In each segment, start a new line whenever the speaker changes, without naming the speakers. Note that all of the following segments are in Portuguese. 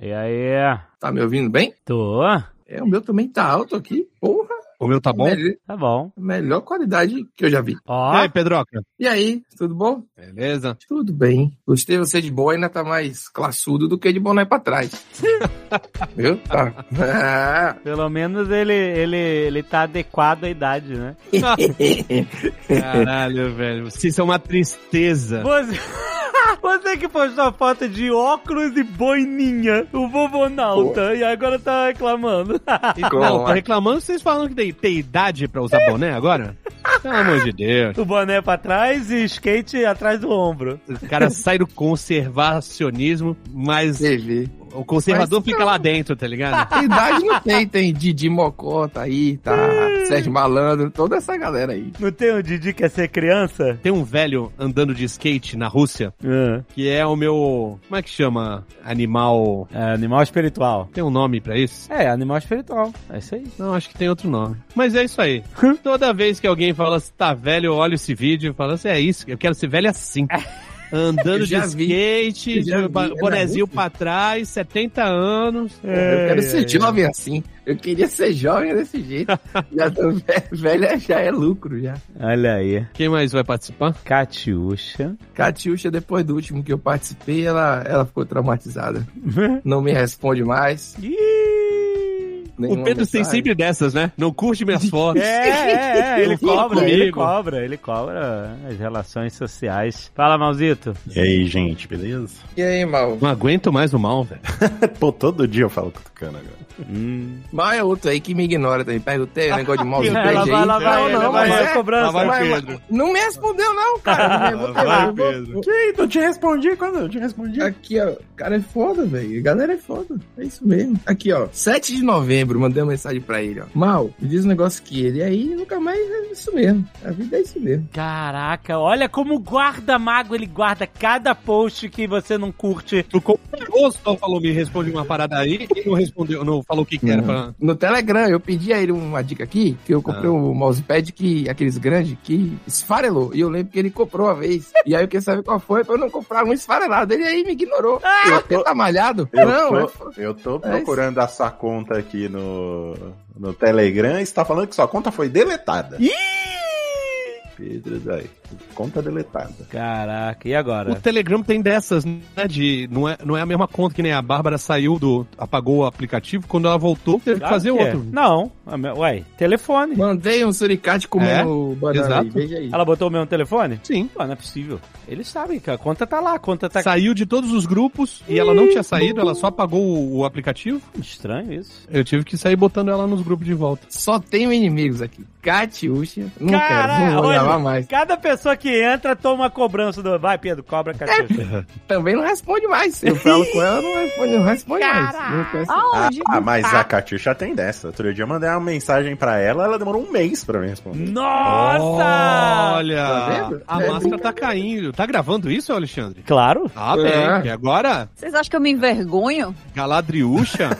E aí?
Tá me ouvindo bem?
Tô.
É, o meu também tá alto aqui, porra.
O meu tá bom?
Melhor,
Tá bom.
melhor qualidade que eu já vi.
Ó,
E aí, Pedroca?
E aí, tudo bom?
Beleza?
Tudo bem. Gostei você de boina, tá mais classudo do que de boné pra trás. Viu? Tá. Ah,
pelo menos ele, ele, ele tá adequado à idade, né?
Caralho, velho. Vocês são uma tristeza.
Você... Você que postou a foto de óculos e boininha, o vovonauta, e agora tá reclamando.
Não, tá reclamando vocês falam que tem, tem idade pra usar boné agora? Pelo amor de Deus.
o boné pra trás e skate atrás do ombro.
O cara sai do conservacionismo, mas
Teve.
o conservador
Mas
fica lá dentro, tá ligado?
Tem idade não tem, tem Didi Mocó, tá aí, tá Sérgio Malandro, toda essa galera aí.
Não tem o Didi que é ser criança?
Tem um velho andando de skate na Rússia, que é o meu. Como é que chama? Animal.
É, animal espiritual.
Tem um nome pra isso?
É, animal espiritual. É isso aí.
Não, acho que tem outro nome. Mas é isso aí.
Hum?
Toda vez que alguém fala se tá velho, eu olho esse vídeo e falo assim: é isso, eu quero ser velho assim.
É. Eu
Andando de
já vi.
skate,
Eu já
de
vi.
ba-
É na
bonezinho
Rússia?
pra trás, 70 anos.
Eu
É.
quero
é,
ser jovem assim. Eu queria ser jovem desse jeito. Já tô ve- velha, já é lucro, já.
Olha aí.
Quem mais vai participar?
Catiúcha.
Catiuxa, depois do último que eu participei, ela, ela ficou traumatizada. Não me responde mais.
o
nenhuma
Pedro tem
mensagem.
sempre dessas, né? Não curte minhas
É,
fotos.
é, é, ele
Fala
cobra, ele
comigo.
cobra, ele cobra as relações sociais. Fala, Malzito.
E aí, gente, beleza?
E aí, Mal?
Não aguento mais o mal, velho.
É, Pô, todo dia eu falo cutucando agora.
Mal é outro aí que me ignora também. Perguntei o negócio de Mal.
Ela vai, ela vai,
não,
ela
não,
vai,
mas
é
é-
cobrança.
Lá vai
Mas-
Pedro.
Não me respondeu, não, cara. Não me respondeu,
Vai,
eu vou-
Pedro.
Que aí? Eu te respondi quando? Eu te respondi.
Aqui, ó. Cara é foda, velho. A galera é foda. É isso mesmo. Aqui, ó. 7 de novembro, mandei uma mensagem pra ele, ó. Mal, me diz um negócio que ele. E aí, nunca mais é isso mesmo. A vida é isso mesmo.
Caraca, olha como guarda mago ele guarda cada post que você não curte.
Tu comprou, só falou, me responde uma parada aí e não respondeu, não falou o que, que era.
Uhum.
Pra... Ah.
No Telegram, eu pedi a ele uma dica aqui, que eu comprei um mousepad que, aqueles grandes, que esfarelou. E eu lembro que ele comprou uma vez. E aí eu queria saber qual foi, pra eu não comprar um esfarelado. Ele aí me ignorou.
Ah!
Eu até tá malhado.
Eu
não, é. eu-
tô, eu tô procurando a sua conta aqui no, no Telegram e está falando que sua conta foi deletada. Pedro daí. Conta deletada.
Caraca, e
O
agora?
Telegram tem dessas, né? De, não, é, não é a mesma conta que nem a Bárbara saiu do. apagou o aplicativo, quando ela voltou, teve que
Claro
fazer
que é.
outro.
Não, a me- uai, telefone.
Mandei um suricate comendo banana aí.
É? exato.
Veja aí.
Ela botou o mesmo telefone?
Sim.
Pô, não é possível. Eles sabem que a conta tá lá, a conta tá.
Saiu de todos os grupos e ela não tinha saído, ela só apagou o, o aplicativo.
Estranho isso.
Eu tive que sair botando ela nos grupos de volta.
Só tenho inimigos aqui. Catiúcha. Não
Caralho,
quero, não vou
olha.
gravar mais.
Cada pessoa que entra toma a cobrança do. Vai, Pedro, cobra
É,
Catiúcha.
Também não responde mais. Eu falo com ela, não responde, não responde mais. Não conhece-
Aonde?
Ah, mas a Catiuxa tem dessa. Outro dia eu mandei uma mensagem pra ela, ela demorou um mês pra me
Hum.
responder.
Nossa!
Olha!
Tá vendo?
a
É
máscara tá caindo. Tá gravando isso, Alexandre?
Claro.
Ah,
É.
bem. que agora,
Vocês acham que eu me envergonho?
Galadriúcha.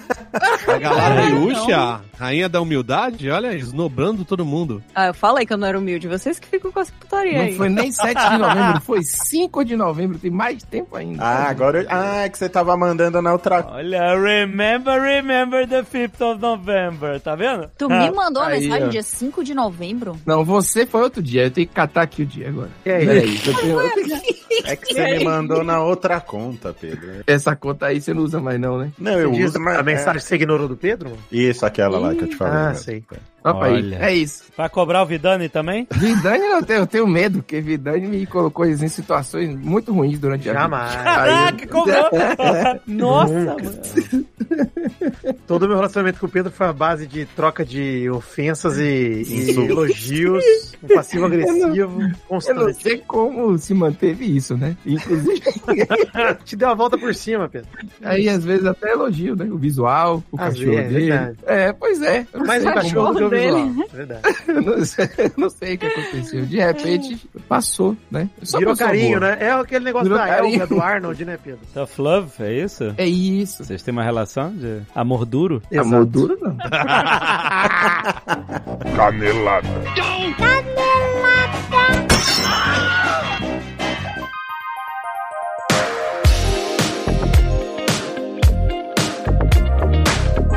a Galadriúcha, rainha da humildade, olha, esnobando todo mundo.
Ah, eu falei que eu não era humilde. Vocês que ficam com essa putaria
Não
aí.
foi nem 7 de novembro, foi 5 de novembro, tem mais tempo ainda.
Ah, agora. eu- Ah, é que você tava mandando na outra.
Olha, remember, remember the 5th of November, tá vendo?
Tu me mandou uma
Aí,
mensagem
ó.
dia 5 de novembro?
Não, você foi outro dia, eu tenho que catar aqui o dia agora.
é
Peraí, eu tenho- eu tenho-
É que você me mandou na outra conta, Pedro.
Essa conta aí você não usa mais não, né?
Não, eu
Você diz
uso, mas.
a mensagem que você ignorou do Pedro?
Isso, aquela lá que eu te falei.
Ah,
né?
sei.
Opa aí,
Olha.
é isso.
Ah, Vai cobrar o Vidani também?
Vidani não tem, eu tenho medo, porque Vidani me colocou em situações muito ruins durante a vida.
Jamais.
Caraca, cobrou! Nossa, mano.
Todo o meu relacionamento com o Pedro foi a base de troca de ofensas e, e
Insultos.
elogios, um passivo-agressivo
Eu não
constante.
sei como se manteve isso, né? Inclusive,
Ah, Te deu a volta por cima, Pedro.
aí às vezes até elogio, né? O visual, o
Às
cachorro
vezes, é
dele.
verdade.
É, pois é. Eu não
Mais
sei
o
como-
cachorro do que o
dele.
visual. é Verdade.
Eu não, sei, eu não sei o que aconteceu. De repente, passou, né? Eu sou uma
Virou
pessoa
carinho,
boa.
né? É aquele negócio
Virou
da
carinho.
Elga, do Arnold, né, Pedro?
Tough love, é isso?
É isso.
Vocês têm uma relação de amor duro?
A moldura não.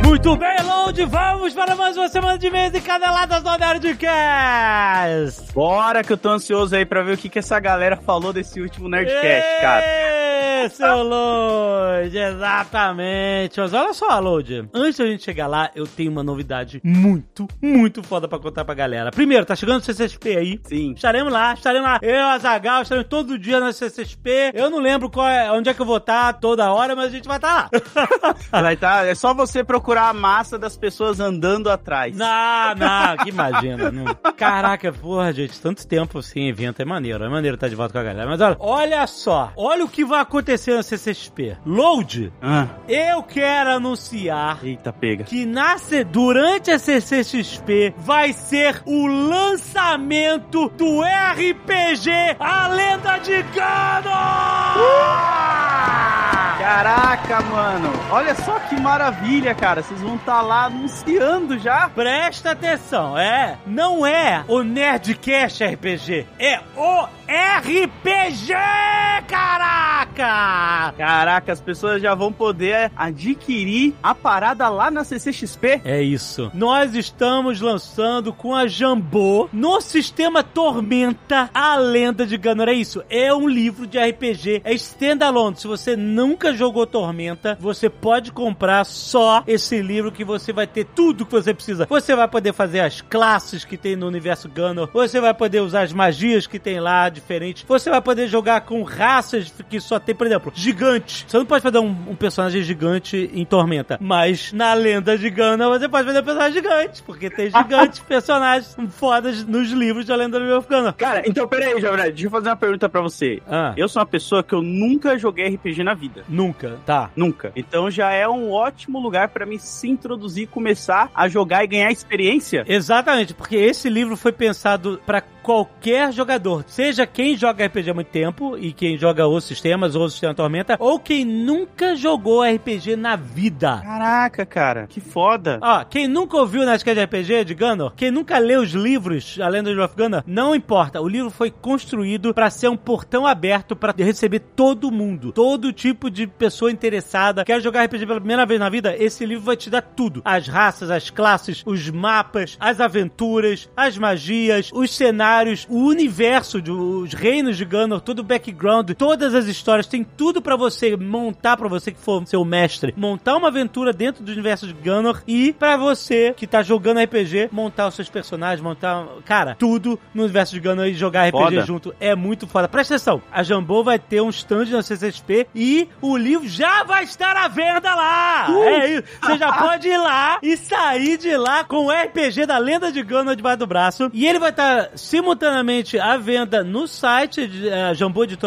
Muito bem, Load, vamos para mais uma semana de mês e caneladas do Nerdcast!
Bora que eu tô ansioso aí pra ver o que, que essa galera falou desse último Nerdcast,
Ê,
cara.
Seu Load, exatamente. Mas olha só, Load, antes da gente chegar lá, eu tenho uma novidade muito, muito foda pra contar pra galera. Primeiro, tá chegando o CCXP aí.
Sim.
Estaremos lá, estaremos lá. Eu, Azagal, estaremos todo dia na CCXP. Eu não lembro qual é, onde é que eu vou estar toda hora, mas a gente vai estar lá.
Vai tá, é só você procurar a massa das pessoas andando atrás.
Não, não, que imagina. não. Caraca, porra, gente, tanto tempo sem evento é maneiro. É maneiro estar de volta com a galera. Mas olha, olha só, olha o que vai acontecer na CCXP. Load,
Ah,
eu quero anunciar
eita, pega.
que nasce durante a CCXP vai ser o lançamento do RPG A Lenda de Gano!
Caraca, mano. Olha só que maravilha, cara. Vocês vão estar lá anunciando já.
Presta atenção, é. Não é o Nerdcast RPG, é o RPG, caraca!
Caraca, as pessoas já vão poder adquirir a parada lá na CCXP.
É isso. Nós estamos lançando com a Jambô no sistema Tormenta a Lenda de Ganor. É isso. É um livro de RPG. É standalone. Se você nunca jogou Tormenta, você pode comprar só esse livro que você vai ter tudo que você precisa. Você vai poder fazer as classes que tem no universo Ganor. Você vai poder usar as magias que tem lá diferentes. Você vai poder jogar com raças que só tem, por exemplo, gigante. Você não pode fazer um, um personagem gigante em Tormenta. Mas na lenda de Gana você pode fazer um personagem gigante. Porque tem gigantes personagens fodas nos livros da lenda de Gana.
Cara, então peraí, Jovem, deixa eu fazer uma pergunta pra você.
Ah,
Eu sou uma pessoa que eu nunca joguei RPG na vida.
nunca, tá.
Nunca. Então já é um ótimo lugar pra mim se introduzir, começar a jogar e ganhar experiência.
Exatamente, porque esse livro foi pensado pra qualquer jogador, seja quem joga RPG há muito tempo e quem joga os sistemas ou o sistema Tormenta, ou quem nunca jogou RPG na vida.
Caraca, cara, que foda.
Ó, quem nunca ouviu na de RPG de Gunner, quem nunca leu os livros, a Lenda de Wolf Gunner, não importa. O livro foi construído pra ser um portão aberto pra receber todo mundo, todo tipo de pessoa interessada. Quer jogar RPG pela primeira vez na vida? Esse livro vai te dar tudo: as raças, as classes, os mapas, as aventuras, as magias, os cenários, o universo, de- os reinos de Gunner, todo o background, todas as histórias, tem tudo pra você montar pra você que for seu mestre, montar uma aventura dentro do universo de Gunner e pra você que tá jogando RPG, montar os seus personagens, montar, cara, tudo no universo de Gunner e jogar RPG
Foda.
junto é muito foda. Presta atenção, a Jambô vai ter um stand na CCXP e o livro já vai estar à venda lá. É isso. Você já pode ir lá e sair de lá com o RPG da Lenda de Gano debaixo do braço. E ele vai estar simultaneamente à venda no site de, eh,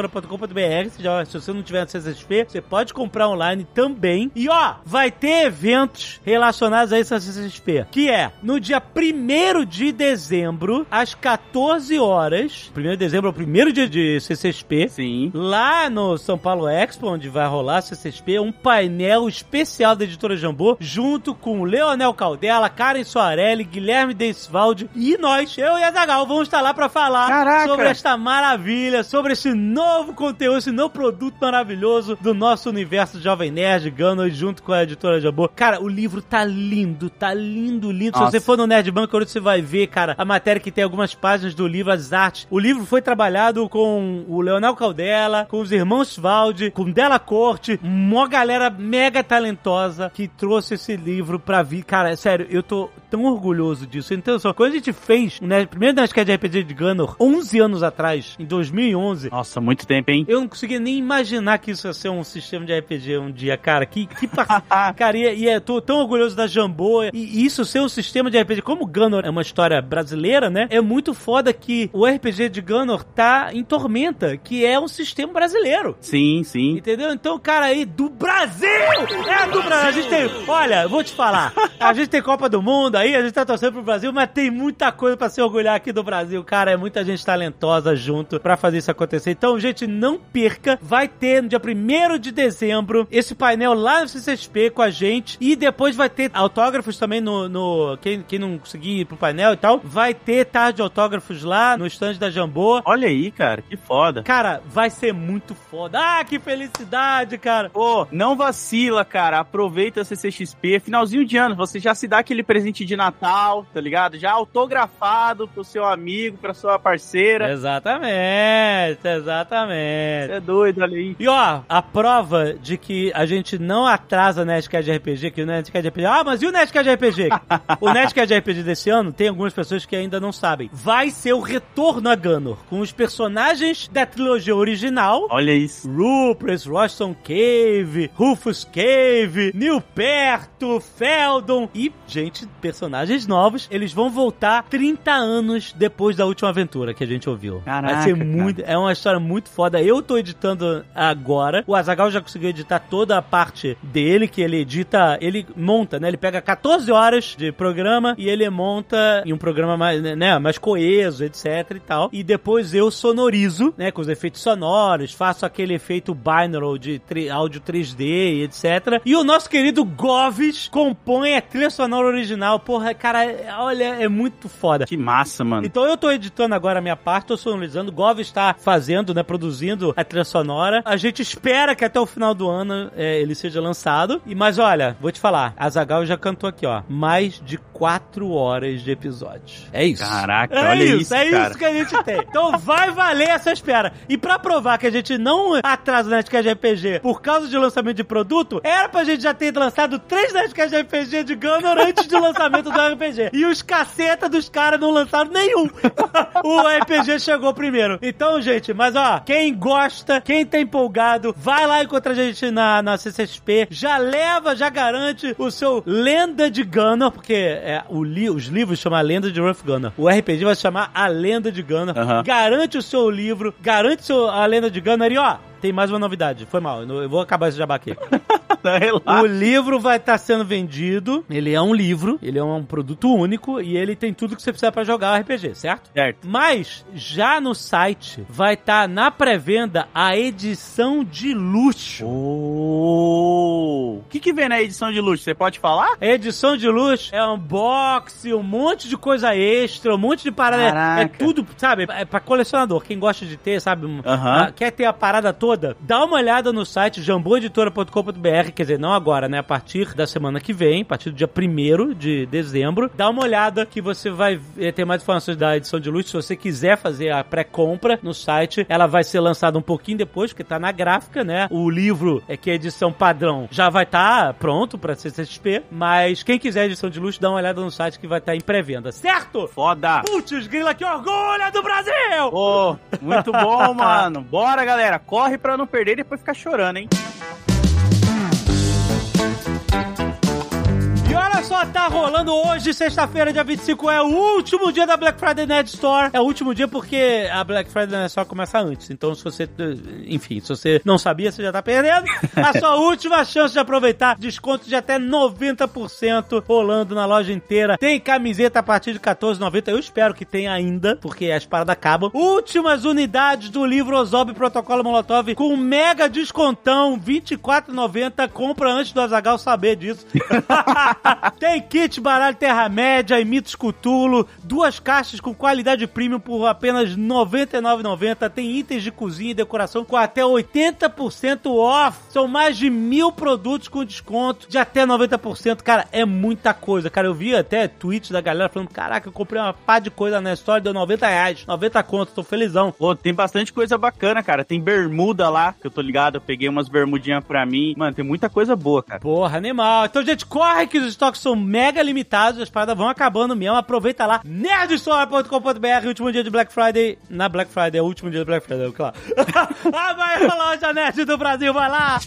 jamboeditora.com.br. Se já- Se você não tiver na CCXP, você pode comprar online também. E ó, vai ter eventos relacionados a essa CCXP, que é no dia 1 de dezembro, às 14 horas. 1 de dezembro é o primeiro dia de CCXP.
Sim.
Lá no São Paulo Expo, onde vai rolar a CCXP, um painel especial da editora Jambô, junto com o Leonel Caldela, Karen Soarelli, Guilherme Deisvaldi e nós, eu e a Zagal, vamos estar lá pra falar
Caraca!
sobre esta maravilha, sobre esse novo conteúdo, esse novo produto maravilhoso do nosso universo Jovem Nerd, Gano, junto com a editora Jambô. Cara, o livro tá lindo, tá lindo, lindo. Se
Nossa.
você for no Nerd Banco, você vai ver, cara, a matéria que tem algumas páginas do livro, as artes. O livro foi trabalhado com o Leonel Caldela, com os irmãos Valde, com Della Corte, uma galera mega talentosa que trouxe esse livro pra vir. Cara, sério, eu tô tão orgulhoso disso. Então, só quando a gente fez o Nerd- primeiro Nerdcast de RPG de Gunnor, 11 anos atrás, em 2011,
Nossa, muito tempo, hein?
eu não conseguia nem imaginar que isso ia ser um sistema de RPG um dia, cara. Que, que par... cara, e, e é, tô tão orgulhoso da Jambô. E, e isso ser um sistema de RPG, como Gunner é uma história brasileira, né? É muito foda que o RPG de Gunner tá em Tormenta, que é um sistema brasileiro.
Sim, sim.
Entendeu? Então, cara aí, do Brasil! É do Brasil! A gente tem. Olha, eu vou te falar. A gente tem Copa do Mundo, a aí, a gente tá torcendo pro Brasil, mas tem muita coisa pra se orgulhar aqui do Brasil, cara. É muita gente talentosa junto pra fazer isso acontecer. Então, gente, não perca. Vai ter no dia 1 de dezembro esse painel lá no CCSP com a gente. E depois vai ter autógrafos também no. no- quem, quem não conseguir ir pro painel e tal, vai ter tarde de autógrafos lá no stand da Jambô.
Olha aí, cara, que foda.
Cara, vai ser muito foda. Ah, que felicidade, cara.
Pô, não vacila, cara. Aproveita a CCXP. Finalzinho de ano, você já se dá aquele presente de Natal, tá ligado? Já autografado pro seu amigo, pra sua
É.
parceira.
Exatamente, exatamente.
Você é doido, olha aí.
E ó, a prova de que a gente não atrasa Nerdcast de RPG, que o Nerdcast de RPG... Ah, mas e o Nerdcast de RPG? o Nerdcast de RPG desse ano, tem algumas pessoas que ainda não sabem. Vai ser o retorno a Gunnor, com os personagens da trilogia original...
Olha isso.
Rupress, Royston Cave, Rufus Cave, Nilperto, Feldon e, gente, personagens novos. Eles vão voltar 30 anos depois da última aventura que a gente ouviu.
Caraca,
Vai ser
cara.
muito é uma história muito foda. Eu tô editando agora. O Azagal já conseguiu editar toda a parte dele, que ele edita, ele monta, né? Ele pega 14 horas de programa e ele monta em um programa mais, né, mais coeso, etc e tal. E depois eu sonorizo, né, com os efeitos sonoros, faço aquele efeito binaural de tri- áudio 3D e etc. E o nosso querido Goves compõe a trilha sonora original. Porra, cara, olha, é muito foda.
Que massa, mano.
Então eu tô editando agora a minha parte, tô sonorizando, o Gov está fazendo, né, produzindo a trilha sonora. A gente espera que até o final do ano é, ele seja lançado. E mas olha, vou te falar, a Zagal já cantou aqui, ó, mais de quatro horas de episódio. É isso.
Caraca,
É
olha
isso,
isso,
é
cara.
isso que a gente tem. Então vai valer essa espera. E pra provar que a gente não atrasa o Nerdcast RPG por causa de lançamento de produto, era pra gente já ter lançado três Nerdcast RPG de Gunner antes do lançamento do RPG. E os caceta dos caras não lançaram nenhum. o RPG chegou primeiro. Então, gente, mas ó, quem gosta, quem tá empolgado, vai lá encontrar a gente na, na CCXP, já leva, já garante o seu Lenda de Gunner, porque é, o li- os livros chamam a Lenda de Rough Gunner. O RPG vai se chamar A Lenda de Gunner.
Aham.
Garante o seu livro, garante seu, a Lenda de Gunner e ó, tem mais uma novidade. Foi mal, eu não- eu vou acabar esse jabá aqui. O
Relaxa.
livro vai estar sendo vendido. Ele é um livro, ele é um produto único e ele tem tudo que você precisa pra jogar RPG, certo?
Certo.
Mas já no site vai estar na pré-venda a edição de luxo.
Ô, O que que vem na edição de luxo? Você pode falar?
A edição de luxo é unboxing, um monte de coisa extra, um monte de parada.
Caraca.
É tudo, sabe? É pra colecionador. Quem gosta de ter, sabe? um-
Aham.
ah, Quer ter a parada toda? Dá uma olhada no site jamboeditora.com.br, quer dizer, não agora, né? A partir da semana que vem, a partir do dia 1 de dezembro. Dá uma olhada que você vai eh, ter mais informações da edição de luxo. Se você quiser fazer a pré-compra no site, ela vai ser lançada um pouquinho depois, porque tá na gráfica, né? O livro é que é a edição padrão já vai estar pronto pra CCXP, mas quem quiser a edição de luxo, dá uma olhada no site que vai estar em pré-venda, certo?
Foda.
Putz, grila, que orgulho é do Brasil!
Ô, muito bom, mano. Bora, galera. Corre pra não perder e depois ficar chorando, hein?
E olha só, tá rolando hoje, sexta-feira, dia 25, é o último dia da Black Friday Nerd Store. É o último dia porque a Black Friday Nerd Store começa antes. Então, se você, enfim, se você não sabia, você já tá perdendo. A sua última chance de aproveitar desconto de até 90% rolando na loja inteira. Tem camiseta a partir de 14,90. Eu espero que tenha ainda, porque as paradas acabam. Últimas unidades do livro Ozob Protocolo Molotov com mega descontão, 24,90. Compra antes do Azagal saber disso. Tem kit baralho Terra-média e mitos Cutulo, duas caixas com qualidade premium por apenas R$ 99,90. Tem itens de cozinha e decoração com até 80% off. São mais de mil produtos com desconto de até 90%. Cara, é muita coisa. Cara, eu vi até tweets da galera falando: caraca, eu comprei uma pá de coisa na história, deu 90 reais, 90 conto, tô felizão.
Pô, tem bastante coisa bacana, cara. Tem bermuda lá, que eu tô ligado. Eu peguei umas bermudinhas pra mim. Mano, tem muita coisa boa, cara.
Porra, animal. Então, gente, corre que os estoques são mega limitados, as paradas vão acabando mesmo. Aproveita lá, nerdstore.com.br, último dia de Black Friday. Na Black Friday, é o Ah, último dia de Black Friday, claro. a maior loja nerd do Brasil, vai lá!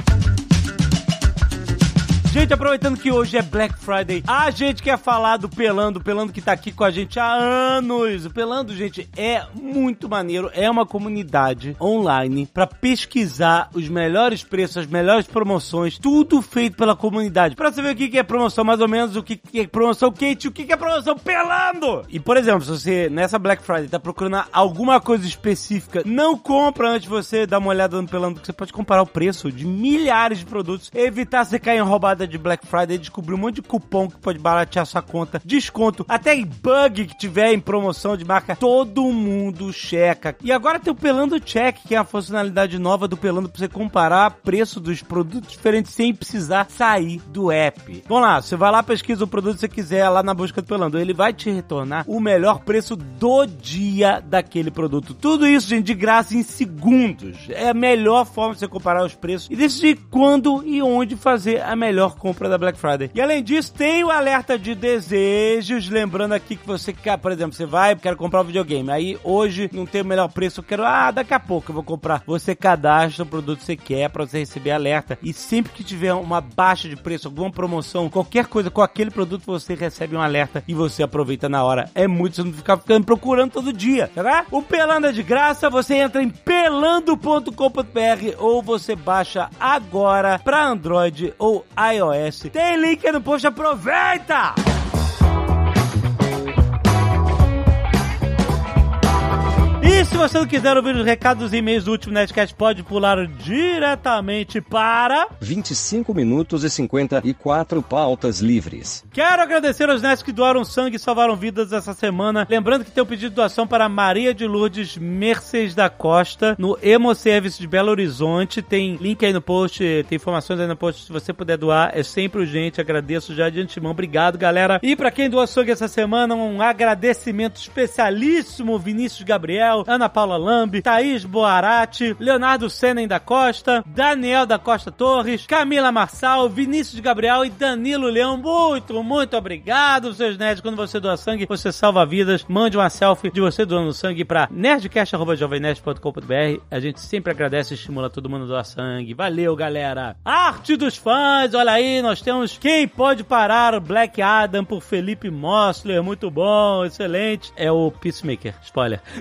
Gente, aproveitando que hoje é Black Friday, a gente quer falar do Pelando, o Pelando que tá aqui com a gente há anos. O Pelando, gente, é muito maneiro, é uma comunidade online pra pesquisar os melhores preços, as melhores promoções, tudo feito pela comunidade. Pra você ver o que que é promoção, mais ou menos, o que que é promoção quente, o que que é promoção Pelando. E, por exemplo, se você nessa Black Friday tá procurando alguma coisa específica, não compra antes de você dar uma olhada no Pelando, que você pode comparar o preço de milhares de produtos, evitar você cair em roubada de Black Friday, descobrir um monte de cupom que pode baratear sua conta, desconto, até em bug que tiver em promoção de marca, todo mundo checa. E agora tem o Pelando Check, que é a funcionalidade nova do Pelando pra você comparar preço dos produtos diferentes sem precisar sair do app. Vamos lá, você vai lá, pesquisa o produto que você quiser lá na busca do Pelando, ele vai te retornar o melhor preço do dia daquele produto. Tudo isso, gente, de graça em segundos. É a melhor forma de você comparar os preços e decidir quando e onde fazer a melhor compra da Black Friday. E além disso, tem o alerta de desejos, lembrando aqui que você quer, por exemplo, você vai, quero comprar um videogame, aí hoje não tem o melhor preço, eu quero, ah, daqui a pouco eu vou comprar. Você cadastra o produto que você quer pra você receber alerta e sempre que tiver uma baixa de preço, alguma promoção, qualquer coisa com aquele produto, você recebe um alerta e você aproveita na hora. É muito, você não ficar ficando procurando todo dia, tá? O Pelando é de graça, você entra em pelando.com.br ou você baixa agora pra Android ou iOS. Tem link aí no post, aproveita! E se você não quiser ouvir os recados e e-mails do último Nerdcast, pode pular diretamente para...
25 minutos e 54 pautas livres.
Quero agradecer aos netos que doaram sangue e salvaram vidas essa semana. Lembrando que tem o pedido de doação para Maria de Lourdes Mercedes da Costa no Hemoservice de Belo Horizonte. Tem link aí no post, tem informações aí no post. Se você puder doar, é sempre urgente. Agradeço já de antemão. Obrigado, galera. E para quem doou sangue essa semana, um agradecimento especialíssimo. Vinícius Gabriel, Ana Paula Lambi, Thaís Boarati, Leonardo Senen da Costa, Daniel da Costa Torres, Camila Marçal, Vinícius Gabriel e Danilo Leão. Muito, muito obrigado, seus nerds. Quando você doa sangue, você salva vidas. Mande uma selfie de você doando sangue para nerdcast.jovemnerd.com.br. A gente sempre agradece e estimula todo mundo a doar sangue. Valeu, galera. Arte dos fãs, olha aí, nós temos Quem Pode Parar o Black Adam por Felipe Mosler. Muito bom, excelente. É o Peacemaker, spoiler.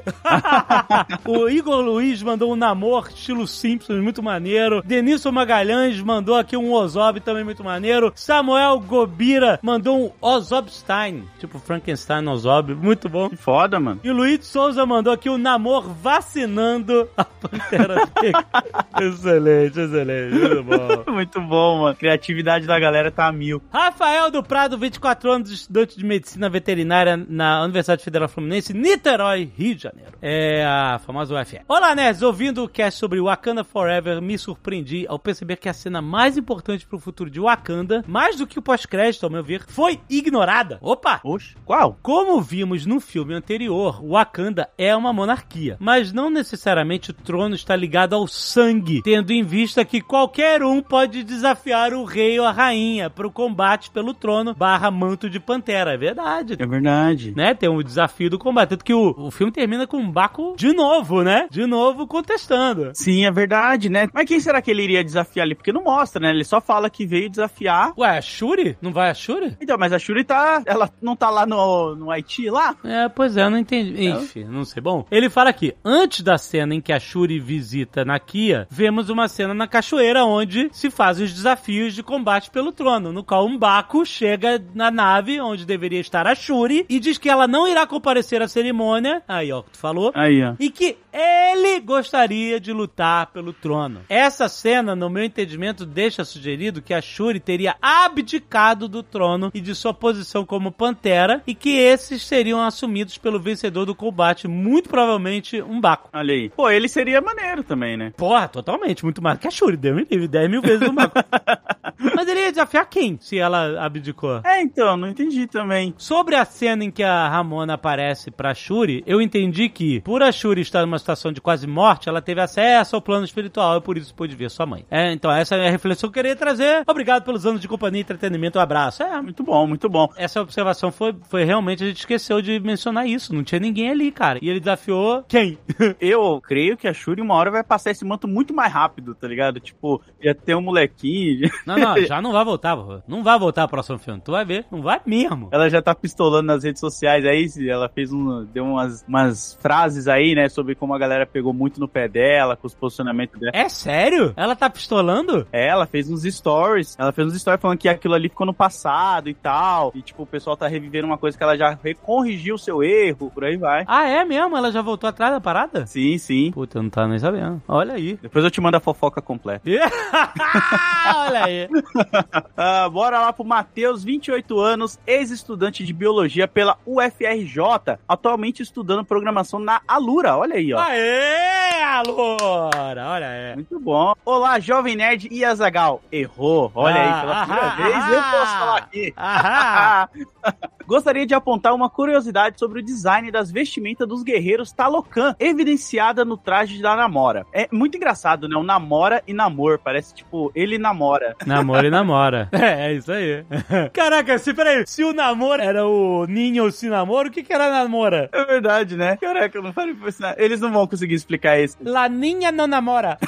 o Igor Luiz mandou um namor estilo Simpsons, muito maneiro. Denilson Magalhães mandou aqui um Ozob também muito maneiro. Samuel Gobira mandou um Ozobstein, tipo Frankenstein Ozob, muito bom.
Que foda, mano.
E o Luiz Souza mandou aqui o namor vacinando a Pantera Negra. excelente, excelente, muito bom.
Muito bom, mano. Criatividade da galera tá a mil.
Rafael do Prado, 24 anos, estudante de medicina veterinária na Universidade Federal Fluminense, Niterói, Rio de Janeiro. É a famosa UFE. Olá, nerds! Ouvindo o cast sobre Wakanda Forever, me surpreendi ao perceber que a cena mais importante pro futuro de Wakanda, mais do que o pós-crédito, ao meu ver, foi ignorada. Opa!
Oxe, qual?
Como vimos no filme anterior, Wakanda é uma monarquia, mas não necessariamente o trono está ligado ao sangue, tendo em vista que qualquer um pode desafiar o rei ou a rainha para o combate pelo trono barra manto de pantera. É verdade.
É verdade.
Né? Tem o desafio do combate. Tanto que o, o filme termina com o Baco de novo, né? De novo contestando.
Sim, é verdade, né? Mas quem será que ele iria desafiar ali? Porque não mostra, né? Ele só fala que veio desafiar.
Ué, a Shuri? Não vai a Shuri?
Então, mas a Shuri tá. Ela não tá lá no, no Haiti lá?
É, pois é, eu não entendi. Enfim, não sei. Bom, ele fala aqui: antes da cena em que a Shuri visita Nakia, vemos uma cena na cachoeira onde se fazem os desafios de combate pelo trono, no qual um Baco chega na nave onde deveria estar a Shuri e diz que ela não irá comparecer à cerimônia. Aí, ó, tu falou.
Aí, ó.
E que ele gostaria de lutar pelo trono. Essa cena, no meu entendimento, deixa sugerido que a Shuri teria abdicado do trono e de sua posição como pantera e que esses seriam assumidos pelo vencedor do combate, muito provavelmente um Baco.
Olha aí. Pô, ele seria maneiro também, né?
Porra, totalmente, muito mais que a Shuri, deu me livre, 10 mil vezes o Baco. Mas ele ia desafiar quem se ela abdicou?
É, então, não entendi também.
Sobre a cena em que a Ramona aparece pra Shuri, eu entendi que, por a Shuri estar numa situação de quase morte, ela teve acesso ao plano espiritual e por isso pôde ver sua mãe. É, então essa é a reflexão que eu queria trazer. Obrigado pelos anos de companhia e entretenimento. Um abraço. É,
Muito bom, muito bom.
essa observação foi, foi realmente, a gente esqueceu de mencionar isso. Não tinha ninguém ali, cara. E ele desafiou quem?
Eu creio que a Shuri uma hora vai passar esse manto muito mais rápido, tá ligado? Tipo, ia ter um molequinho.
Não, não, já não vai voltar, pô. Não vai voltar o próximo filme. Tu vai ver, não vai mesmo.
Ela já tá pistolando nas redes sociais aí, se ela fez um, deu umas, umas frases aí, né, sobre como a galera pegou muito no pé dela, com os posicionamentos dela.
É sério? Ela tá pistolando?
É, Ela fez uns stories, ela fez uns stories falando que aquilo ali ficou no passado e tal, e tipo, o pessoal tá revivendo uma coisa que ela já re- corrigiu o seu erro, por aí vai.
Ah, é mesmo? Ela já voltou atrás da parada?
Sim, sim.
Puta, eu não tava nem sabendo. Olha aí.
Depois eu te mando a fofoca completa.
Olha aí.
Ah, bora lá pro Matheus, 28 anos, ex-estudante de biologia pela UFRJ, atualmente estudando programação na Alura. Olha aí, ó.
Aê, Alora! Olha aí.
Muito bom. Olá, jovem nerd e Azagal. Errou. Olha
Ah,
aí, pela primeira
ah,
vez eu posso
ah.
falar aqui.
Ahá.
Ah. Gostaria de apontar uma curiosidade sobre o design das vestimentas dos guerreiros Talocan, evidenciada no traje da Namora. É muito engraçado, né? O Namora e Namor. Parece tipo, ele namora.
Namora e namora. É, é isso aí. Caraca, se, peraí, se o namoro era o ninho ou se namoro, o que que era namora?
É verdade, né? Caraca, eu não falei pra ensinar. Eles não vão conseguir explicar isso.
Laninha não namora.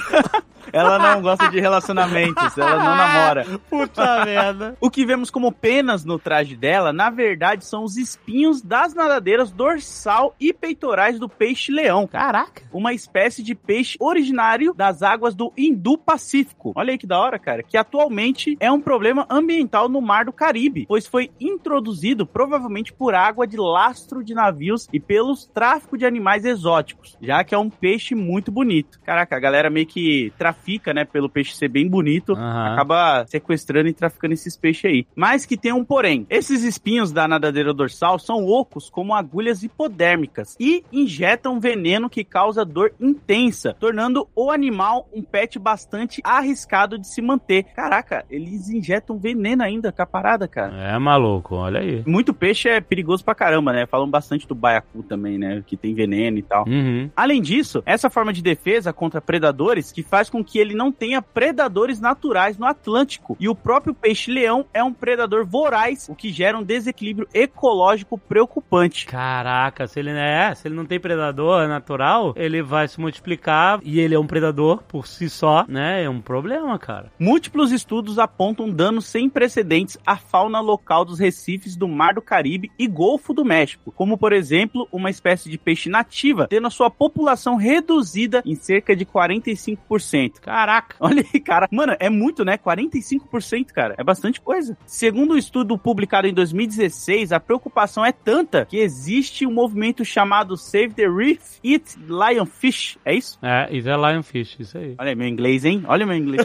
Ela não gosta de relacionamentos, ela não namora.
Puta merda.
O que vemos como penas no traje dela, na verdade, são os espinhos das nadadeiras dorsal e peitorais do peixe-leão. Caraca! Uma espécie de peixe originário das águas do Indo-Pacífico. Olha aí que da hora, cara. Que atualmente é um problema ambiental no Mar do Caribe, pois foi introduzido provavelmente por água de lastro de navios e pelos tráfico de animais exóticos, já que é um peixe muito bonito. Caraca, a galera meio que trafica, né, pelo peixe ser bem bonito
Aham.
acaba sequestrando e traficando esses peixes aí. Mas que tem um porém. Esses espinhos da nadadeira dorsal são ocos como agulhas hipodérmicas e injetam veneno que causa dor intensa, tornando o animal um pet bastante arriscado de se manter. Caraca, eles injetam veneno ainda com a parada, cara.
É maluco, olha aí.
Muito peixe é perigoso pra caramba, né? Falam bastante do baiacu também, né? Que tem veneno e tal.
Uhum.
Além disso, essa forma de defesa contra predadores que faz com que ele não tenha predadores naturais no Atlântico. E o próprio peixe-leão é um predador voraz, o que gera um desequilíbrio ecológico preocupante.
Caraca, se ele, não é, se ele não tem predador natural, ele vai se multiplicar e ele é um predador por si só, né? É um problema, cara.
Múltiplos estudos apontam danos sem precedentes à fauna local dos recifes do Mar do Caribe e Golfo do México, como por exemplo uma espécie de peixe nativa, tendo a sua população reduzida em cerca de 45%.
Caraca.
Olha aí, cara. Mano, é muito, né? 45%, cara. É bastante coisa. Segundo um estudo publicado em 2016, a preocupação é tanta que existe um movimento chamado Save the Reef Eat Lionfish. É isso?
É, isso é Lionfish, isso aí.
Olha meu inglês, hein? Olha meu inglês.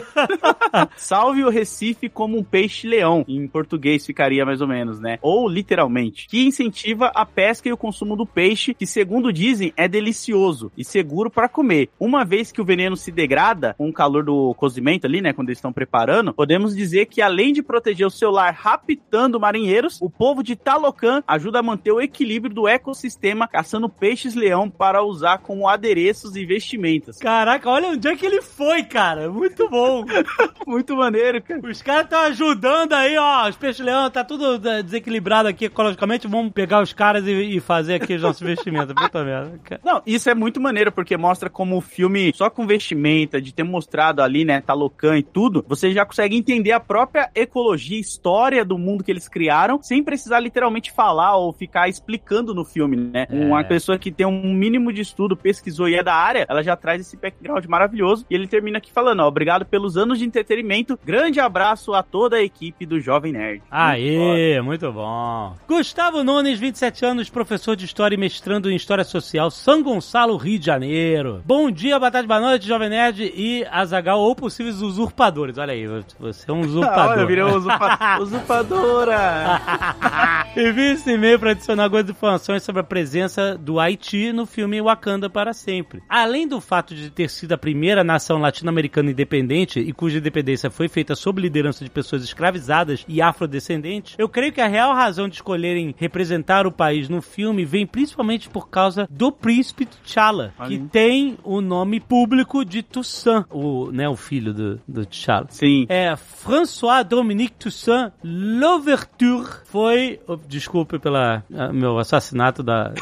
Salve o Recife como um peixe-leão. Em português ficaria mais ou menos, né? Ou literalmente. Que incentiva a pesca e o consumo do peixe, que segundo dizem é delicioso e seguro para comer. Uma vez que o veneno se degrada com o calor do cozimento ali, né? Quando eles estão preparando, podemos dizer que além de proteger o seu lar raptando marinheiros, o povo de Talocan ajuda a manter o equilíbrio do ecossistema caçando peixes-leão para usar como adereços e vestimentas.
Caraca, olha onde é que ele foi, cara. Muito bom.
Muito maneiro, cara.
Os caras estão ajudando aí, ó. Os peixes-leão, tá tudo eh, desequilibrado aqui ecologicamente. Vamos pegar os caras e, e fazer aqui os nossos vestimentos. Puta merda. cara.
Não, isso é muito maneiro, porque mostra como o filme, só com vestimenta, de ter mostrado ali, né, Talocan e tudo, você já consegue entender a própria ecologia, história do mundo que eles criaram, sem precisar literalmente falar ou ficar explicando no filme, né?
É.
Uma pessoa que tem um mínimo de estudo, pesquisou e é da área, ela já traz esse background maravilhoso. E ele termina aqui falando, ó, obrigado pelos anos de entretenimento, grande abraço a toda a equipe do Jovem Nerd.
Aê, muito bom. Gustavo Nunes, 27 anos, professor de História e mestrando em História Social, São Gonçalo, Rio de Janeiro. Bom dia, boa tarde, boa noite, Jovem Nerd e Azagal, ou possíveis usurpadores. Olha aí, você é um
Ah,
usurpador.
olha, virou usurpa- usurpadora.
Envie esse e-mail para adicionar algumas informações sobre a presença do Haiti no filme Wakanda para sempre. Além do fato de ter sido a primeira nação latino-americana independente e cuja independência foi feita sob liderança de pessoas escravizadas e afrodescendentes, eu creio que a real razão de escolherem representar o país no filme vem principalmente por causa do príncipe T'Challa,
Olha
que
aí.
tem o nome público de Toussaint, o, né, o filho do, do T'Challa.
Sim.
É, François Dominique Toussaint Louverture foi. oh, Desculpe pela ah, meu assassinato da,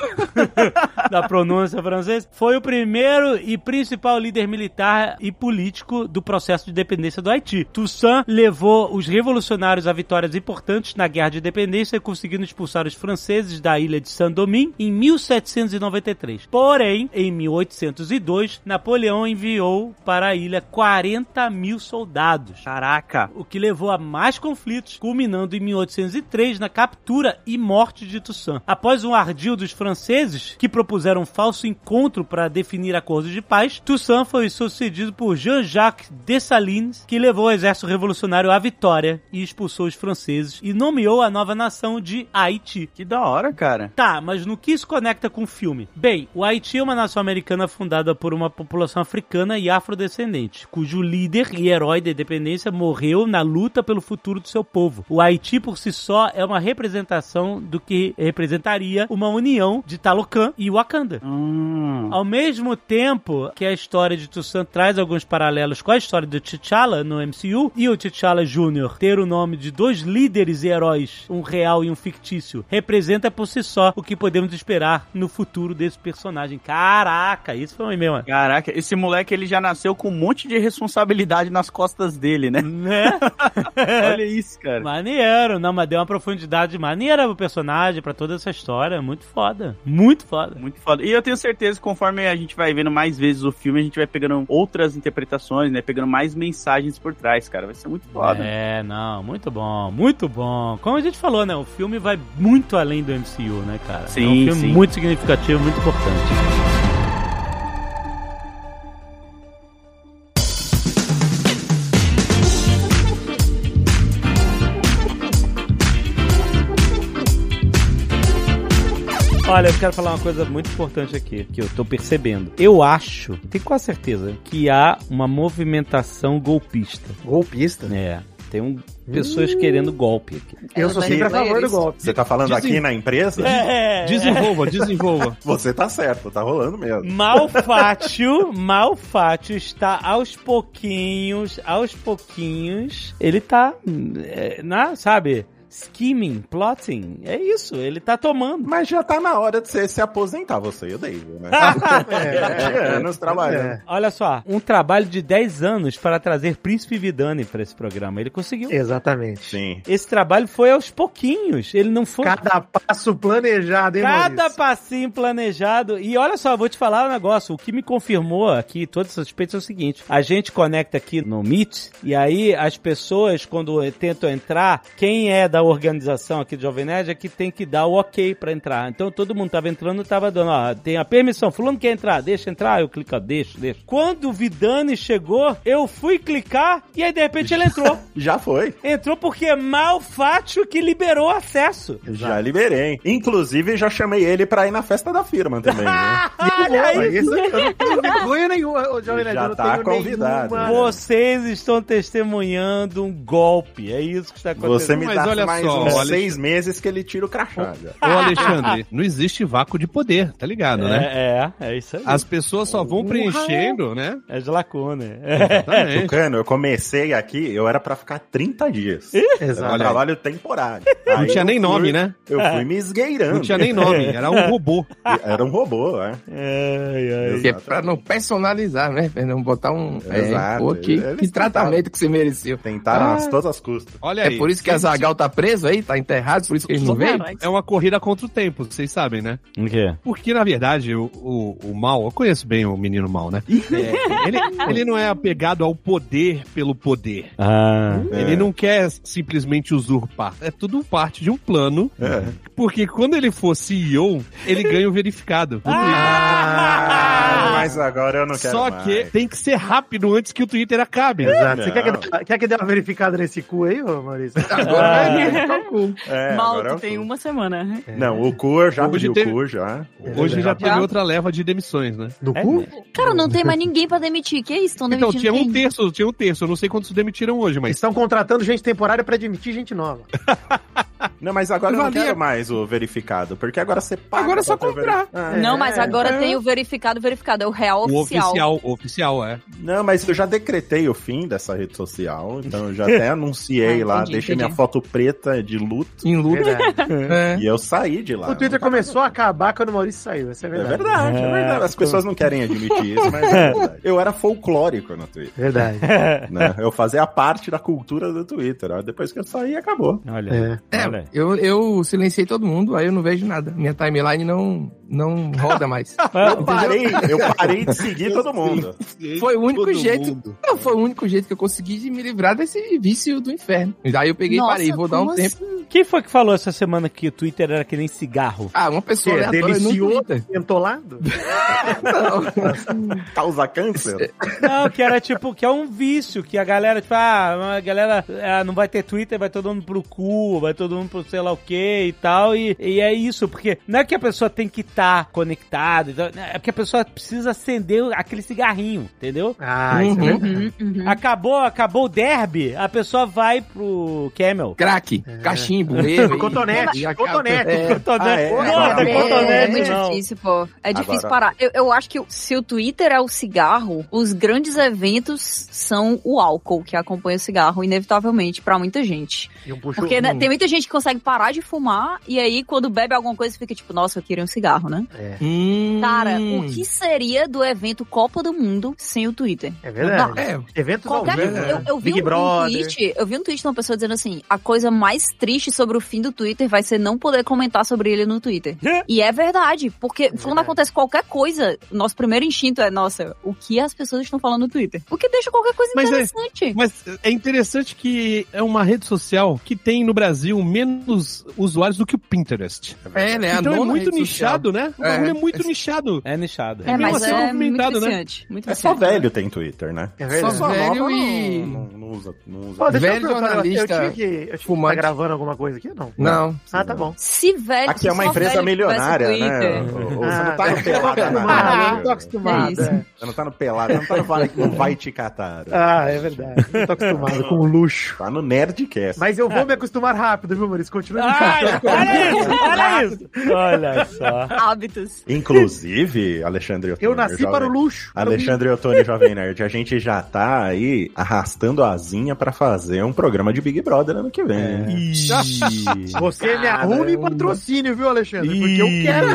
da pronúncia francesa. Foi o primeiro e principal líder militar e político do processo de independência do Haiti. Toussaint levou os revolucionários a vitórias importantes na Guerra de Independência, conseguindo expulsar os franceses da ilha de Saint-Domingue em 1793. Porém, em 1802, Napoleão enviou para a ilha 40 mil soldados
Caraca.
o que levou a mais conflitos, culminando em 1803 na captura e morte de Toussaint. Após um ardil dos franceses, que propuseram um falso encontro para definir acordos de paz, Toussaint foi sucedido por Jean-Jacques Dessalines, que levou o exército revolucionário à vitória e expulsou os franceses e nomeou a nova nação de Haiti.
Que da hora, cara.
Tá, mas no que isso conecta com o filme? Bem, o Haiti é uma nação americana fundada por uma população africana e afrodescendente, cujo líder e herói da independência morreu na luta pelo futuro do seu povo. O Haiti por si só é uma representação do que representaria uma união de Talocan e Wakanda.
Hum.
Ao mesmo tempo que a história de Toussaint traz alguns paralelos com a história do T'Challa no MCU e o T'Challa Jr. ter o nome de dois líderes e heróis, um real e um fictício, representa por si só o que podemos esperar no futuro desse personagem. Caraca, isso foi um mesmo.
Caraca, esse moleque ele já nasceu com um monte de responsabilidade nas costas dele, né?
Né?
Uhum.
Olha isso, cara.
Maneiro, não, mas deu uma profundidade maneira pro personagem, pra toda essa história. Muito foda. Muito foda.
Muito foda. E eu tenho certeza que conforme a gente vai vendo mais vezes o filme, a gente vai pegando outras interpretações, né? Pegando mais mensagens por trás, cara. Vai ser muito foda.
É, não, muito bom, muito bom. Como a gente falou, né? O filme vai muito além do MCU, né, cara? é um
Sim,
filme
sim.
muito significativo, muito importante. Olha, eu quero falar uma coisa muito importante aqui, que eu tô percebendo. Eu acho, tenho quase certeza, que há uma movimentação golpista.
Golpista.
É, tem um, pessoas querendo golpe aqui.
Eu
Ela
sou
vai
sempre a
resolver
favor do
isso.
golpe.
Você tá falando
Dizem-
aqui na empresa?
É,
Desenvolva, desenvolva.
Você tá certo, tá rolando mesmo.
Malfátio, Malfátio está aos pouquinhos, aos pouquinhos, ele tá, é, na, sabe, skimming, plotting, é isso, ele tá tomando.
Mas já tá na hora de você se aposentar, você e o David, né?
É,
20 anos trabalhando.
É.
Olha só, um trabalho de 10 anos para trazer Príncipe Vidani para esse programa, ele conseguiu.
Exatamente.
Sim.
Esse trabalho foi aos pouquinhos, ele não foi...
Cada passo planejado, hein,
Cada
Maurício?
passinho planejado. E olha só, eu vou te falar um negócio. O que me confirmou aqui, todas essas suspeitas, é o seguinte: a gente conecta aqui no Meet, e aí as pessoas, quando tentam entrar, quem é da organização aqui do Jovem Nerd é que tem que dar o ok pra entrar. Então todo mundo tava entrando, tava dando, ó, tem a permissão. Fulano quer entrar, deixa entrar. Eu clico, ó, deixa, deixa. Quando o Vidani chegou, eu fui clicar, e aí de repente ele entrou.
Já foi.
entrou porque é Malfátio que liberou o acesso.
Já liberei. Inclusive, já chamei ele pra ir na festa da firma também.
Ah,
Né?
é
Olha isso.
Isso, eu não tenho vergonha nenhuma, ô, Jovem Nerd,
Já
eu não
tá
tenho
convidado.
nenhuma.
Vocês estão testemunhando um golpe. É isso que está acontecendo.
Você me
Mas
dá
olha
mais
só,
uns
olha-
seis meses que ele tira o crachá. já.
Ô, Alexandre, não existe vácuo de poder, tá ligado, né?
É, é, é isso aí.
As pessoas só vão preenchendo, né?
É de lacuna.
Exatamente.
Tucano, eu comecei aqui, eu era pra ficar 30 dias. Era um
Exato.
Olha aí.
trabalho temporário.
Não
Aí
tinha
eu
nem
fui-
nome, né?
Eu fui me esgueirando.
Não tinha nem nome, era um robô.
Era um robô, né?
É,
Exato.
Que é pra não personalizar, né? Pra não botar um. É,
Exato.
pô, que,
Eles
que tratamento que você mereceu.
Tentaram
Ah.
a todas as custas.
Olha aí.
É por isso que a Zagal tá preso aí, tá enterrado, por isso que ele não veio.
Caralho.
É uma corrida contra o tempo, vocês sabem, né?
O quê?
Porque, na verdade, o, o, o Mal, eu conheço bem o menino Mal, né? É, ele, ele não é apegado ao poder pelo poder.
Ah.
Ele não quer simplesmente usurpar. É tudo parte de um plano.
É.
Porque quando ele for CEO, ele ganha o verificado.
Ah, mas agora eu não quero
Só
mais.
que tem que ser rápido antes que o Twitter
É
acabe.
Exato. Você
Não.
quer que, dê- quer que dê uma verificada nesse cu aí, ô Maurício? Tá,
Agora vai ficar o cu.
É,
Mal,
agora é o
tu tem
cu.
uma semana. né?
Não, o cu eu já
Hoje
pedi o
teve-
cu, já. É.
Hoje já teve
Já?
outra leva de demissões, né?
Do
É,
cu?
Cara, não tem mais ninguém pra demitir. Que isso? Estão
Então,
demitindo
tinha um
quem?
terço,
é.
tinha um terço. Eu não sei quantos demitiram hoje, mas.
Estão contratando gente temporária pra admitir gente nova.
Não, mas agora eu não
Valia.
quero mais o verificado, porque agora você paga.
Agora é
pra
só
ter o veri-
comprar.
Ah,
Não,
é.
mas agora tem o verificado, verificado. É o real
O
oficial.
oficial, o oficial, é.
Não, mas eu já decretei o fim dessa rede social, então eu já até anunciei
Ah,
lá,
entendi,
deixei
entendi.
minha foto preta de luto
Em luta.
Verdade.
É.
e eu saí de lá.
O Twitter
Não tá-
começou a acabar quando o Maurício saiu, essa é a
É
verdade.
verdade, é verdade. As pessoas não querem admitir isso, mas é verdade. Eu era folclórico no Twitter,
Verdade.
né? Eu fazia parte da cultura do Twitter. Aí Depois que eu saí, acabou.
Olha.
É.
É,
É, eu, eu silenciei todo mundo, aí eu não vejo nada. Minha timeline não, não roda mais.
Eu parei, eu parei de seguir todo mundo.
Foi o único
Todo
jeito.
mundo.
Não, foi o único jeito que eu consegui de me livrar desse vício do inferno. Aí eu peguei e parei, vou dar um
como
tempo.
assim?
Quem foi que falou essa semana que o Twitter era que nem cigarro?
Ah, uma pessoa
Que é
aleatória no
delicioso.
Twitter.
Entolado?
Não.
Causa
É,
câncer? É
Não, que era tipo, que é um vício, que a galera, tipo, ah, a galera ah, não vai ter Twitter, vai todo mundo pro cu, vai todo mundo pro sei lá o que e tal, e, e é isso, porque não é que a pessoa tem que estar conectada, e tal, é porque a pessoa precisa acender aquele cigarrinho, entendeu?
Ah, isso é
Uhum.
verdade.
Uhum, uhum.
Acabou, acabou o derby, a pessoa vai pro Camel.
Crack, cachimbo, erro,
Cotonete,
e- e acaba-
cotonete.
É,
Cotonete.
é,
Não,
agora-
tem
É, é
cotonete,
muito
não.
difícil, pô. É difícil
Agora-
parar. Eu, eu acho que se o Twitter é o cigarro, os grandes eventos são o álcool que acompanha o cigarro, inevitavelmente, pra muita gente.
E um puxou.
Porque né,
um-
tem muita gente que consegue parar de fumar e aí quando bebe alguma coisa fica tipo, nossa, eu queria um cigarro, né?
É,
Hum.
Cara, o que seria do evento Copa do Mundo sem o Twitter?
é verdade.
É,
Eventos
Qualquer,
ao vivo, né?
eu, eu vi
Big
um, um
Brother.
tweet, eu vi um tweet de uma pessoa dizendo assim: a coisa mais triste sobre o fim do Twitter vai ser não poder comentar sobre ele no Twitter. e é verdade, porque quando
verdade.
acontece qualquer coisa, nosso primeiro instinto é, nossa, o que as pessoas estão falando no Twitter? Porque deixa qualquer coisa
Mas é-
interessante.
Mas é interessante que é uma rede social que tem no Brasil menos usuários do que o Pinterest.
é, né? a
então é
nona
muito
rede social.
nichado, né? O
É.
bagulho é muito nichado.
É nichado.
É, mas
mesmo assim
é muito
movimentado, né?
viciante. Muito
É só
viciante.
velho tem Twitter, né?
É
Só
verdade.
velho
nova
e-
Não, não usa, não usa.
Pô, deixa eu
Velho
perguntar um negócio. Eu
jornalista
tinha que. Eu tinha que tá
fumante.
gravando alguma coisa aqui ou não?
Não.
Ah, tá bom.
Se velho.
Aqui é uma
só
empresa
velho
milionária,
tivesse
né?
Twitter.
Ô, ô, Você
Ah,
não tá no pelada,
acostumado,
não.
Ah, eu tô
Ah, É
acostumado.
isso.
é.
Você não tá no pelada, não tá no vale que não vai te catar.
Ah, é verdade. Eu tô acostumado com o luxo.
Tá no Nerdcast.
Mas eu vou me acostumar rápido, viu, Maurício? Continua me
Ai, olha isso, olha isso. Olha só.
Hábitos.
Inclusive, Alexandre Ottoni,
Eu nasci
jovem-
para o luxo.
né? Alexandre Ottoni, Jovem Nerd, a gente já tá aí arrastando a asinha pra fazer um programa de Big Brother ano que
É.
vem.
Você me
Cara,
arruma em
eu-
patrocínio, viu, Alexandre? Porque eu quero.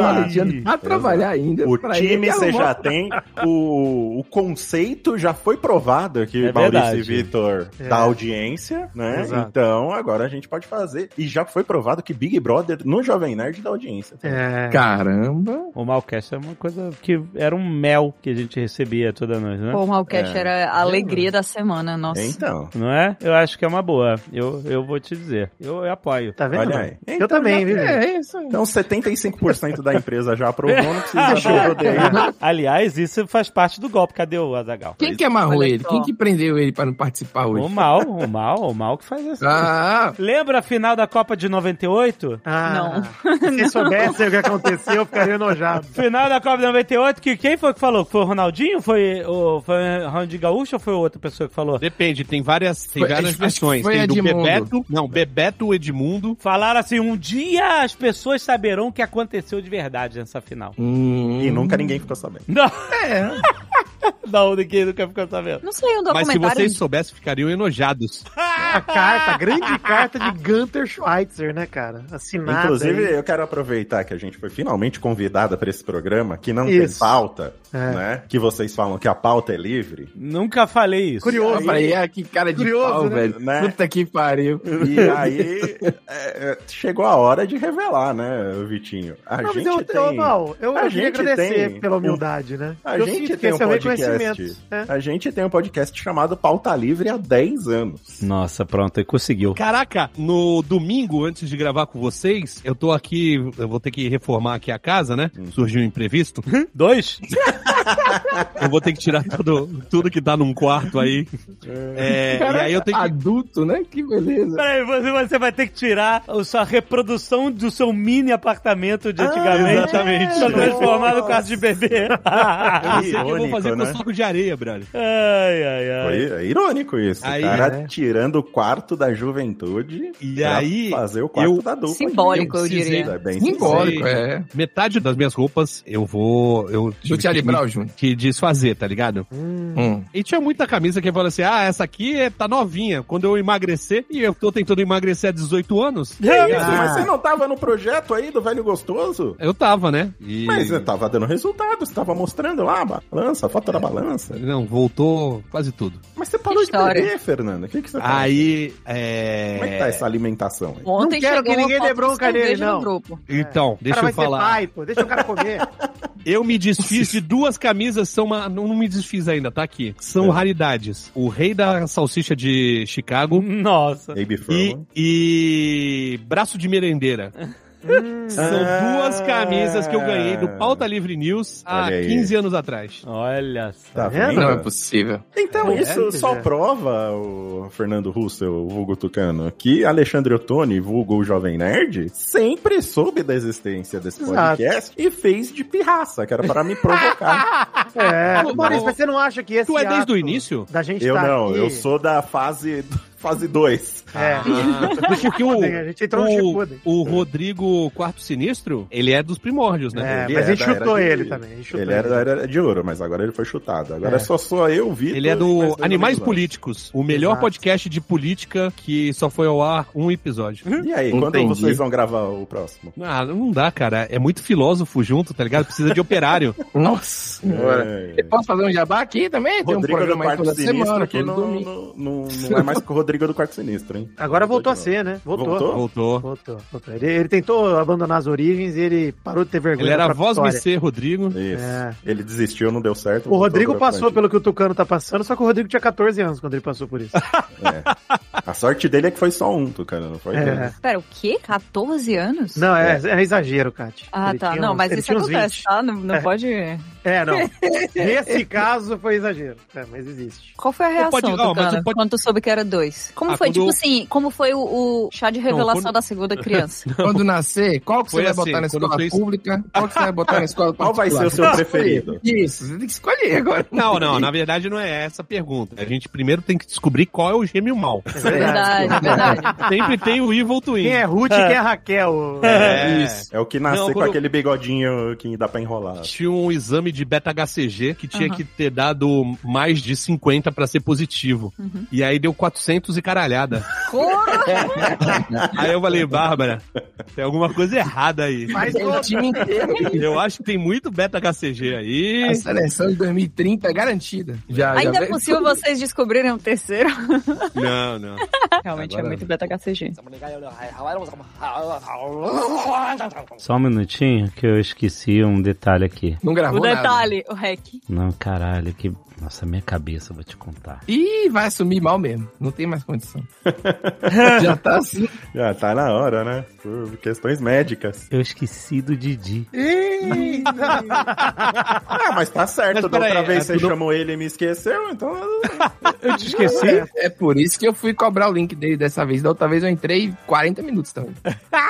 Alexandre vai trabalhar ainda.
O
pra
time
ele é
é
você
arrumar.
já tem, o, o conceito já foi provado aqui,
É
Maurício
verdade.
e Vitor,
É.
da audiência, né?
Exato.
Então agora a gente pode fazer. E já foi provado que Big Brother no Jovem Nerd da audiência.
É.
Caramba.
O Malcast é uma coisa que era um mel que a gente recebia toda noite, né?
Pô, o Malcast
É.
era a alegria da semana, nossa.
Então,
Não é? Eu acho que é uma boa. Eu, eu vou te dizer. Eu, eu apoio.
Tá vendo?
olha
mano?
aí.
Então
Eu também, viu? gente?
É, é isso.
Então 75% da empresa já aprovou, não precisa do DI.
Aliás, isso faz parte do golpe. Cadê o Azagal?
Quem que amarrou
Olha
ele?
só.
Quem que prendeu ele pra não participar
O
hoje?
mal, o mal, o mal que faz isso.
Ah,
Lembra a final da Copa de 98?
Ah,
Não.
Se soubesse o que aconteceu, eu ficaria enojado.
Final da Copa de 98, que quem foi que falou? Foi o Ronaldinho? Foi o, foi o Ronaldinho Gaúcho ou foi outra pessoa que falou?
Depende, tem várias, tem
Foi-
várias
acho que
versões.
foi
Tem do
Edmundo.
Bebeto. Não, Bebeto, Edmundo.
Falaram assim, um dia as pessoas saberão o que aconteceu de verdade nessa final.
hum,
E nunca ninguém ficou sabendo.
Não,
é.
não, ninguém nunca ficou sabendo.
Não sei, um
Mas se
documentário.
vocês soubessem, ficariam enojados.
A carta, a grande carta de Gunther Schweitzer, né, cara? Assinada.
Inclusive,
aí.
eu quero aproveitar que a gente foi finalmente convidada para esse programa, que não tem
Isso.
pauta,
É.
né? Que vocês falam que a pauta é livre.
Nunca falei isso.
Curioso,
Eu falei, ah, que cara de
Curioso,
pau,
né?
velho.
Né?
Puta que pariu.
E aí, é, é, chegou a hora de revelar, né, Vitinho? A
Não, mas
gente
eu,
tem...
eu, não, eu
a
eu queria
gente
agradecer
tem
pela
um-
humildade, né?
a
eu
gente
sinto que
tem
esse é
um
o
podcast.
reconhecimento. né?
A gente tem um podcast chamado Pauta Livre há 10 anos.
Nossa, pronto, ele conseguiu.
Caraca, no domingo, antes de gravar com vocês, eu tô aqui, eu vou ter que reformar aqui a casa, né?
Hum.
Surgiu um imprevisto.
Dois?
Eu vou ter que tirar tudo, tudo que tá num quarto aí. É, e aí eu tenho que
Adulto, né? Que beleza.
Peraí, você, você vai ter que tirar a sua reprodução do seu mini apartamento de antigamente.
exatamente.
Pra transformar no quarto de bebê.
Eu não sei Ah, o que eu vou
Ah, Irônico,
fazer com
né?
o saco de areia, brother.
ai, ai, ai.
Foi é irônico isso.
Aí,
o cara
né?
tirando quarto da juventude.
E
pra
aí,
Fazer o quarto
eu-
da dupla.
Simbólico, eu
precisei
diria.
É bem
Simbólico,
sincero.
é.
metade das minhas roupas eu vou. Eu
Do
tive
Charlie
que,
Brown Jr.
que desfazer, tá ligado?
Hum.
E tinha muita camisa que eu falei assim: ah, essa aqui é- tá novinha. Quando eu emagrecer, e eu tô tentando emagrecer há 18 anos, tá
Que isso,
Ah.
mas você não tava no projeto aí do Velho Gostoso?
eu tava, né? E-
Mas eu tava dando resultado, você tava mostrando lá a balança, a
É.
foto da balança.
Não, voltou quase tudo.
Mas você parou de
história.
beber, Fernanda. O que, que você
Ah,
tá
Aí, é.
Como é que tá essa alimentação aí?
Ontem
quero que
chegou
ninguém
uma
dê
foto
bronca
de cerveja
nele,
no
não.
grupo.
Então,
O
deixa
cara
eu
vai ser
falar.
pai, pô. Deixa o cara comer.
Eu me desfiz de duas camisas, são uma. Não, não me desfiz ainda, tá aqui. São
É.
raridades. O rei da salsicha de Chicago
Nossa.
Baby
e,
Furlong.
e braço de merendeira.
Hum.
São
Ah.
duas camisas que eu ganhei do Pauta Livre News há
Olha aí.
15 anos atrás.
Olha só.
Tá
vendo?
vendo?
Não é possível.
Então,
É,
isso
pois
só
é.
prova, o Fernando Russo, o vulgo tucano, que Alexandre Ottoni, vulgo o Jovem Nerd, sempre soube da existência desse
Exato.
podcast e fez de pirraça, que era para me provocar.
É,
Ô,
Maurício,
ô,
mas você não acha que esse
Tu é desde
ato
o início?
Da gente
eu
tá
não,
aqui-
eu sou Ah. da fase fase 2.
É.
Do Chipuden,
a gente entrou no Chipuden.
o, o Rodrigo Quarto Sinistro, ele é dos primórdios, né?
É,
Ele
mas a gente
é da era
chutou
de-
ele também. a gente chutou
Ele era da era de ouro, mas agora ele foi chutado. Agora
É.
só sou eu, Vitor.
Ele é
e mais
do
dois
Animais
amigos
Políticos, o melhor
Exato.
podcast de política que só foi ao ar um episódio.
lá. E aí, quando
Entendi.
vocês vão gravar o próximo?
Ah, não dá, cara. É muito filósofo junto, tá ligado? Precisa de operário.
Nossa senhora.
É.
Eu posso fazer um jabá aqui também? Tem um
Rodrigo é do
programa aí
Quarto
toda
Sinistro,
semana,
que
todo
não,
domingo.
não, não, não é mais que o Rodrigo do Quarto Sinistro, hein? é
Agora voltou a
de novo.
ser, né? Voltou.
Voltou?
Voltou.
Voltou, voltou. Ele, ele tentou abandonar as origens e ele parou de ter vergonha.
Ele era
da
a
própria
voz
história.
MC Rodrigo.
Isso.
É.
Ele desistiu, não deu certo.
O Rodrigo
voltou pra
passou
frente.
pelo que o Tucano tá passando, só que o Rodrigo tinha 14 anos quando ele passou por isso.
A sorte dele é que foi só um, cara, não foi
É.
dois.
Pera, o quê? 14 anos?
Não, é, é exagero, Kat.
Ah,
Ele
tá.
tinha
Não,
uns-
mas
ele
isso
tinha uns
acontece,
20.
tá? Não, não pode.
É, não. Nesse caso foi exagero. É, mas existe.
Qual foi a reação,
pode- não, mas
Tucano,
o pode-
quando tu soube que era dois? Como
Ah,
foi,
quando-
tipo assim, como foi o, o chá de revelação
quando-
da segunda criança?
Quando nascer, qual que
Foi
você vai
assim,
botar na
quando
escola
fez-
pública? Qual que você vai botar na escola
Qual vai ser o seu
particular?
preferido?
Isso, você tem que escolher agora.
Não, não, na verdade não é essa a pergunta. A gente primeiro tem que descobrir qual é o gêmeo mal.
É
verdade,
é
verdade.
Sempre tem o Evil Twin.
Quem é Ruth e quem é Raquel?
É.
É o que nasceu
Não,
com
quando eu-
aquele bigodinho que dá pra enrolar.
Tinha um exame de beta-HCG que tinha
Aham.
que ter dado mais de 50 pra ser positivo.
Uhum.
E aí deu 400 e caralhada.
É.
Aí eu falei, Bárbara, tem alguma coisa errada aí.
Mas
É o
outra.
time inteiro.
Eu acho que tem muito beta-HCG aí.
A seleção de 2030 é garantida. Já,
Ainda
já
é possível vocês descobrirem o terceiro?
Não, não.
Realmente
Agora-
é muito beta-HCG.
Só um minutinho que eu esqueci um detalhe aqui.
Não gravou
O
nada.
detalhe, o hack.
Não, caralho, que. Nossa, minha cabeça, eu vou te contar.
Ih, vai assumir mal mesmo. Não tem mais condição. já tá assim.
Já tá na hora, né? Por questões médicas.
Eu esqueci do Didi.
Ah, mas tá certo.
Mas
da outra
peraí,
vez
é
você
tudo-
chamou ele e me esqueceu, então.
Eu te esqueci?
É, é por isso que eu fui cobrar o link dele dessa vez. Da outra vez eu entrei 40 minutos também.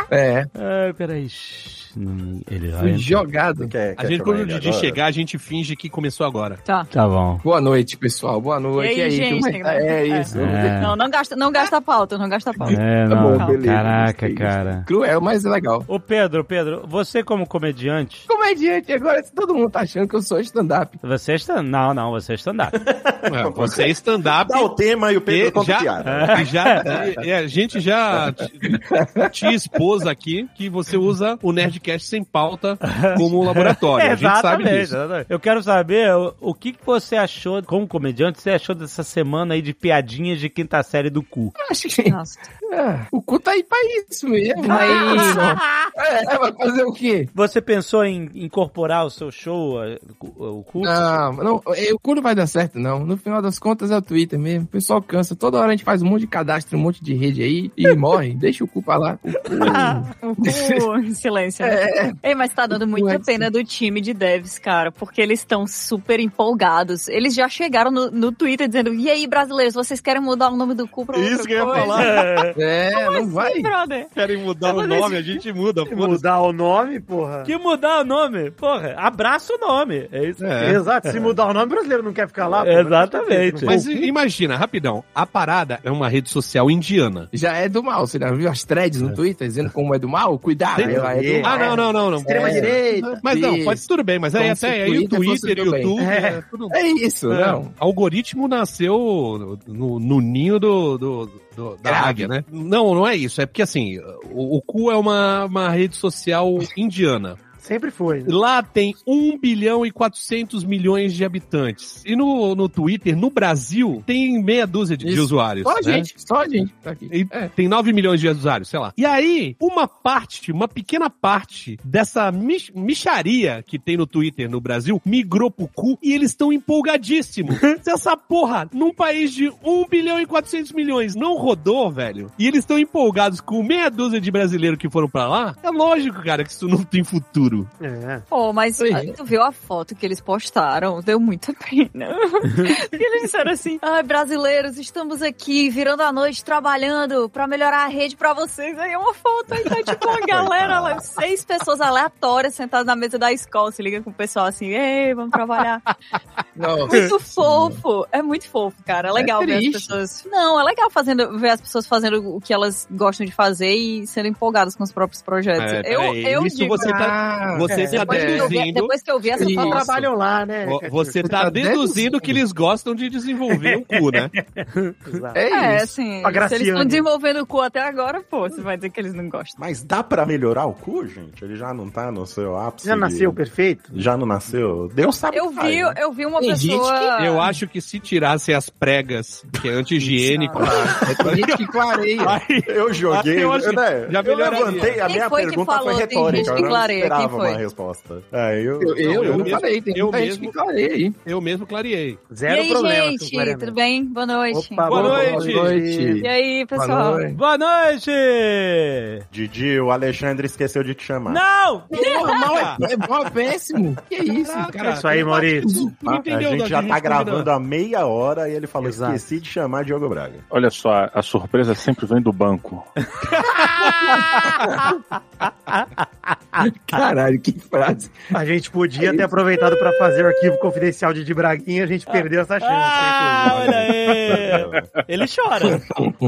É,
Ai, peraí. shh, não, Ele vai.
fui
entrar.
jogado.
Quer,
A gente,
chamar
quando o
ele
Didi
agora?
chegar, a gente finge que começou agora.
Tá.
Tá bom.
Boa noite, pessoal. Boa noite.
E aí,
É isso.
gente?
Como é que tá? É isso.
É,
Não, não gasta, não gasta a pauta, não gasta a pauta.
é
Tá
não.
bom, beleza,
Caraca,
gostei,
cara.
Cruel, mas é legal.
Ô, Pedro, Pedro, você como comediante.
Comediante, agora todo mundo tá achando que eu sou stand-up.
Você é stand... Não, não, você é stand-up.
Você é stand-up.
Dá um o tema e o Pedro
E
conta
já-
piada.
E já, e- e a gente já te, te expôs aqui que você usa o Nerdcast sem pauta como um laboratório. A gente sabe disso.
exatamente. Eu quero saber o, o que, que você achou, como comediante, você achou dessa semana aí de piadinhas de quinta série do cu?
Eu Acho que
Nossa.
é, o cu tá aí pra isso mesmo. É, vai fazer o quê?
Você pensou em incorporar o seu show, eh, o o cu?
Não, não, é, o cu não vai dar certo, não. No final das contas é o Twitter mesmo. O pessoal cansa. Toda hora a gente faz um monte de cadastro, um monte de rede aí e morre. Deixa o cu pra lá. O cu-
O cu em silêncio. né? Ei, mas tá dando muita
Ué,
pena do time de devs, cara, porque eles estão super empolgados. Eles já chegaram no, no Twitter dizendo: e aí, brasileiros, vocês querem mudar o nome do cu pra outra
Isso que eu ia
coisa?"
falar.
É, não
Sim,
vai.
brother.
Querem mudar
o nome,
a gente muda.
Mudar o nome, porra.
Que mudar o nome, nome. Porra, abraça o nome. É isso.
É.
Exato, se mudar o nome, o brasileiro não quer ficar lá. pô.
Exatamente.
Mas imagina, rapidão, a parada é uma rede social indiana.
Já é do mal. Você já viu as threads no Twitter dizendo como é do mal? Cuidado,
Tem-
ela é do mal.
Ah, não, não, não, não.
Extrema-direita.
Mas não,
Isso.
pode tudo bem, mas aí
Como se
até aí o
Twitter fosse
Twitter,
tudo bem.
YouTube,
É.
é, tudo
É isso, não.
O algoritmo nasceu no, no ninho do, do- do- da
Grave.
águia, né? Não, não é isso. É porque assim, o, o cu é uma, uma rede social indiana.
Sempre foi. né?
Lá tem 1 bilhão e 400 milhões de habitantes. E no, no Twitter, no Brasil, tem meia dúzia de, de
Isso.
usuários.
Só a
né?
gente, só a gente tá aqui.
E
É.
Tem 9 milhões de usuários, sei lá. E aí, uma parte, uma pequena parte dessa mich- micharia que tem no Twitter no Brasil migrou pro cu e eles estão empolgadíssimos. Se essa porra, num país de 1 bilhão e 400 milhões, não rodou, velho, e eles estão empolgados com meia dúzia de brasileiros que foram pra lá, é lógico, cara, que isso não tem futuro.
É.
Pô, mas
Oi.
ah, tu viu a foto que eles postaram? Deu muita pena. Porque eles disseram assim: ai, brasileiros, estamos aqui virando a noite trabalhando pra melhorar a rede pra vocês. Aí é uma foto aí, tá tipo uma galera lá, seis pessoas aleatórias sentadas na mesa da escola. Se liga com o pessoal assim: ei, vamos trabalhar.
Nossa.
Muito fofo. É muito fofo, cara. É legal ver as
triste.
pessoas. Não, é legal fazendo, ver as pessoas fazendo o que elas gostam de fazer e sendo empolgadas com os próprios projetos.
É,
eu
peraí,
eu
isso
digo. é,
você tá
Ah,
Você está
Depois, que eu vi,
deduzindo.
depois que eu vi essa
Isso.
foto,
Só
eu
trabalham lá, né?
vo-
Catinho?
Você tá
tá
deduzindo
deduzindo.
que eles gostam de desenvolver o cu, né?
Exato.
é
É,
isso.
assim, se
Pra
eles
Graciane.
estão desenvolvendo o cu até agora, pô, você vai dizer que eles não gostam.
Mas dá pra melhorar o cu, gente? Ele já não tá no seu ápice?
Já
de-
nasceu perfeito?
Já não nasceu? Deus sabe
Eu
o que faz,
vi,
né?
eu vi uma
Tem gente
pessoa...
Eu acho que se tirassem as pregas, que é
Ah.
anti-higiênico,
É tem gente que clareia.
Eu joguei.
Ah, eu acho que
né,
já
eu
melhoraria.
levantei, a
Quem
minha
foi que
pergunta
falou?
foi
Tem
retórica.
gente que
eu não
clareia, quem
esperava
foi?
uma resposta. É, eu,
Eu, eu,
eu
eu,
mesmo-
falei, tem
eu
muita gente
mesmo-
que clareia aí.
eu mesmo clareei.
E
Zero
aí,
problema. com
gente,
clareamento.
tudo bem? Boa noite.
Opa,
Boa noite.
E aí, pessoal?
Boa noite!
Didi, o Alexandre esqueceu de te chamar.
Não!
Normal é, é bom, é péssimo. Que isso,
Caraca.
É
cara.
Ah. isso aí, Maurício.
Não entendeu,
a gente
Davi,
já
a gente
tá
combina.
gravando há meia hora e ele falou:
Exato.
esqueci de chamar Diogo Braga.
Olha só, a surpresa sempre vem do banco.
Caralho, que frase.
A gente podia ter aproveitado pra fazer o arquivo confidencial de Di Braguinha, a gente perdeu essa chance. né,
Ah, olha aí! Ele chora.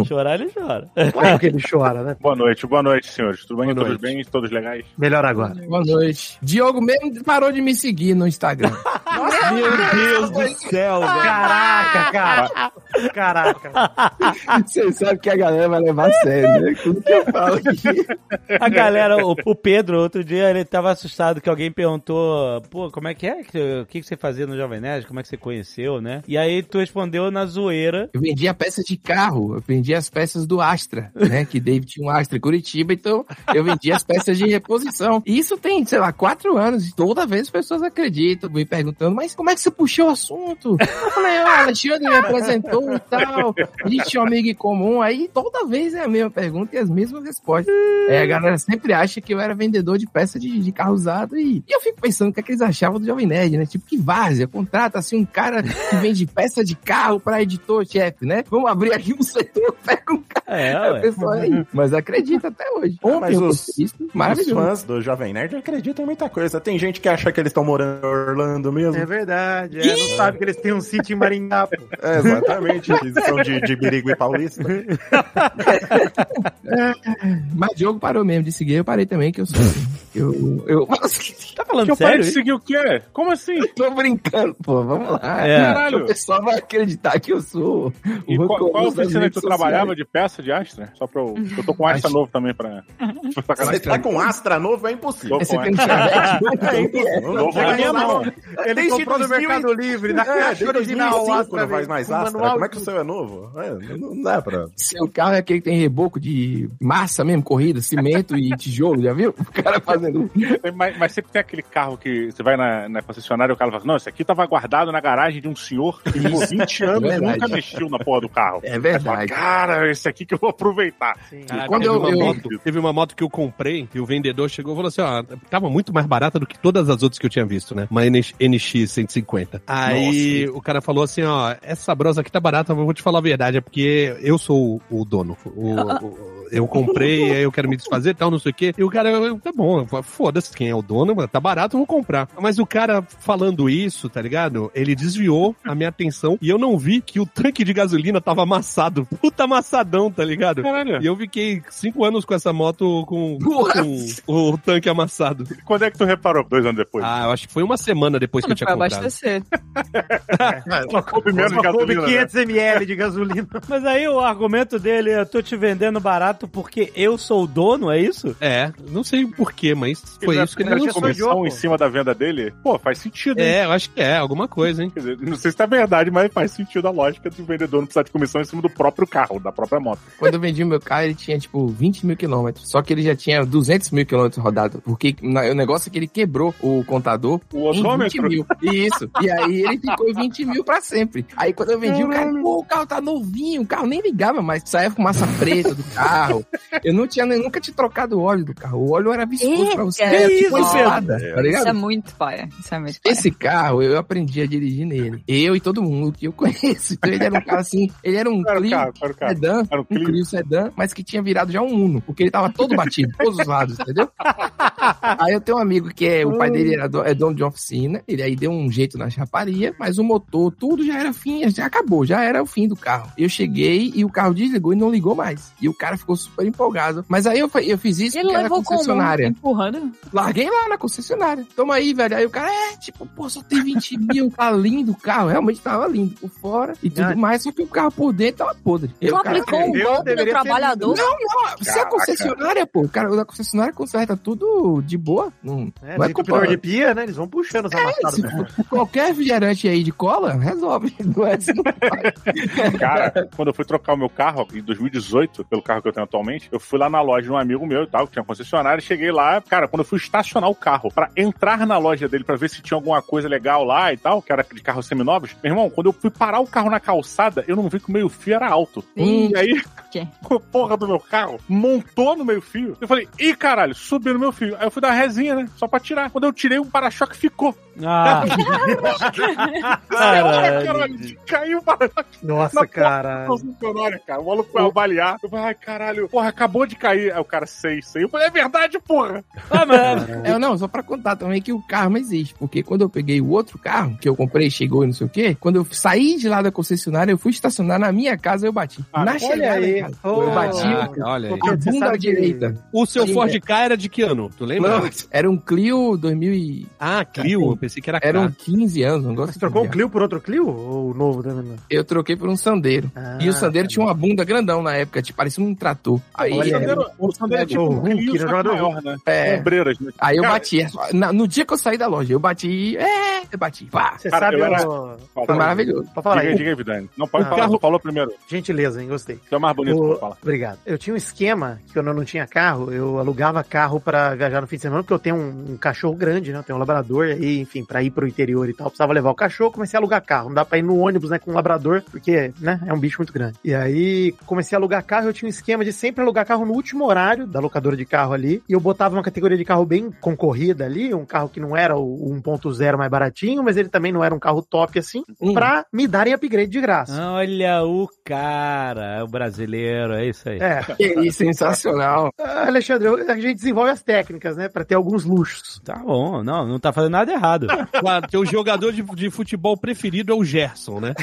Chorar, ele chora.
Claro que ele chora, né?
Boa noite, boa noite, senhores. Tudo bem?
Boa
Todos bem? Todos legais?
Melhor agora.
Boa noite. Diogo mesmo parou de me seguir no Instagram.
Meu Deus do céu, velho.
Caraca, cara. Caraca.
Você sabe que a galera vai levar a sério, né? Tudo que eu falo aqui.
A galera, o, o Pedro, outro dia, ele tava assustado que alguém perguntou, pô, como é que é? que- O que, que você fazia no Jovem Nerd? Como é que você conheceu, né? E aí tu respondeu na zoeira.
Eu vendia peças de carro, eu vendia as peças do Astra, né? Que David tinha um Astra em Curitiba, então eu vendia as peças de reposição. E isso tem, sei lá, quatro anos. E toda vez as pessoas acreditam, me perguntando, mas como é que você puxou o assunto? Eu falei, ó, Alexandre me apresentou e tal. A gente tinha um amigo em comum. Aí toda vez é a mesma pergunta e as mesmas respostas. É, a galera sempre acha que eu era vendedor de peça de, de carro usado. E, e eu fico pensando o que, é que eles achavam do Jovem Nerd, né? Tipo, que várzea, contrata assim um cara que vende peça de carro pra editor-chefe, né? Vamos abrir aqui um setor, pega um
É,
cara,
ué.
pessoal aí. Mas acredita até hoje. Ontem
mas
eu
os-
postei isso,
Os
maravilhoso.
fãs do Jovem Nerd acreditam em muita coisa. Tem gente que acha que eles estão morando em Orlando mesmo.
É verdade. É, não sabe que eles têm um sítio em Maringá, pô.
É, exatamente. Eles são de, de Birigui Paulista.
Mas Diogo parou mesmo de seguir, eu parei também, que eu sou... eu, eu...
Tá
Que
falando
eu parei
sério?
de seguir o quê? Como assim?
Tô brincando, pô, vamos lá.
É.
O
Caralho.
pessoal vai acreditar que eu sou
E
o
qual, qual
Rocco das
oficina que
redes
tu
sociais.
trabalhava de peça de Astra? Só pra eu. Eu tô com Astra
Acho-
novo também pra. pra
Você
sacanagem.
tá com Astra novo, é impossível.
Tô
Você
com
tem um
Astra.
Chevette?
Novo
Tá
na
na minha
mão.
mão. Ele
Desde
comprou no
2000
Mercado Livre, na
É,
caixa
desde
original,
2005
Astra,
não faz mais
com
Astra.
manual
Como é que o seu é novo? É, não não dá pra...
Seu carro é aquele que tem reboco de massa mesmo, corrida, cimento e tijolo, já viu? O cara fazendo.
Tem- Mas, mas sempre tem aquele carro que você vai na, na concessionária e o cara fala assim: não, esse aqui tava guardado na garagem de um senhor que por
é
20 anos
Verdade.
nunca mexeu na porra do carro.
É
Fala,
verdade.
cara, esse aqui que eu vou aproveitar.
Sim.
Caraca,
Quando
teve,
eu-
uma
eu-
moto, teve uma moto que eu comprei e o vendedor chegou e falou assim: ó, tava muito mais barata do que todas as outras que eu tinha visto, né? Uma NX, 150. Aí o cara falou assim: ó, essa brosa aqui tá barata, mas eu vou te falar a verdade, é porque eu sou o, o dono. O- o- eu comprei, aí eu quero me desfazer e tal, não sei o quê. E o cara, eu, tá bom, foda-se quem é o dono, mano, tá barato, eu vou comprar. Mas o cara falando isso, tá ligado? Ele desviou a minha atenção e eu não vi que o tanque de gasolina tava amassado. Puta amassadão, tá ligado?
Caralho.
E eu fiquei cinco anos com essa moto com, com o tanque amassado.
E Quando é que tu reparou? Dois anos depois.
Ah, eu acho que foi uma semana depois que eu tinha
Pra
comprado.
abastecer.
Uma Kombi menos
Uma Kombi
gasolina, né?
500ml de gasolina.
Mas aí o argumento dele é: eu tô te vendendo barato porque eu sou o dono, é isso?
É, não sei porquê, mas foi
Ele
isso que ele
já tinha
lançou.
comissão em cima da venda dele? Pô, faz sentido, hein?
É, eu acho que é, alguma coisa, hein?
Quer dizer, não sei se é verdade, mas faz sentido a lógica do vendedor não precisar de comissão em cima do próprio carro, da própria moto.
Quando eu vendi o meu carro, ele tinha, tipo, 20 mil quilômetros. Só que ele já tinha 200 mil quilômetros rodado. Porque na- o negócio é que ele quebrou o contador
O
em 20
odômetro.
mil. Isso. E aí ele ficou em 20 mil pra sempre. Aí quando eu vendi o carro, pô, o carro tá novinho. O carro nem ligava mais. Saia fumaça preta do carro. Eu não tinha nem- nunca tinha trocado o óleo do carro. O óleo era viscoso pra você.
Eita.
Era
Que
tipo uma
isso, Pedro?
espada, tá ligado?
Isso é muito paia. Isso é muito paia.
Esse carro, eu aprendi a dirigir nele. Eu e todo mundo que eu conheço. Então ele era um carro assim, ele era um
Era o
Clio
carro, era o carro.
sedã,
Era o
um
Clio.
Clio sedã, mas que tinha virado já um Uno, porque ele tava todo batido, todos os lados, entendeu? Aí eu tenho um amigo que é, o pai dele era do- é dono de uma oficina, ele aí deu um jeito na chaparia, mas o motor, tudo já era fim, já acabou, já era o fim do carro. Eu cheguei e o carro desligou e não ligou mais. E o cara ficou super empolgado. Mas aí eu, fa- eu fiz isso
E ele
porque era
levou como?
concessionária.
Empurrando?
Larguei lá na concessionária. Toma aí, velho. Aí o cara, é, tipo, pô, só tem 20 mil. Tá lindo o carro. Realmente tava lindo por fora e tudo
Ah.
mais. Só que o carro por dentro tava podre.
Tu
Eu, cara,
aplicou
é,
um
eu
golpe no
deveria ter
trabalhador?
Não, não. Se a
Caraca.
concessionária, pô, o cara, a concessionária conserta tudo de boa. Não,
É,
Vai
Vai
comprar.
de pia, né? Eles vão puxando os amassados. né?
se for qualquer refrigerante aí de cola, resolve. Não é assim, não vai.
Cara, quando eu fui trocar o meu carro em 2018, pelo carro que eu tenho atualmente, eu fui lá na loja de um amigo meu e tal, que tinha concessionário, cheguei lá, cara, quando eu fui estacionar o carro pra entrar na loja dele pra ver se tinha alguma coisa legal lá e tal, que era de carros seminovos, meu irmão, quando eu fui parar o carro na calçada, eu não vi que o meio-fio era alto.
Ih,
E aí,
quê?
com a porra do meu carro, montou no meio-fio. Eu falei, ih, caralho, subiu no meu fio. Aí eu fui dar uma resinha, né? Só pra tirar. Quando eu tirei, o para-choque ficou.
Ah,
Caralho,
caralho.
caralho caiu o para-choque.
Nossa, cara.
concessionária, cara. O maluco foi avaliar. Eu falei, ai, caralho, porra, acabou de cair. Aí o cara, sei, sei. Eu falei, é verdade, porra.
Ah, mas-
É, não, só pra contar também que o carro não existe. Porque quando eu peguei o outro carro, que eu comprei, chegou e não sei o quê, quando eu saí de lá da concessionária, eu fui estacionar na minha casa e eu bati.
Ah,
na
olha
chegada,
aí.
cara,
Oh.
eu bati.
Caraca, Ah, olha aí.
A
Você
bunda
sabe
à
que-
direita.
O seu
Sim,
Ford
é.
K era de que ano? Tu lembra?
Não, era um Clio 2000 e...
Ah, Clio. Eu pensei que era K.
Eram 15 anos, não gosto
Você trocou
de
um Clio por outro Clio? Ou o novo né? também?
Eu troquei por um Sandeiro.
Ah.
e o Sandeiro tinha uma bunda grandão na época, tipo, parecia um trator. Aí,
o Sandeiro, o Sandeiro é tipo
o
um
Hulk,
Clio,
né,
só que
jogador
maior, né?
é,
Um
Ombreiras, né?
aí eu
Cara,
bati. Na- no dia que eu saí da loja, eu bati... É, eu bati. Pá,
Você
Cara,
sabe
eu
o...
era-
foi maravilhoso.
Pra falar
Diga aí,
aí.
diga aí, Vidani. Não, pode
Ah.
falar. Tu falou primeiro.
Gentileza, hein? Gostei.
Tu é mais bonito
O-
pra falar.
Obrigado. Eu tinha um esquema que quando eu não tinha carro, eu alugava carro pra viajar no fim de semana, porque eu tenho um, um cachorro grande, né? Eu tenho um labrador, e aí, enfim, pra ir pro interior e tal, eu precisava levar o cachorro, comecei a alugar carro. Não dá pra ir no ônibus, né, com um labrador, porque, né, é um bicho muito grande. E aí, comecei a alugar carro, eu tinha um esquema de sempre alugar carro no último horário da locadora de carro ali, e eu botava uma categoria de carro bem concorrida ali, um carro que não era o 1.0 mais baratinho, mas ele também não era um carro top assim,
Hum.
pra me darem upgrade de graça.
Ah. Olha o cara, é o brasileiro, é isso aí.
É,
Que sensacional.
Ah, Alexandre, eu- a gente desenvolve as técnicas, né? Pra ter alguns luxos.
Tá bom, não, não tá fazendo nada errado.
Claro, teu jogador de, de futebol preferido é o Gerson, né?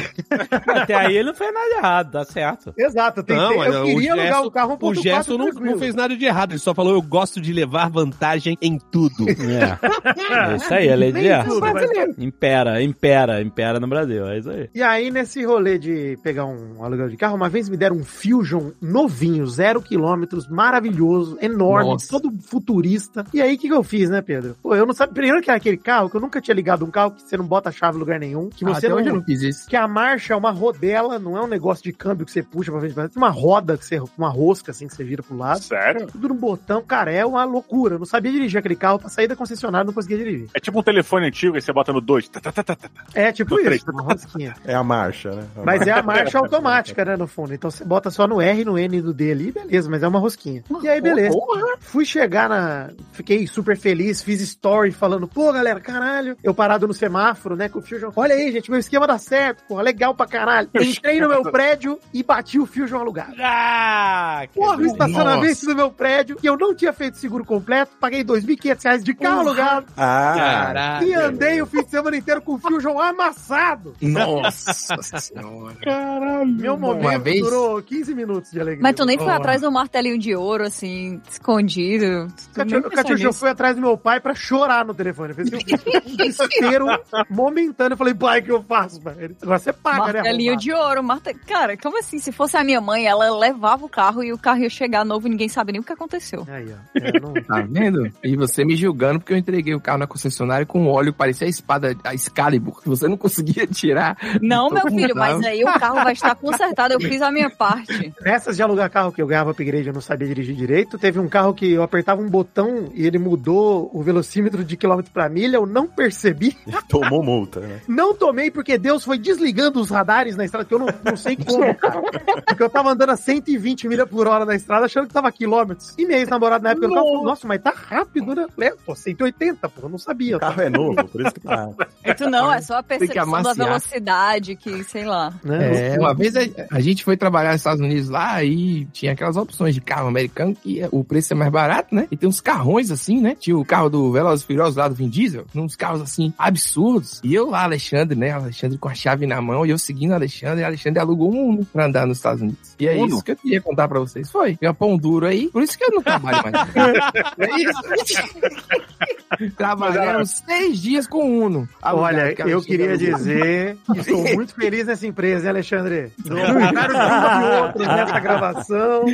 Até aí ele não fez nada errado, tá certo.
Exato, tem
Não,
que ter.
olha,
Eu queria
o Gerson-
alugar o carro 1.4
O Gerson não,
tranquilo.
não fez nada de errado. Ele só falou, eu gosto de levar vantagem em tudo.
É, é isso aí, a lei de Gerson.
tudo, mas-
Impera, impera, impera no Brasil, é isso aí.
E aí, nesse rolê de pegar um aluguel de carro, uma vez me deram um Fusion novinho, zero quilômetros, maravilhoso, enorme,
Nossa.
todo futurista. E aí, o que, que eu fiz, né, Pedro? Pô, eu não sabia. Primeiro que era aquele carro que eu nunca tinha ligado um carro que você não bota a chave em lugar nenhum, que você
Até
não.
hoje eu não fiz isso.
Que a marcha é uma rodela, não é um negócio de câmbio que você puxa pra frente, é uma roda, que você, uma rosca assim que você vira pro lado.
Sério?
tudo no botão, cara, é uma loucura. Eu não sabia dirigir aquele carro pra sair da concessionária, não conseguia dirigir.
É tipo um telefone antigo e você bota no 2.
É tipo isso, uma rosquinha.
É a marcha, né? A
Mas
marcha.
é a marcha automática, né, no fundo. Então você bota só no R, no N e no D ali, beleza, mas é uma rosquinha. E aí, beleza. Fui chegar na. Fiquei super feliz, fiz story falando, pô, galera, caralho. Eu parado no semáforo, né, com o Fusion. Olha aí, gente, meu esquema dá certo, porra, legal pra caralho. Entrei no meu prédio e bati o Fusion alugado.
Ah, Caraca.
Porra, o
Deus.
estacionamento do meu prédio, que eu não tinha feito seguro completo, paguei 2.500 reais de carro alugado
Ah,
Caraca.
e andei o fim de semana inteiro com o fio João amassado.
Nossa senhora.
Meu momento
vez?
durou 15 minutos de alegria.
Mas tu nem foi
Porra.
atrás do martelinho de ouro, assim, escondido. Tu nem
Catiuxa,
pensou
Catiuxa, eu
nisso.
fui atrás do meu pai pra chorar no telefone. Eu fiz um desespero momentâneo. Eu falei, pai, o que eu faço, pai? Ele, Agora você paga,
Martelinho
né?
de ouro, Marta. Cara, como assim? Se fosse a minha mãe, ela levava o carro e o carro ia chegar novo e ninguém sabe nem o que aconteceu.
arrombado? Aí, ó. É, não-
Tá vendo? E você me julgando porque eu entreguei o carro na concessionária com óleo que parecia a espada, a Excalibur, que você não conseguia tirar.
Não,
Tô
meu filho,
confortável.
mas aí o carro vai estar consertado. Eu fiz a minha parte.
Nessas de alugar carro que eu ganhava upgrade, eu não sabia dirigir direito. Teve um carro que eu apertava um botão e ele mudou o velocímetro de quilômetro pra milha. Eu não percebi,
tomou multa, né?
não tomei, porque Deus foi desligando os radares na estrada, que eu não, não sei como, cara. Porque eu tava andando a 120 milha por hora na estrada, achando que tava quilômetros. E minha ex-namorada na época do carro falou, nossa, mas tá rápido, né? Eu falei, Pô, 180, pô, eu não sabia.
O carro é novo, por isso que tá.
E tu não, é só a
que
percepção da
amaciar.
velocidade que, sei lá.
Né?
É, uma vez a, a gente foi trabalhar nos Estados Unidos lá e tinha aquelas opções de carro americano que o preço é mais barato, né? E tem uns carrões assim, né? Tinha o carro do Velozes e Furiosos lá do Vin Diesel, uns carros assim absurdos. E eu lá, Alexandre, né? Alexandre com a chave na mão e eu seguindo o Alexandre. E o Alexandre alugou um Uno pra andar nos Estados Unidos. E é
Uno?
isso que eu queria contar pra vocês. Foi, tem um pão duro aí, por isso que eu não trabalho mais. é isso. Trabalhamos seis dias com o Uno.
Olha,
Alugado, que
eu
Alexandre
queria
alugou.
dizer que estou muito feliz nessa empresa, hein, Alexandre? Vários de outros nessa gravação.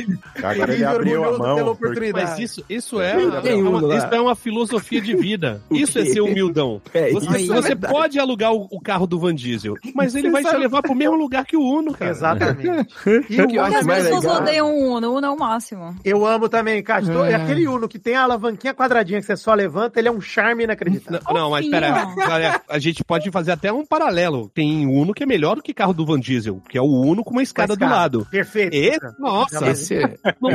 Agora ele abriu a mão. porque-
Mas isso, isso, é,
Tem
é uma-
um lá.
isso é uma filosofia de vida.
O
Isso é
quê?
ser humildão.
É, isso
Você,
é
você
verdade.
pode alugar o, o carro do Van Diesel, mas ele
Você
vai te
sabe-
levar pro mesmo lugar que o Uno, cara.
Exatamente. E
O que eu
Porque
acho
as
mais
pessoas
legal.
odeiam o Uno, o Uno é o máximo.
Eu amo também, Cássio. Tô-
É.
É aquele Uno que tem a alavanquinha quadradinha que você só levanta, ele é um charme inacreditável.
Não, não, mas pera,
Fofinho.
olha, a gente pode fazer até um paralelo. Tem Uno que é melhor do que carro do Van Diesel, que é o Uno com uma escada
Mas, cara,
do lado.
Perfeito.
Esse,
cara.
nossa,
Esse é-
não,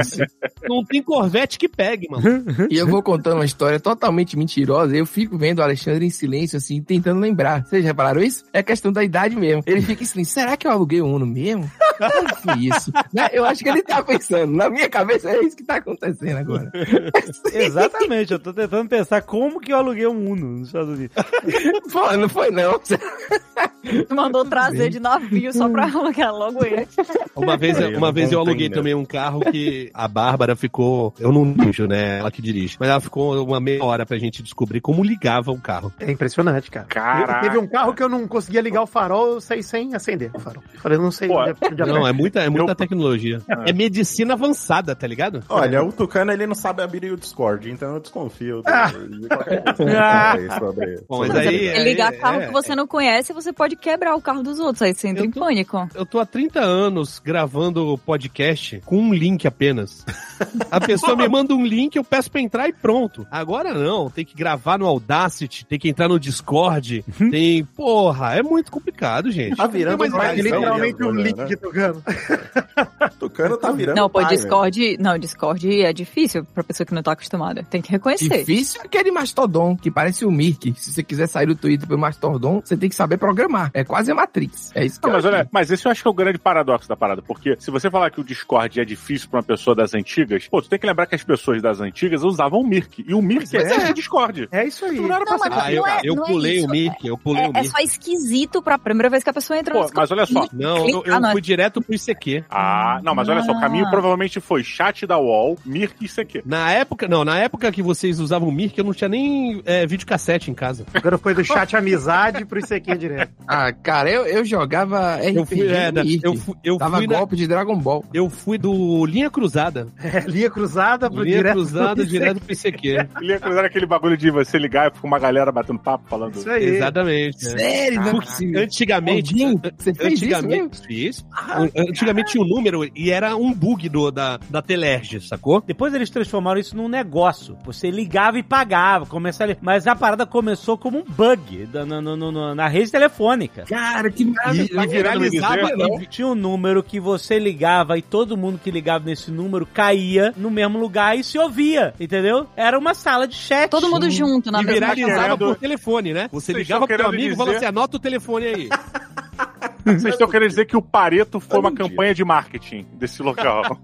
não tem Corvette que pegue, mano.
E eu vou contando uma história totalmente mentirosa. Eu fico vendo o Alexandre em silêncio, assim, tentando lembrar. Vocês já repararam isso? É questão da idade mesmo. Ele fica em silêncio. Será que eu aluguei um Uno mesmo? Quando foi isso? Né? Eu acho que ele tá pensando. Na minha cabeça é isso que tá acontecendo agora.
Exatamente, eu tô tentando pensar como que eu aluguei um Uno nos Estados Unidos.
Pô, não foi não.
Tu mandou trazer de navio só pra alugar logo ele.
Uma vez,
Aí, eu
uma
não
vez eu
contei
aluguei
mesmo.
também um carro que a Bárbara ficou. Eu não dirijo, né? Ela que dirige. Mas ela ficou uma meia hora pra gente descobrir como ligava o carro.
É impressionante, cara.
Caraca.
Teve um carro que eu não conseguia ligar o farol, eu saí sem acender o farol. Falei, não sei
Pô,
onde é- onde é-
Não, é muita, é muita tecnologia. É medicina avançada, tá ligado?
Olha, o Tucano ele não sabe abrir o Discord, então eu desconfio.
Ah.
de qualquer coisa que eu falei sobre-
Bom, mas
sobre-
aí-
É ligar carro
é,
que você não conhece, você pode quebrar o carro dos outros. Aí você entra
Eu
em
tô-
pânico.
Eu tô há 30 anos gravando podcast com um link apenas. A pessoa me manda um link, eu peço pra entrar e pronto. Agora não, tem que gravar no Audacity, tem que entrar no Discord, tem. Porra, é muito complicado, gente.
Tá virando
Mas,
pai
Mas
é
mesmo,
literalmente um
né?
link de tocando.
O Tucano tá virando
Não, pô,
pai,
Discord. Não, Discord é difícil pra pessoa que não tá acostumada. Tem que reconhecer.
Difícil é aquele mastodon, que parece o Mirk. Se você quiser sair do Twitter pro mastodon, você tem que saber programar. É quase a Matrix. É isso que
Ah,
Não,
eu
mas
acho.
olha, mas esse eu acho que é o grande paradoxo da parada, porque se você falar que o Discord é difícil pra uma pessoa das antigas, pô, tu tem que lembrar que as pessoas das antigas usavam o Mirk, e o Mirk é,
Pois é.
esse Discord.
É isso aí.
Tu não era pra
Não,
ser
mas-
Ah, eu,
é-
eu
não é
pulei
isso.
o Mirk, eu pulei o
É, é
Mirk.
só esquisito pra primeira vez que a pessoa entra
Pô,
no Discord.
mas olha só.
Não, eu, eu
Ah, não.
fui direto pro ICQ.
Ah, não, mas olha só, o caminho provavelmente foi chat da UOL, Mirk e CQ.
Na época, não, na época que vocês usavam o Mirk, eu não tinha nem é, videocassete em casa.
Agora foi do chat amizade pro ICQ direto.
Ah, cara, eu, eu jogava RPG
Eu fui, é,
no
da-
Mirk.
eu fui, eu
Dava
fui, na-
golpe de Dragon Ball.
eu fui do Linha Cruzada.
É, linha cruzada pro
Linha
direto.
Cruzada
pro
direto pro ICQ.
Ele ia cruzar aquele bagulho de você ligar e ficar uma galera batendo papo falando.
Isso aí.
Exatamente. né?
Sério, não é
Porque
possível.
Antigamente.
Aldinho, você fez isso mesmo? Ah,
Antigamente, fiz. antigamente tinha um número e era um bug do, da, da Telerge, sacou?
Depois eles transformaram isso num negócio. Você ligava e pagava, começava. a li- Mas a parada começou como um bug da- na, na- na- na- na rede telefônica.
Cara, que
E,
maravilha.
e viralizava.
E tinha um número que você ligava e todo mundo que ligava nesse número caía no mesmo lugar e se ouvia, entendeu? Era uma sala de chat.
Todo mundo junto na
e
mesma
viralizava
casa.
querendo-
por telefone, né? Você
Vocês
ligava pro
estão
teu
querendo
amigo e falava
dizer-
assim: anota o telefone aí.
Vocês estão querendo dizer que o Pareto foi
Eu não
uma
digo.
campanha de marketing desse local.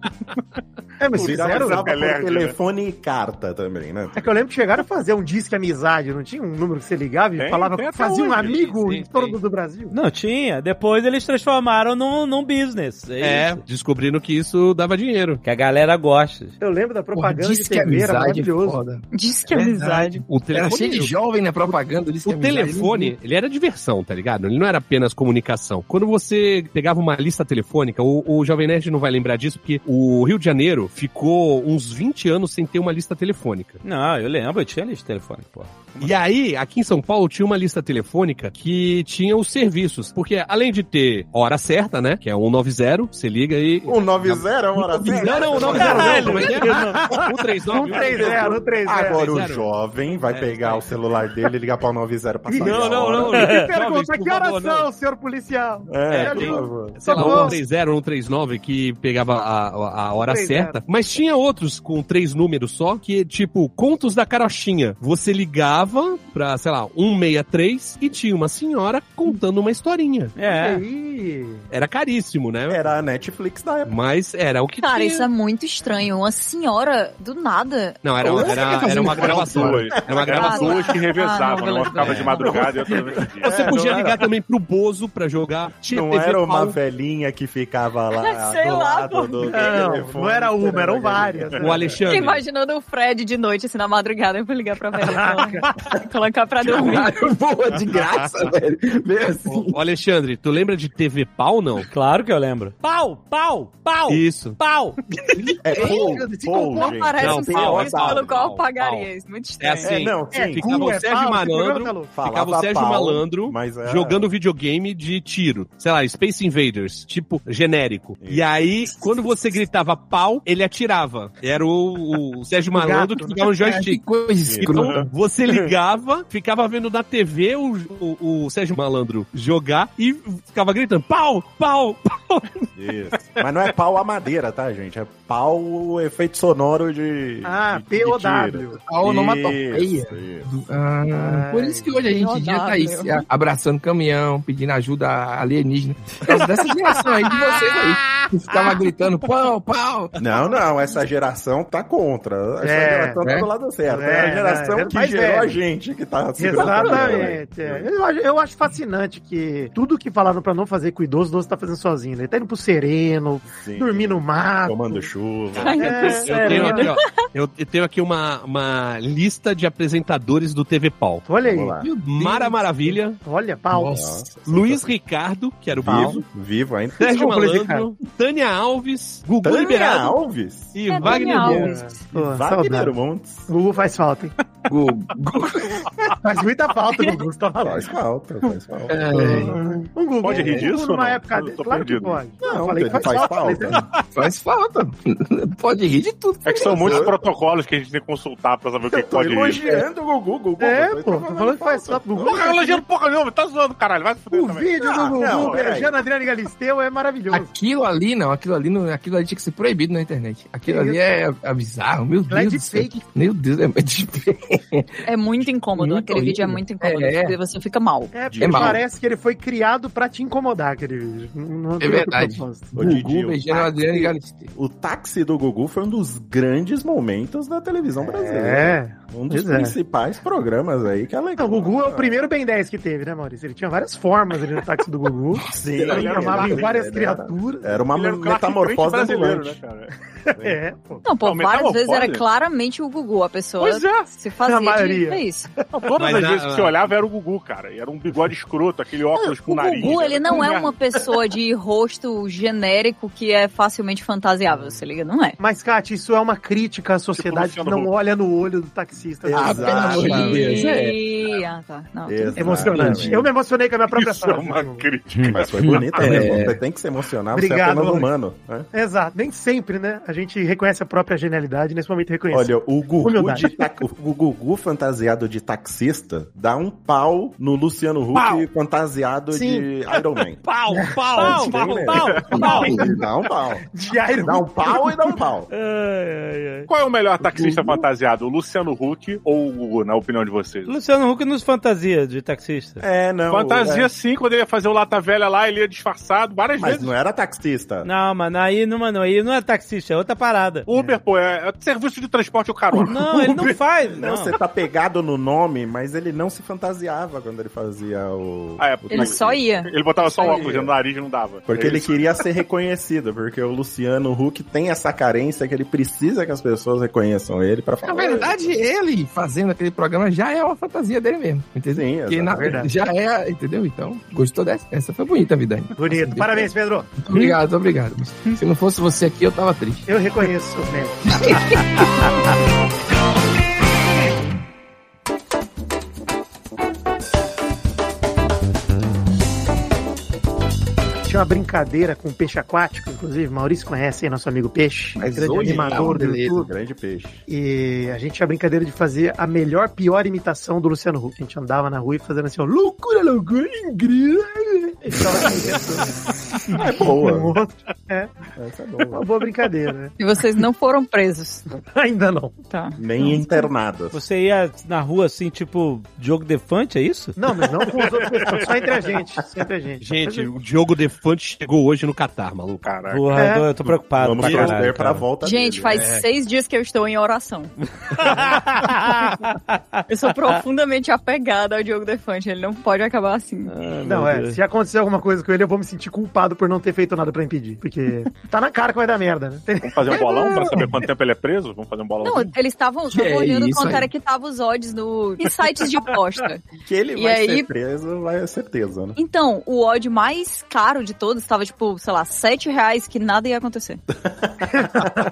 É, mas
Vocês
fizeram.
usavam-
Usava
Zé
por
Pelé, né?
telefone e carta também, né?
É que eu lembro que chegaram a fazer um disque amizade, não tinha um número que você ligava e
Tem,
falava,
tem até
fazia um
hoje.
amigo
Tem,
em todo
tem.
mundo do Brasil.
Não tinha. Depois eles transformaram num, num business. É.
É,
isso.
descobrindo que isso dava dinheiro.
Que a galera gosta.
Eu lembro da
Porra,
propaganda
diz
de
que
TV, era
amizade é
maravilhoso.
foda.
Diz que é amizade.
O
Era cheio de
o-
jovem na propaganda. Diz que
O
amizade- né?
telefone, ele era diversão, tá ligado? Ele não era apenas comunicação. Quando você pegava uma lista telefônica, o, o Jovem Nerd não vai lembrar disso, porque o Rio de Janeiro ficou uns 20 anos sem ter uma lista telefônica.
Não, eu lembro, eu tinha lista de telefone, pô.
E aí, aqui em São Paulo, tinha uma lista telefônica que tinha os serviços. Porque além de ter hora certa, né? Que é 190, você liga e.
Um 90 é uma hora certa.
Não, não, não, não, não,
Caralho,
como é que é? 139.
130, 130.
Agora o
Zero.
jovem
É,
vai pegar o celular dele e ligar pra 90 pra saber.
Não,
a
não,
hora.
não.
Me
Jovens, por
pergunta, que
favor,
horas
não.
são, senhor policial?
É,
É,
por
um
gente.
favor.
sei lá,
Socorro.
130, 139, que pegava a, a- a hora
130.
certa. Mas tinha outros com três números só, que tipo, contos da carochinha. Você ligava pra, sei lá, 163 e tinha uma senhora contando uma historinha.
E
É.
aí?
Era caríssimo,
É
né?
Era a Netflix da época.
Mas era o que
Cara,
tinha.
isso é muito estranho. Uma senhora, do nada.
Não, era,
Ou
era,
você
era uma
fazendo
gravação.
duas.
Era uma
Eram
gravação.
duas que
Ah,
revezavam,
não,
uma ficava
é.
de madrugada e outra durante o dia.
Você
É,
podia
não era.
ligar também pro Bozo pra jogar. Tinha
Não
TV
é
era uma
pau.
velhinha que ficava lá.
Sei
do
lá,
lado
pô.
do- do
Não,
telefone, né?
não era uma, eram
esperando a galera.
várias.
O
Tô
Alexandre.
imaginando o Fred de noite, assim, na madrugada, eu vou ligar pra velha e colocar- colocar pra dormir.
Caralho, boa, de graça, velho. Vem assim.
O Alexandre, tu lembra de TV pau, não?
Claro que eu lembro. Pau, pau, pau,
Isso.
pau.
É Paul,
Ei, se
Paul,
comprar,
gente.
Parece
Não,
um
pau,
serviço
é pau,
pelo qual
pau,
eu pagaria isso. Muito
É
estranho.
assim.
É, não, sim.
Ficava
Cu
o
é
Sérgio
pau, esse programa
Malandro,
tá louco.
Falava
ficava o Sérgio
pau,
Malandro
mas é, era-
jogando videogame de tiro. Sei lá, Space Invaders, tipo, genérico. E aí, quando você gritava pau, ele atirava. Era o, o Sérgio Malandro
gato,
que
né?
ficava no
Cara, que
joystick.
coisa escrota.
Então, você ligava, ficava vendo na TV o, o, o Sérgio Malandro jogar e ficava gritando pau, pau,
Isso. Mas não é pau a madeira, tá, gente? É pau o efeito sonoro de.
Ah,
de- de tiro.
POW.
A onomatopeia.
Isso, isso.
Ah, por isso que hoje a gente já tá aí se a- abraçando caminhão, pedindo ajuda a alienígena. Por causa dessa geração aí de vocês aí. Que ficava gritando pau, pau.
Não, não, essa geração tá contra. Essa
É,
geração tá
né?
do lado certo.
É,
É, a geração
né?
que
Mais
gerou
velho.
a gente que tá se
Exatamente. é.
preocupando, né?
Eu, acho- eu acho fascinante que tudo que falaram pra não fazer com o idoso, o idoso tá fazendo sozinho. né? Ele tá indo pro sereno,
Sim.
dormir no mato.
Tomando chuva.
Ai, meu
É,
Deus do
Eu
céu.
tenho aqui, ó, eu, eu tenho aqui uma, uma lista de apresentadores do TV Pau.
Olha aí,
Vamos
Ah.
lá.
Meu Deus.
Mara Maravilha,
olha, pau.
Nossa.
Luiz Ricardo, que era o Paulo,
Vivo, vivo ainda.
Sérgio
Desculpa, Luiz
Malandro, Tânia Alves, Gugu
Tânia
Liberado
Alves.
e
É,
Wagner
Tânia
Moura.
Alves.
Pô,
Wagner
saudade.
Montes.
Gugu faz falta, hein?
Gu- Gu-
Faz muita falta, Gugu, você tá falando.
Faz falta, faz falta.
Um Gugu,
Pode rir
um
disso
Gugu
ou
numa
não?
época
Eu
dele,
tô
claro que
perdido.
pode.
Não,
falei que
faz, faz falta.
Faz falta. Pode rir de tudo.
É que são muitos protocolos que a gente tem que consultar pra saber o que
Eu tô
pode ir.
elogiando o Gugu, Gugu.
É,
eu tô
pô, tô falando que faz falta. Gugu,
Porra, elogiando porra nenhuma, tá zoando, caralho, vai se fuder
o
também.
vídeo
Ah,
do
não,
Gugu
peraí.
beijando a Adriana Galisteu é maravilhoso.
Aquilo ali não, aquilo ali não, aquilo ali tinha que ser proibido na internet. Aquilo
Que
ali é, é bizarro, meu
Ela é
Deus.
de
do céu.
fake.
Meu Deus, é, é de fake.
É muito incômodo.
Muito
Aquele vídeo é
horrível.
muito incômodo.
É, é.
porque Você fica mal.
É, porque
É mal.
parece que ele foi criado pra te incomodar, aquele vídeo. Não, não tem outro
É verdade.
propósito.
Ô, Didi,
Gugu
o
beijando a Adriana Galisteu.
O táxi do Gugu foi um dos grandes momentos da televisão brasileira.
É.
um dos
pois é.
principais programas aí que é
Não,
legal.
o Gugu é o primeiro Ben 10 que teve, né, Maurício? Ele tinha várias formas ali no táxi do Gugu.
Sim,
ele
ele era
transformava em
maravilha,
várias
né?
criaturas.
Era uma
Ele era um craque
metamorfose
brasileiro,
ambulante.
né, cara?
É, pô.
Não, pô,
Não,
várias vezes
metamorfose?
era claramente o Gugu. A pessoa
Pois é.
se fazia
A maioria.
de... É isso.
Não, todas
Mas
as
na-
vezes que você olhava era o Gugu, cara. E Era um bigode escroto, aquele óculos com
O
nariz.
Gugu,
né?
ele não é
Merda.
uma pessoa de rosto genérico que é facilmente fantasiável, se liga, não é?
Mas, Kátia, isso é uma crítica à sociedade
Tipo, Luciano
que não
Huck.
olha no olho do taxista.
Ah,
Isso é
pelo amor de
Deus.
Ih, Ah, tá. Não, tudo bem.
Exatamente.
Emocionante. Eu me emocionei com a minha própria
Isso é
frase. né,
uma
Gugu.
crítica.
Mas foi bonita
É.
mesmo. Você tem que se emocionar,
Obrigado,
você é apenas
Maurício.
humano. né?
Exato. Nem sempre, né? A gente reconhece a própria genialidade. Nesse momento, reconhece.
Olha, o Gugu,
Humildade.
de ta- o Gugu fantasiado de artista dá um pau no Luciano Huck
Pau.
fantasiado
Sim.
de Iron Man.
Pau,
É.
pau,
Entendeu,
pau,
né?
pau, pau.
Dá um pau.
De Iron
Dá um pau e dá um pau.
Ai, ai, ai.
Qual é o melhor taxista
Uhum.
fantasiado, o Luciano Huck ou o Gugu, na opinião de vocês?
Luciano Huck nos fantasia de taxista.
É, não.
Fantasia
é.
sim, quando ele ia fazer o Lata Velha lá, ele ia disfarçado várias
Mas
vezes.
não era taxista.
Não, mano, aí não, mano, aí não é taxista, é outra parada.
Uber, pô, é, é serviço de transporte ou carona.
Não, ele não faz.
Não,
Não,
você tá pegado no nome, mas ele não se fantasiava quando ele fazia o.
Ah, é,
o
Ele só ia.
Ele botava só o
Aí.
óculos no nariz e não dava.
Porque
É
ele
isso.
queria ser reconhecido, porque o Luciano Huck tem essa carência que ele precisa que as pessoas reconheçam ele pra falar.
Na
É
verdade, ele fazendo aquele programa já é uma fantasia dele mesmo, entendeu?
Sim,
Que na
exato.
verdade já é, entendeu? Então, gostou dessa? Essa foi bonita, Vidani.
Bonito.
Nossa,
Parabéns, Pedro.
Muito obrigado, muito obrigado. Se não fosse você aqui, eu tava triste.
Eu reconheço seus méritos. Tinha uma brincadeira com peixe aquático, inclusive, Maurício conhece aí, nosso amigo Peixe, grande
hoje
animador
tá uma
do
beleza,
YouTube.
grande peixe.
E a gente tinha a brincadeira de fazer a melhor, pior imitação do Luciano Huck. A gente andava na rua e fazendo assim, ó, loucura, loucura, incrível. E ficava assim,
Ah, é boa.
um outro.
Essa é
uma
boa.
boa brincadeira, né?
E vocês não foram presos.
Ainda não.
Tá.
Nem internada.
Você ia na rua assim, tipo, Diogo Defante, é isso?
Não, mas não com os outros pessoas, só entre a gente. Só entre a gente.
Gente, o Diogo Defante chegou hoje no Catar, maluco.
Caraca.
Porra,
É.
eu tô, eu tô preocupado.
Vamos
pra
torcer
caralho,
pra
cara.
volta
Gente,
dele.
faz seis dias que eu estou em oração. eu sou profundamente apegada ao Diogo Defante. Ele não pode acabar assim.
Ah,
Não,
meu
é.
Deus.
Se acontecer alguma coisa com ele, eu vou me sentir culpado por não ter feito nada pra impedir. Porque tá na cara que vai dar merda, né?
Vamos fazer um bolão pra saber quanto tempo ele é preso? Vamos fazer um bolão.
Não, eles estavam
Que
estavam olhando
isso
quanto
aí?
era que tava os odds no, em sites de aposta.
Que ele
E
vai
aí-
ser preso, vai é certeza, né?
Então, o odd mais caro de todos estava, tipo, sei lá, 7 reais, que nada ia acontecer.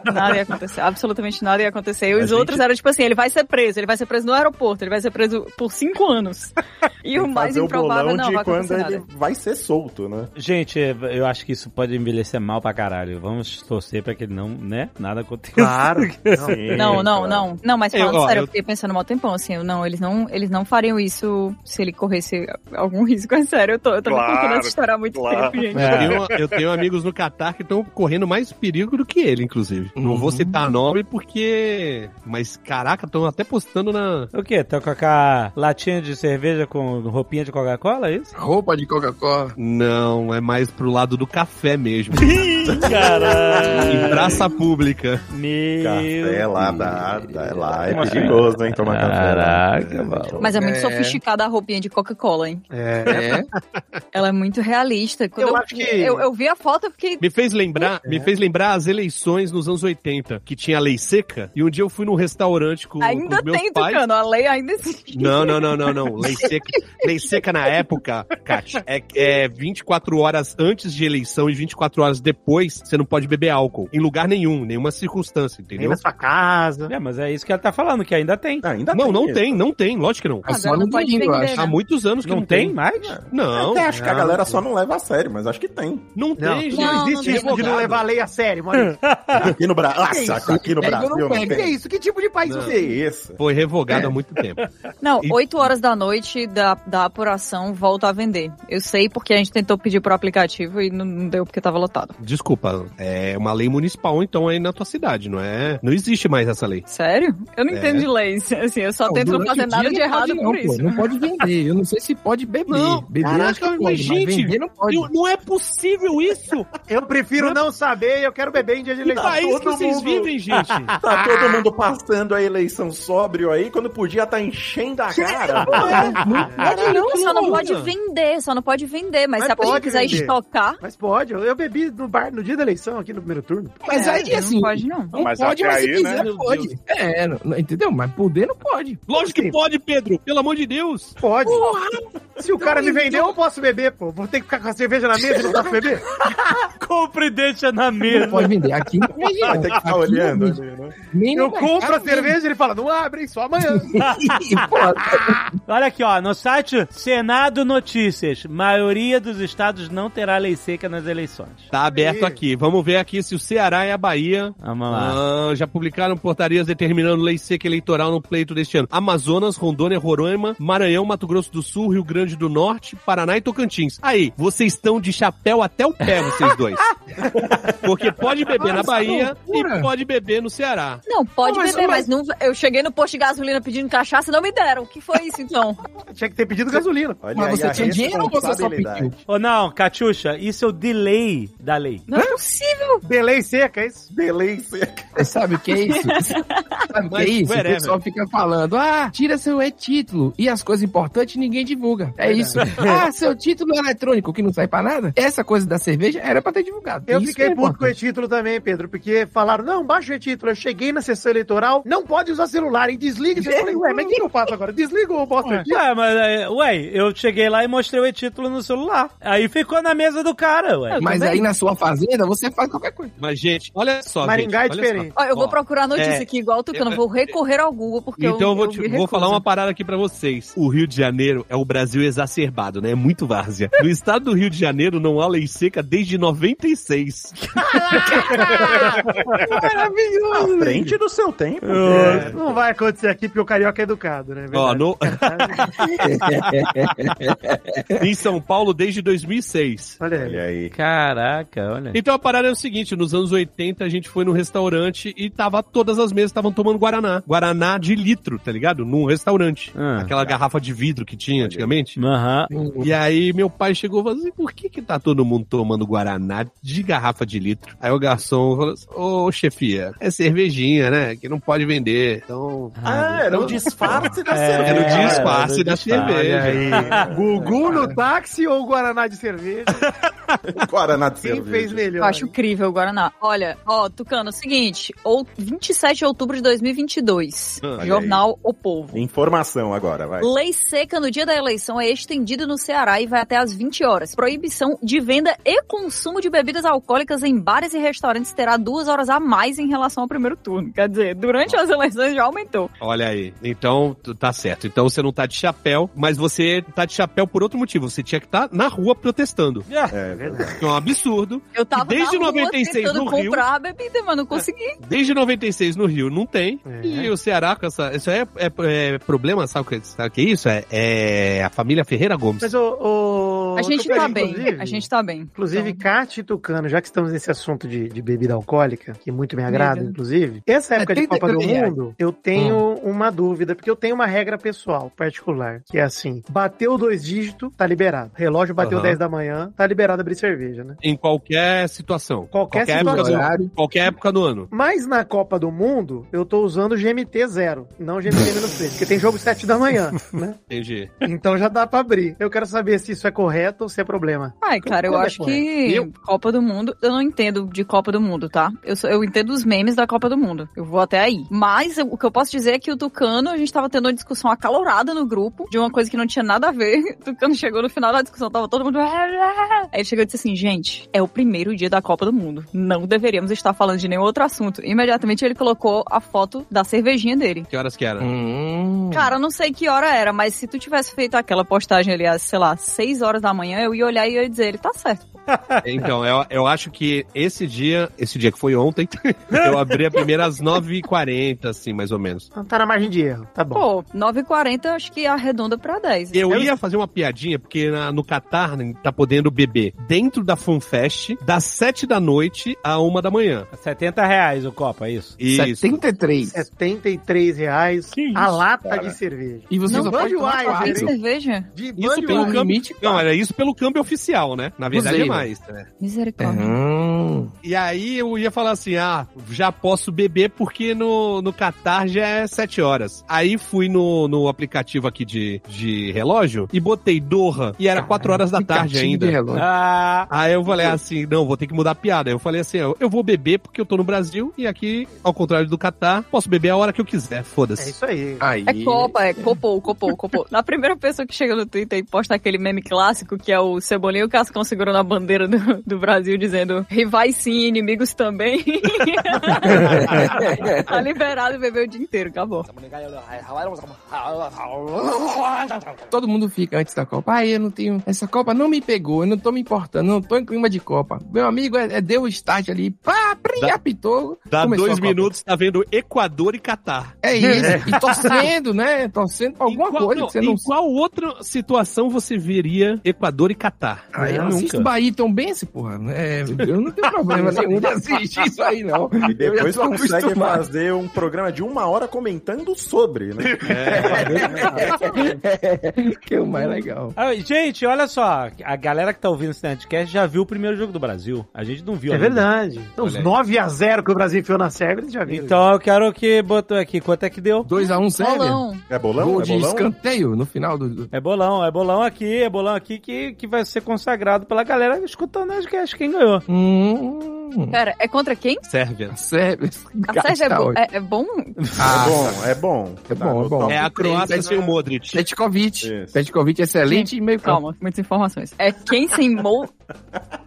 nada ia acontecer, absolutamente nada ia acontecer. E
A
os
gente-
outros eram, tipo assim, ele vai ser preso, ele vai ser preso no aeroporto, ele vai ser preso por 5 anos. E o
Tem que
mais
fazer
improvável,
bolão
não, vai
de quando
acontecer
ele
nada.
vai ser solto, né?
Gente, é, eu acho que isso pode envelhecer mal pra caralho. Vamos torcer pra que não, né? Nada aconteça.
Claro. Não.
Sim,
Não, não,
cara.
não. Não, mas falando
Eu- ó,
sério, eu...
eu-
fiquei pensando mal tempão, assim, eu, não, eles não, eles não fariam isso se ele corresse algum risco, é sério. Eu tô, eu tô me
Claro,
contando essa história há muito
claro.
tempo, gente.
Eu
É.
tenho, eu tenho amigos no Catar que estão correndo mais perigo do que ele, inclusive. Não vou citar nome porque. Mas caraca, estão até postando na.
O quê? Tá com a latinha de cerveja com roupinha de Coca-Cola, é isso?
Roupa de Coca-Cola.
Não, é mais pro lado do café mesmo. em
Caralho!
praça pública.
Meu
Café lá, dá, dá, lá é perigoso, hein? Tomar café.
Caraca,
lá.
mano.
Mas é muito
É.
sofisticada a roupinha de Coca-Cola, hein?
É.
Ela é muito realista. Quando
Eu
eu,
acho que-
eu, eu vi a foto, eu fiquei.
Me fez lembrar, me fez lembrar as eleições nos anos 80, que tinha lei seca, e um dia eu fui num restaurante com, com
Ainda
os meus
tem,
pais.
Tucano. A lei ainda existe.
Não, não, não, não, não. Lei seca, lei seca na época, Kat, é, é 24 horas antes de eleição e 24 horas depois, você não pode beber álcool. Em lugar nenhum, nenhuma circunstância,
Nem
entendeu?
na sua casa.
É, mas é isso que ela tá falando, que ainda tem.
Ah, ainda
Não, não
isso.
tem, não tem, lógico que não.
É só
Agora
no
não pode
domingo, eu
vender,
acho.
né?
Há muitos anos que
Não tem mais?
Não,
Até acho que a galera só não leva a sério, mas acho que tem.
não
Não,
tem, gente. é
não existe
não
isso de não
advogado.
levar a lei a sério, Maurício.
Aqui no Brasil.
isso?
Nossa, aqui no
Pega ou
Brasil.
não pega? Que isso? Que tipo de país
Não.
você
Que isso?
Foi revogado há muito tempo.
Não,
E-
8 horas da noite da, da apuração volta a vender. Eu sei porque a gente tentou pedir pro aplicativo e não, não deu porque tava lotado.
Desculpa, é uma lei municipal, então, aí na tua cidade, não é? Não existe mais essa lei.
Sério? Eu não
É.
entendo de leis. Assim, eu só
Não,
tento não
durante
fazer
o dia
nada de
não pode
errado
não,
por
pô,
isso.
Não é pode vender. Eu não sei se pode beber.
Não,
beber
caraca,
acho que
mas,
pode,
gente,
vender não pode.
Não- não é possível isso!
Eu prefiro não saber e eu quero beber em dia de
Que
eleição.
país que
todo
vocês
mundo-
vivem, gente?
Tá todo mundo passando a eleição sóbrio aí, quando podia tá enchendo a cara.
Ah,
Não,
que
só não pode
loucura.
vender, só não pode vender. Mas,
Mas
se a pessoa
pode
quiser
vender.
estocar,
Mas pode, eu, eu bebi no bar no dia da eleição aqui no primeiro turno.
Mas
é,
aí, assim,
não pode não.
não
Mas
pode,
até
mas se
aí,
quiser,
né?
pode. É, não- não- entendeu? Mas poder não pode.
Lógico que pode, Pedro, pelo amor de Deus.
Pode. Se o cara me vendeu, eu posso beber, pô. Vou ter que ficar com a cerveja na mesa e não posso beber?
compro e deixa na mesa.
Não pode vender. Aqui não pode
Vai ter que ficar olhando.
Nem
Eu
no
compro a
mercado
cerveja e ele fala, não abrem, só amanhã.
vende. Pô,
Olha aqui, ó, no site Senado Notícias. Maioria dos estados não terá lei seca nas eleições.
Tá aberto aqui. Vamos ver aqui se o Ceará e a Bahia
Vamos lá.
Ah, já publicaram portarias determinando lei seca eleitoral no pleito deste ano. Amazonas, Rondônia, Roraima, Maranhão, Mato Grosso do Sul, Rio Grande do Norte, Paraná e Tocantins. Aí, vocês estão de chapéu até o pé, vocês dois. Porque pode beber na
Nossa,
Bahia
loucura.
e pode beber no Ceará.
Não, pode
Não, mas-
beber,
mas-
mas, não, eu cheguei no posto de gasolina pedindo cachaça e não me deram. O que foi isso, então?
Tinha que ter pedido gasolina.
Olha
Mas
aí
você
a
tinha dinheiro ou você só
responsabilidade.
pediu?
Ô, não, Catiuxa, isso é o delay da lei.
Não é possível.
Delay seca, é isso?
Delay seca.
Mas sabe o que é isso? Sabe o que é
Mas
isso? O
whatever.
pessoal fica falando, ah, tira seu e-título e as coisas importantes ninguém divulga. É isso. Ah, seu título eletrônico que não sai pra nada. Essa coisa da cerveja era pra ter divulgado.
Eu
Isso
fiquei
que é
puto com o
importante.
e-título também, Pedro, porque falaram, não, baixa o e-título. Eu cheguei na sessão eleitoral, não pode usar celular, hein? Desliga. Eu falei, ué, mas o que eu faço agora? Desliga ou boto o e-título?
Ué, mas, é, ué, eu cheguei lá e mostrei o e-título no celular. Aí ficou na mesa do cara, ué.
Mas aí na sua fazenda você faz qualquer coisa.
Mas, gente, olha só.
Maringá
gente,
é
olha
diferente.
Ó, eu vou
Ó,
procurar a notícia
é,
aqui igual o Tucano.
eu-
Vou recorrer ao Google, porque
Então eu vou,
eu
te-
me
vou
recuso.
falar uma parada aqui pra vocês. O Rio de Janeiro é o Brasil exacerbado, né? É muito várzea. No estado do Rio de Janeiro não há lei seca desde 96.
Ah,
À frente do seu tempo.
É.
Não vai acontecer aqui porque o carioca é educado, né?
Ó,
Verdade.
no, em São Paulo desde 2006.
Olha aí.
Olha aí.
Caraca, olha.
Então a parada é o seguinte, nos anos 80 a gente foi num restaurante e tava todas as mesas estavam tomando guaraná, guaraná de litro, tá ligado? Num restaurante. Tá.
Ah.
Aquela garrafa de vidro que tinha antigamente.
Aham.
E aí meu pai chegou e falou assim, por que que tá todo mundo tomando Guaraná de garrafa de litro? Aí o garçom falou assim, ô chefia, é cervejinha, né? Que não pode vender. Então...
Ah, era um disfarce da
É,
Era o
cerveja.
disfarce da cerveja.
Gugu no táxi ou Guaraná de cerveja?
O Guaraná de
Quem fez
cerveja.
melhor?
Eu acho incrível o Guaraná. Olha, ó, Tucano, é o seguinte, ou 27 de outubro de 2022,
Ah,
Olha
jornal O Povo.
Informação agora, vai.
Lei seca no dia da eleição é estendida no Ceará e vai até às 20 horas. Proibição de venda e consumo de bebidas alcoólicas em bares e restaurantes terá duas horas a mais em relação ao primeiro turno. Quer dizer, durante as eleições já aumentou.
Olha aí. Então, tu- tá certo. Então você não tá de chapéu, mas você tá de chapéu por outro motivo. Você tinha que estar na rua protestando.
É, verdade.
Que é um absurdo.
Eu tava
E desde
na rua
96
tentando
no Rio? Ah.
comprar a bebida, mas não consegui.
Desde 96 no Rio não tem.
É.
E o Ceará com essa. Isso é, é- é problema, sabe o que, sabe o que é isso? É, é a família Ferreira Gomes.
Mas o,
A gente tá bem, a gente tá bem.
Inclusive,
Então,
Cátia e Tucano, já que estamos nesse assunto de, de bebida alcoólica, que muito me agrada,
Bebida.
inclusive, essa época de
trinta e
Copa do
também é.
Mundo, eu tenho
Hum.
uma dúvida, porque eu tenho uma regra pessoal, particular, que é assim: bateu dois dígitos, tá liberado. Relógio bateu
Aham.
10 da manhã, tá liberado abrir cerveja, né?
Em qualquer situação.
Qualquer
época do-
situação.
qualquer época do ano.
Mas na Copa do Mundo, eu tô usando GMT zero, não GMT menos 3, porque tem jogo 7 da manhã, né?
Entendi.
Então já dá pra abrir. Eu quero saber se isso é correto ou se é problema.
Ai, cara, eu
Quando é
acho
correto?
que
Eu?
Copa do Mundo. Eu não entendo de Copa do Mundo, tá? Eu, só- eu entendo os memes da Copa do Mundo. Eu vou até aí. Mas eu- o que eu posso dizer é que o Tucano, a gente tava tendo uma discussão acalorada no grupo de uma coisa que não tinha nada a ver. O Tucano chegou no final da discussão, tava todo mundo. Aí ele chegou e disse assim: gente, é o primeiro dia da Copa do Mundo. Não deveríamos estar falando de nenhum outro assunto. Imediatamente ele colocou a foto da cervejinha dele.
Que horas que era?
Hum.
Cara, eu não sei que hora era, mas se tu tivesse feito aquela postagem ali, às, sei lá, 6 horas da manhã, eu ia olhar e ia dizer, ele tá certo.
Então, eu, eu acho que esse dia, esse dia que foi ontem, eu abri a primeira às 9h40, assim, mais ou menos.
Então tá na margem de erro, tá bom.
Pô, 9h40 acho que arredonda pra 10.
Eu ia fazer uma piadinha, porque na- no Catar né, tá podendo beber dentro da FanFest, das 7 da noite à 1 da manhã.
70 reais o copo, é isso?
Isso.
73.
R$ 73 reais a
Que isso,
lata
cara.
de cerveja.
E você
Não
só pode
pode
tomar
mais,
Tem
gente.
quatro.
cerveja?
De
Isso
Budweiser.
pelo
Tem um limite.
Não, era isso pelo câmbio oficial, né? Na verdade é
Cruzeiro.
mais. né?
Misericórdia.
Hum.
E aí eu ia falar assim, ah, já posso beber porque no, no Catar já é 7 horas. Aí fui no, no aplicativo aqui de, de relógio e botei Doha e era 4 horas da tarde
Aplicativo de
ainda.
relógio.
Ah,
Aí eu falei assim, não, vou ter que mudar a piada. Aí eu falei assim, eu eu vou beber porque eu tô no Brasil e aqui, ao contrário do Catar, posso beber a hora que eu quiser,
É
foda-se.
isso aí.
Aí.
É Copa, é Copou, Copou, Copou. Na primeira pessoa que chega no Twitter e posta aquele meme clássico que é o Cebolinha e o Cascão segurando a bandeira do, do Brasil dizendo rivais sim, inimigos também. tá liberado beber o dia inteiro, acabou.
Todo mundo fica antes da Copa. Ah, eu não tenho. Essa Copa não me pegou, eu não tô me importando, não tô em clima de Copa. Meu amigo é, é, deu o start ali, pá, prim,
Dá-
apitou.
Dá
começou
dois
a Copa.
minutos, tá vendo Equador e Catar.
É isso. E torcendo, né? Torcendo pra alguma
Em qual-
coisa
não,
que você
em
não
qual outra situação você veria Equador e Catar?
Ah, eu
Não,
assisto
nunca.
Bahia e Tombense, porra. É, eu não tenho problema nenhum de assistir isso aí, não.
E depois
Eu já tô
consegue
acostumado.
fazer um programa de uma hora comentando sobre, né?
Que é o mais legal.
Ah, gente, olha só. A galera que tá ouvindo esse Nerdcast já viu o primeiro jogo do Brasil. A gente não viu
É
ainda.
verdade. Então, os
Olha aí.
9x0 que o Brasil enfiou na Sérvia, eles já viram.
Então eu quero que botou aqui. Quanto é que deu?
2x1 um, Sérvia.
Bolão.
É bolão?
Gol
é
de
bolão?
escanteio no final do. do-
É bolão, é bolão aqui, é bolão aqui que, que vai ser consagrado pela galera escutando o Nerdcast. Quem ganhou?
Hum.
Pera, é contra quem?
Sérvia.
a Sérvia.
A Sérvia é,
Tá
bo-
ótimo.
é- é bom?
É
Ah,
bom, é bom.
É bom, é
no
bom.
top.
É a Croácia
Três,
sem o Modric.
Petkovic.
Isso.
Petkovic excelente e meio campo.
Calma, muitas informações. É quem sem Mou.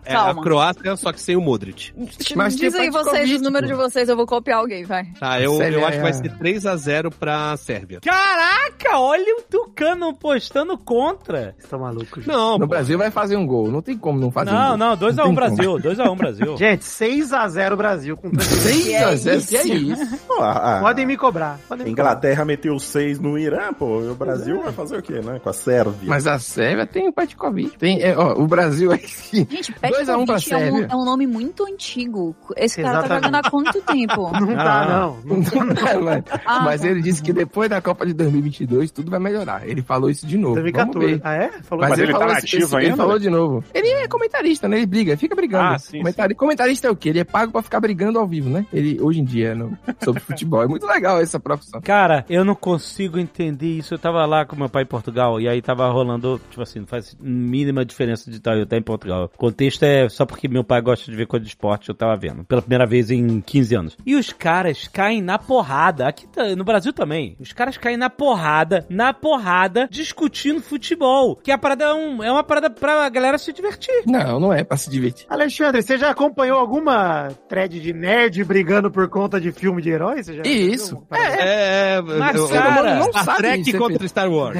É a
Calma.
Croácia, só que sem o Modric.
Mas
Diz
tem
aí
Petkovic,
tipo, vocês, os números
pô.
de vocês, eu vou copiar alguém, vai.
Tá, eu,
Sérvia
eu acho que vai
é-
ser 3x0 pra Sérvia.
Caraca, olha o Tucano postando contra.
Vocês estão malucos. tá gente.
Não,
No
pô.
Brasil vai fazer um gol. Não tem como não fazer
Não,
um gol.
não, 2x1
tem
Brasil, 2x1 Brasil.
Gente, 6x0 Brasil. Com...
Que é
6x0, que é
isso?
isso?
Não, a- a-
Podem me cobrar.
a
Podem me cobrar.
Inglaterra meteu seis no Irã, pô. E o
É.
Brasil vai fazer o quê, né? Com a Sérvia.
Mas a Sérvia tem o Petkovic. Tem, é, ó, o Brasil é que.
Gente,
Dois a um pra
Petkovic é, um,
Sérvia.
é um nome muito antigo. Esse cara tá
Exatamente.
jogando há quanto tempo?
Não tá,
Ah.
não. Não tá.
Ah,
Mas
tá.
ele disse que depois da Copa de 2022 tudo vai melhorar. Ele falou isso de novo. Vamos
2014.
ver.
Ah, é? Falou
Mas
que-
ele tá
falou
nativo
esse-
ainda?
Ele falou de novo. Ele é comentarista, né? Ele briga, fica brigando.
Ah, sim,
Comentari- Comentarista é o quê? Ele é pago pra ficar brigando ao vivo, né? Ele, hoje em dia, no- sobre futebol. É muito legal essa profissão.
Cara, eu não consigo entender isso. Eu tava lá com meu pai em Portugal e aí tava rolando, tipo assim, não faz mínima diferença de estar eu estar em Portugal. O contexto é só porque meu pai gosta de ver coisa de esporte, eu tava vendo. Pela primeira vez em 15 anos. E os caras caem na porrada. Aqui tá- no Brasil também. Os caras caem na porrada, na porrada, discutindo futebol. Que a parada é, um- é uma parada pra galera se divertir.
Não, não é pra se divertir.
Alexandre, você já acompanhou alguma thread de nerd brigando por conta de filme de herói? Você já
Isso.
É,
É, é,
Mas,
eu-
cara,
eu-
não
Star
sabe
Trek
isso, é
contra Star Wars.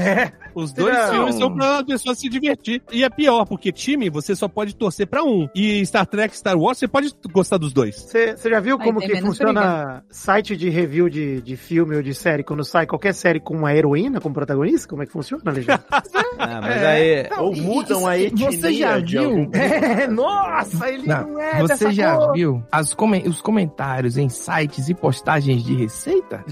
Os dois
Não.
filmes são pra pessoa se divertir. E é pior, porque time você só pode torcer pra um. E Star Trek Star Wars você pode gostar dos dois.
Você você já viu
Aí
como
tem
que
menos
funciona site de review de, de filme ou de série? Quando sai qualquer série com uma heroína como protagonista? Como é que funciona, Alexandre?
Ah, mas aí.
Ou mudam a etnia
Você já
de
viu?
algum-
nossa, ele
Não,
é
Você já
cor.
viu as comen- os comentários em sites e postagens de receita?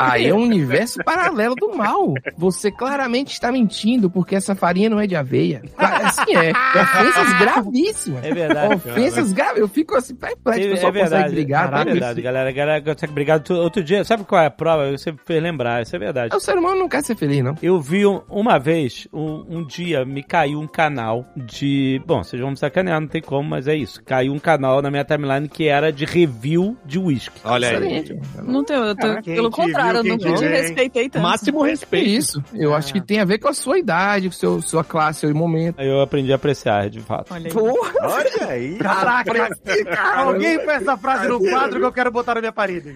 Aí é um universo paralelo do mal. Você claramente está mentindo porque essa farinha não é de aveia. Assim é. Ofensas gravíssimas.
É verdade.
Ofensas graves. Eu fico assim perplexo. O
É,
pessoal
é
consegue
verdade,
brigar.
é
tá?
verdade, galera. A galera consegue brigar. Tu- Outro dia, sabe qual é a prova? Você me fez lembrar, isso é verdade.
O ser humano não quer ser feliz, não.
Eu vi um- uma vez, um, um dia, me caiu um canal de. Bom, vocês vão me sacanear, não tem como, mas é isso. Caiu um canal na minha timeline que era de review de whisky.
Olha aí.
Excelente.
Não tenho, eu tô-
Cara, quem
pelo
te
contrário,
viu,
eu nunca
quem te
te
vê, hein?
respeitei tanto.
Máximo
É
respeito.
isso. Eu acho que tem a ver com a sua idade, com seu, sua classe, seu momento.
Aí eu aprendi a apreciar, de fato.
Olha aí.
Porra,
Olha aí.
Caraca, alguém põe essa frase no quadro que eu quero botar na minha parede.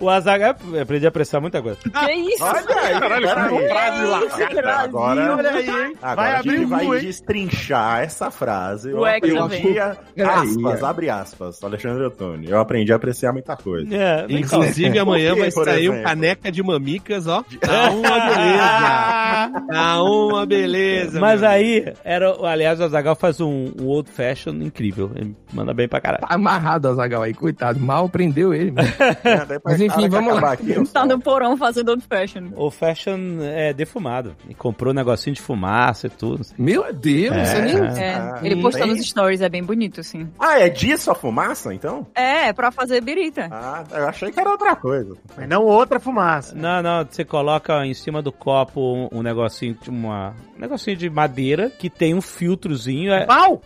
O Azaga aprendi a apreciar muita coisa.
Que isso?
Olha aí.
Caralho,
peraí.
que frase largada.
Agora,
Olha aí, hein?
agora
vai
a gente
um
abrir o
vai
cu, hein?
destrinchar essa frase.
O Hector vem.
aprendi a...
Peraí,
aspas, abre aspas, Alexandre Antônio. Eu aprendi a apreciar muita coisa.
É, bem claro.
Inclusive, amanhã
Por quê,
vai
por
sair um
exemplo?
caneca de mamicas, ó. Tá uma beleza. Tá uma beleza.
Mas
meu
aí, era, aliás, o Azagal faz um, um old fashion incrível. Ele manda bem pra caralho.
Tá amarrado a Zagal aí, coitado. Mal prendeu ele. mano. Mas enfim, vamos lá.
Tá no porão fazendo old fashion.
Old fashion é defumado. E comprou um negocinho de fumaça e tudo.
Meu Deus, você nem
É,
Ah,
ele postou
aí-
nos stories, é bem bonito, assim.
Ah, é disso a fumaça, então?
É, pra fazer birita.
Ah, eu achei que era outra coisa.
Mas não outra fumaça.
Não, não, você coloca em cima do copo um- um, negocinho, de uma, um negocinho de madeira que tem um filtrozinho. é-
Pau!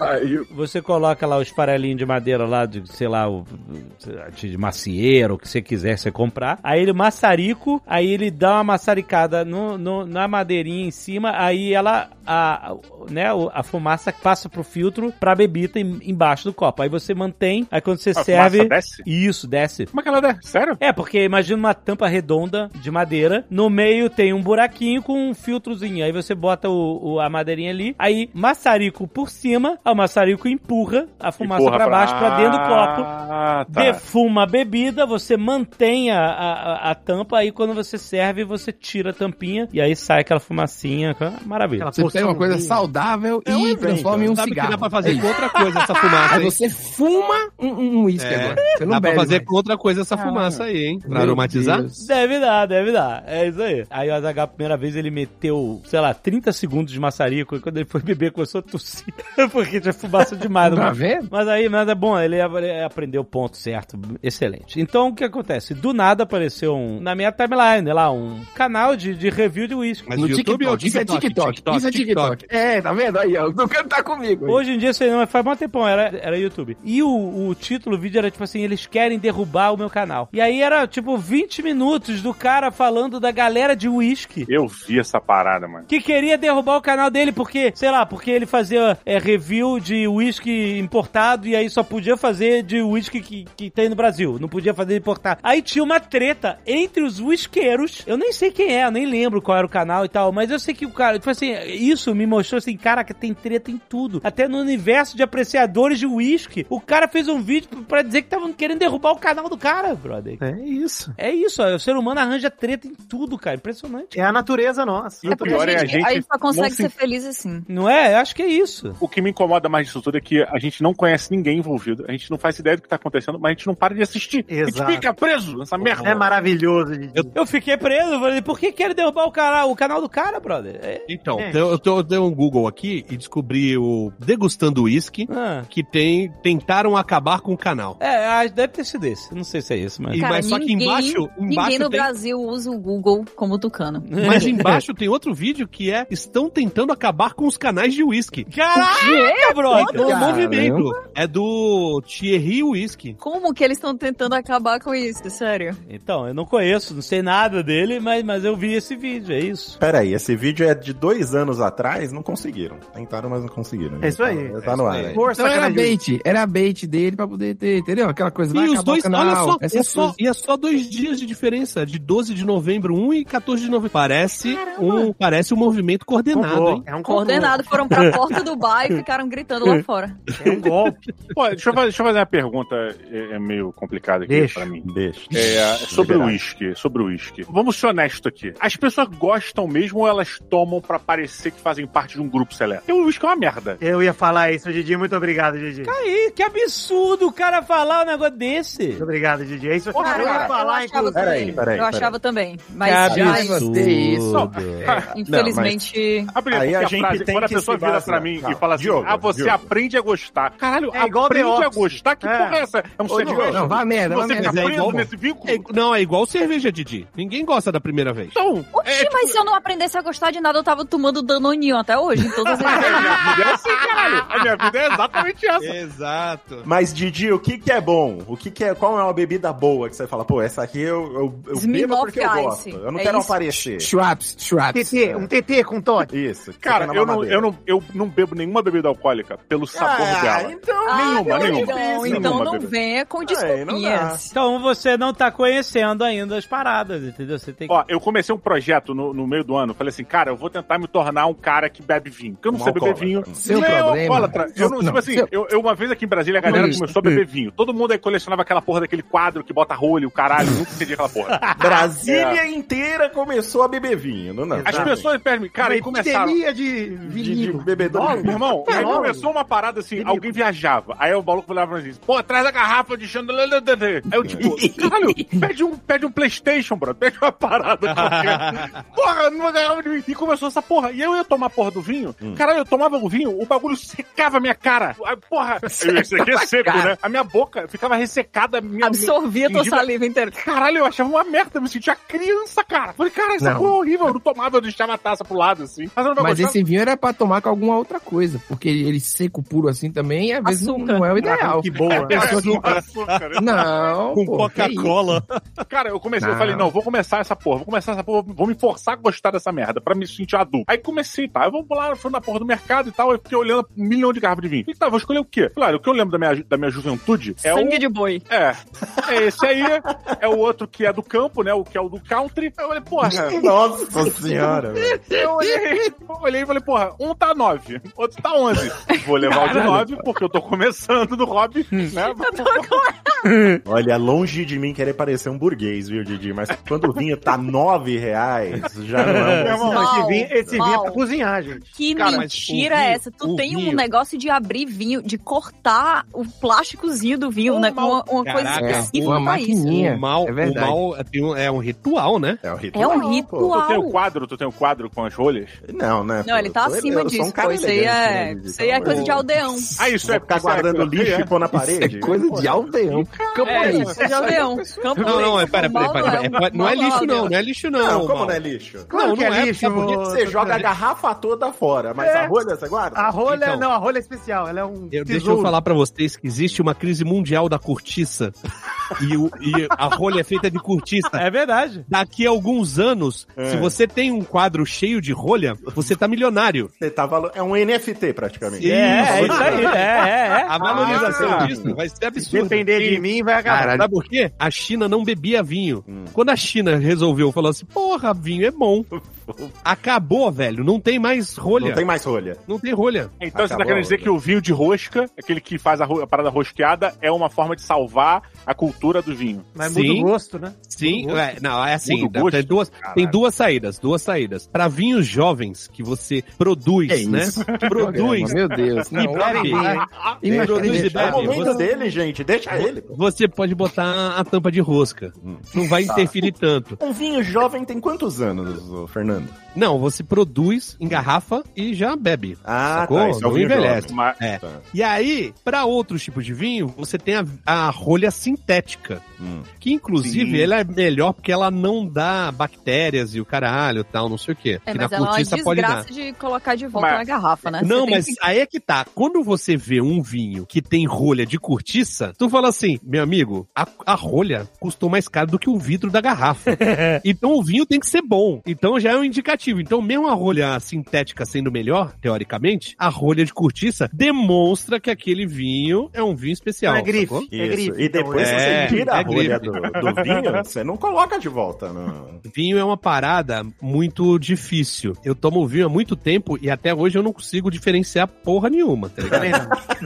Aí,
Você coloca lá os farelinhos de madeira lá, de, sei lá, o, sei lá, de macieiro, o que você quiser você comprar. Aí ele maçarico, aí ele dá uma maçaricada no, no- na madeirinha em cima, aí ela, a, a- né, o- a fumaça passa pro filtro pra bebida em- embaixo do copo. Aí você mantém, aí quando você
A
serve.
fumaça desce?
Isso, desce.
Como é que ela der? Sério?
É, porque imagina uma tampa redonda de madeira, no meio tem um buraquinho com um filtrozinho. Aí você bota o, o- a madeirinha ali, aí maçarico por cima, a maçarico empurra a fumaça
Empurra
pra baixo, pra dentro do copo.
Ah, tá.
Defuma a bebida, você mantém a, a- a- a tampa, aí quando você serve, você tira a tampinha e aí sai aquela fumacinha. ah, Maravilha.
Aquela
Você pega uma coisa
porçãozinha.
saudável
É um
e
evento.
transforma em um
Sabe
cigarro.
que dá pra fazer
É isso.
com outra coisa essa fumaça,
Aí
hein?
você fuma um- um uísque
É.
agora. Você não
Dá pra
bebe
fazer
mais.
com outra coisa essa fumaça aí, hein? Pra aromatizar.
Meu Deus.
Deve dar, deve dar. É isso aí. Aí o Azaghal, a primeira vez, ele meteu, sei lá, 30 segundos de maçarico. E quando ele foi beber, começou a tossir. Porque tinha fumaça demais.
Tá
mas,
vendo?
mas aí, nada bom. Ele é, ele aprendeu o ponto certo. Excelente. Então, o que acontece? Do nada apareceu um, na minha timeline lá, um canal de, de review de whisky.
Mas
No
YouTube ou
TikTok. Isso é TikTok. Isso é TikTok. É, tá vendo? Aí, ó. O Ducano tá comigo. aí.
Hoje em dia, isso aí não, mas faz mó tempão, era, era YouTube. E o, o título do vídeo era tipo assim: eles querem derrubar o meu canal. E aí era tipo 20 minutos do cara falando da galera de whisky.
Eu vi essa parada, mano.
que queria derrubar o canal dele porque, sei lá, porque ele fazia é, review de uísque importado e aí só podia fazer de uísque que, que tem no Brasil, não podia fazer importado. Aí tinha uma treta entre os uísqueiros, eu nem sei quem é, eu nem lembro qual era o canal e tal, mas eu sei que o cara, tipo assim, isso me mostrou assim, caraca, tem treta em tudo, até no universo de apreciadores de uísque, o cara fez um vídeo pra dizer que estavam querendo derrubar o canal do cara, brother.
É isso.
É isso, ó, o ser humano arranja treta em tudo, cara, impressionante.
É a natureza nossa.
E o
porque a
pior é a
gente,
gente.
aí só consegue
não se-
ser feliz assim.
Não é? Eu acho que é isso.
O que me incomoda mais disso tudo é que a gente não conhece ninguém envolvido, a gente não faz ideia do que tá acontecendo, mas a gente não para de assistir. A
Exato.
gente fica preso nessa merda.
É maravilhoso, Didi.
Eu fiquei preso, falei, por que querem derrubar o canal, o canal do cara, brother? É-
Então,
É.
eu, eu tô, eu dei um Google aqui e descobri o Degustando Whisky,
Ah,
que tem tentaram acabar com o canal.
é, ah, deve ter sido esse. Não sei se é esse, mas.
E-
Cara,
mas só que
ninguém,
embaixo- embaixo
ninguém no
tem-
Brasil usa o Google como tucano.
Mas embaixo tem outro vídeo que é Estão tentando acabar com os canais de whisky.
Caraca, brother!
É um
Caramba.
movimento. É do Thierry Whisky.
Como que eles estão tentando acabar com isso, sério?
Então, eu não conheço, não sei nada dele, mas, mas eu vi esse vídeo, é isso.
peraí, esse vídeo é de dois anos atrás, não conseguiram. Tentaram, mas não conseguiram.
É isso aí.
Tá, tá no ar. aí.
Força,
Então era
cara. Bem...
bait, era bait dele pra poder ter, entendeu? Aquela coisa vai
E os
acabar
dois,
o canal,
olha só, é
essas
só,
coisas.
e é só dois dias de diferença, de 12 de novembro um e 14 de novembro. Parece, um, parece um movimento coordenado, hein?
É um coordenado.
Coordenado, foram pra porta do bar e ficaram gritando lá fora.
É um golpe.
Pô, deixa, eu fazer, deixa eu fazer uma pergunta é, é meio complicada aqui
Deixa.
pra mim.
Deixa.
É, sobre o
Liberado.
uísque, sobre o uísque. Vamos ser honestos aqui. As pessoas gostam mesmo ou elas tomam pra parecer que fazem parte de um grupo seleto? Porque o uísque é uma merda.
Eu ia falar isso, Didi. Muito obrigado, Didi.
Aí, que absurdo o cara falar um negócio desse.
Muito obrigado, Didi. É isso.
Porra,
eu ia
cara,
falar,
achava
inclusive.
Peraí,
também.
peraí,
eu
peraí.
achava também.
que
Mas, ai,
absurdo.
gostei
infelizmente,
Abrindo,
Aí a
porque
gente
frase,
tem
quando a
que
pessoa
se
vira
basear.
pra mim
Calma.
e fala assim,
Diogo,
ah, você
Diogo.
aprende a gostar. Caralho,
É igual The
aprende a
Office.
gostar? Que
É.
porra é essa? É um
Ô, Diogo,
sanduíche?
Não, vá merda, vá
Você
merda.
fica
é
preso
igual-
nesse vínculo?
É, não, é igual cerveja, Didi. Ninguém gosta da primeira vez.
Então,
Oxi, mas se eu não aprendesse a gostar de nada, eu tava tomando danoninho até hoje, em todas as
a minha vida é assim, caralho. A minha vida é exatamente essa.
Exato.
Mas, Didi, o que que é bom? O que que é, qual é uma bebida boa que você fala, pô, essa aqui eu, eu, eu bebo
Smirnoff
porque eu
Ice.
gosto. Eu não
É
quero
isso.
aparecer.
Schwappes, Schwappes.
TT, um TT com Todd.
Isso. que você
Cara,
tá na
eu não,
mamadeira.
eu, não, eu não bebo nenhuma bebida alcoólica pelo sabor
ah,
dela.
Então,
Nenhuma,
meu
nenhuma.
Deus,
Nenhuma,
Então não
bebê.
venha com
É, não dá.
desculpinhas.
Então você não tá conhecendo ainda as paradas, entendeu? Você tem que.
Ó, eu comecei um projeto no, no meio do ano. Falei assim, cara, eu vou tentar me tornar um cara que bebe vinho. Porque eu não
Um
sei beber
alcoólatra.
vinho.
Seu
não é
problema.
alcoólatra. Eu não,
Não,
tipo assim,
seu-
eu, eu uma vez aqui em Brasília, a galera
Não,
começou a beber vinho. Todo mundo aí colecionava aquela porra daquele quadro que bota rolho, o caralho. eu Nunca entendi aquela porra.
Brasília inteira começou a beber vinho. Não, não.
As
Exato.
pessoas perdem. Cara, e começaram.
Epidemia de
De, de
vinil.
bebedor.
Ó, meu irmão,
Tá
aí
Não.
começou uma parada assim, alguém viajava. Aí o maluco falava assim, pô, traz a garrafa de chandelier. Aí eu tipo, caralho, pede um, pede um Playstation, bro. Pede uma parada qualquer. Porra, numa garrafa de vinho. E começou essa porra. E eu ia tomar a porra do vinho. Caralho, eu tomava o vinho, o bagulho secava a minha cara. Aí, porra, eu- isso aqui é seco, né? A minha boca ficava ressecada, minha
absorvia tua
Fingindo-
saliva inteira.
Caralho, eu achava uma merda, eu me sentia criança, cara. Falei, cara, essa
Não.
porra é horrível. Eu não tomava, eu deixava a taça pro lado, assim. Mas eu não
Mas
gostava.
esse vinho era pra tomar com alguma outra coisa, porque ele, ele seco puro assim também, às vezes não,
Açúcar.
não é o ideal.
Ah, Que boa.
é
pessoa que-
açúcar.
Não,
Com
pô, que isso.
Coca-Cola.
Cara, eu comecei, eu
Não.
Ah.
falei, não, vou começar essa porra, vou começar essa porra, vou me forçar a gostar dessa merda, pra me sentir adulto. Aí comecei, tá, eu vou lá, fui na porra do mercado e tal, eu fiquei olhando um milhão de garrafas de vinho. E tá, vou escolher o quê? Claro, o que eu lembro da minha, ju- da minha juventude é
Sangue
o...
de boi.
É, é esse aí, é o outro que é do campo, né, o que é o do country. Aí eu falei, porra,
Nossa senhora, velho.
eu olhei, eu olhei e falei, porra, um tá nove, outro tá onze. Vou levar o de nove, porque eu tô começando no hobby, né?
Olha, longe de mim querer parecer um burguês, viu, Didi? Mas quando o vinho tá nove reais, já não é um
Meu irmão,
Não, esse
Mal,
vinho, esse vinho é
mal.
pra cozinhar, gente.
Que
Cara, mas
mentira
o
é
vinho-
essa? Tu
o
tem um
vinho-
negócio de abrir vinho, de cortar o plásticozinho do vinho, né? Com uma, uma coisa
Caraca,
específica
uma
pra isso.
maquininha.
O mal,
É
o
verdade.
mal é, tem um- é um ritual, né?
É um
É
ritual.
um
pô.
Tu tem o
ritual.
quadro, tu tem o quadro com as rolhas?
Não, né?
Não, ele tá
pô, eu-
acima
eu sou um
disso.
cara
pô. isso aí
elegante,
é,
né, Didi?
isso aí é
Então,
coisa de
eu-
aldeão.
Ah, isso
Vou
é
ficar
isso é-
guardando lixo e pôr na
Isso
parede.
é coisa de aldeão.
É,
Camponês.
coisa de aldeão. Campo
Não, não, é,
esse,
pera,
um
pera,
mal
pera, pera,
aldeão,
é, não é
um mal
lixo não,
aldeão.
não é lixo não.
Não, como
mal.
não é lixo?
Claro
Não,
que
não
é
é,
lixo.
sabe por quê?
ô-
Você joga a garrafa toda fora, mas a
É.
rolha você guarda?
A rolha,
Então.
não, a rolha é especial, ela é um
Eu- deixa eu
tesouro.
falar pra vocês que existe uma crise mundial da cortiça e, o- e a rolha é feita de cortiça.
É verdade.
Daqui a alguns anos, se você tem um quadro cheio de rolha, você tá milionário.
Você tá valo- É um NFT praticamente.
Sim.
É, é isso aí. É, é, é.
A valorização
Ah!
disso vai ser absurda.
Depender de mim, vai acabar.
Caralho.
Sabe por quê? A China não bebia vinho.
Hum.
Quando a China resolveu, falou assim, porra, vinho é bom. Acabou, velho. Não tem mais rolha.
Ah, Não tem mais rolha.
rolha.
Então você tá
Acabou
querendo
a
dizer
outra.
que o vinho de rosca, aquele que faz a, ro- a parada rosqueada, é uma forma de salvar a cultura do vinho.
Mas
Sim.
muda o gosto, né?
Sim, é, não, é assim.
Muda o gosto?
Tem duas, tem duas saídas, duas saídas. Pra vinhos jovens que você produz,
É
né?
isso.
Produz.
Programa, Meu Deus. Não,
bebe.
olha, imagina,
produz e
gente,
É o
bebe.
olha,
momento
você-
dele, gente. Deixa ele.
Você pode botar a tampa de rosca. Não vai interferir tanto.
Um vinho jovem tem quantos anos, ô, Fernando?
Não, você produz, engarrafa e já bebe.
Ah,
Sacou?
tá. Esse é o
Não
vinho
envelhece.
jovem.
Mas,
É.
Tá.
E aí, pra outros tipos de vinho, você tem a, a rolha sintética.
Hum.
Que inclusive
Sim.
ela é melhor porque ela não dá bactérias e o caralho tal, não sei o quê.
É,
que
mas
na
ela é uma
cortiça pode dar.
desgraça de colocar de volta
Mas-
na garrafa, né?
Não,
Você tem
mas
que-
aí é que tá. Quando você vê um vinho que tem rolha de cortiça, tu fala assim, meu amigo, a, a rolha custou mais caro do que o vidro da garrafa. então o vinho tem que ser bom. Então já é um indicativo. Então mesmo a rolha sintética sendo melhor, teoricamente, a rolha de cortiça demonstra que aquele vinho é um vinho especial.
é grife.
sacou?
É
Isso.
grife.
e depois
então,
você
é,
tira a
é
rolha do, do vinho, você não coloca de volta. né? Não.
Vinho é uma parada muito difícil. Eu tomo vinho há muito tempo e até hoje eu não consigo diferenciar porra nenhuma, tá ligado?
Também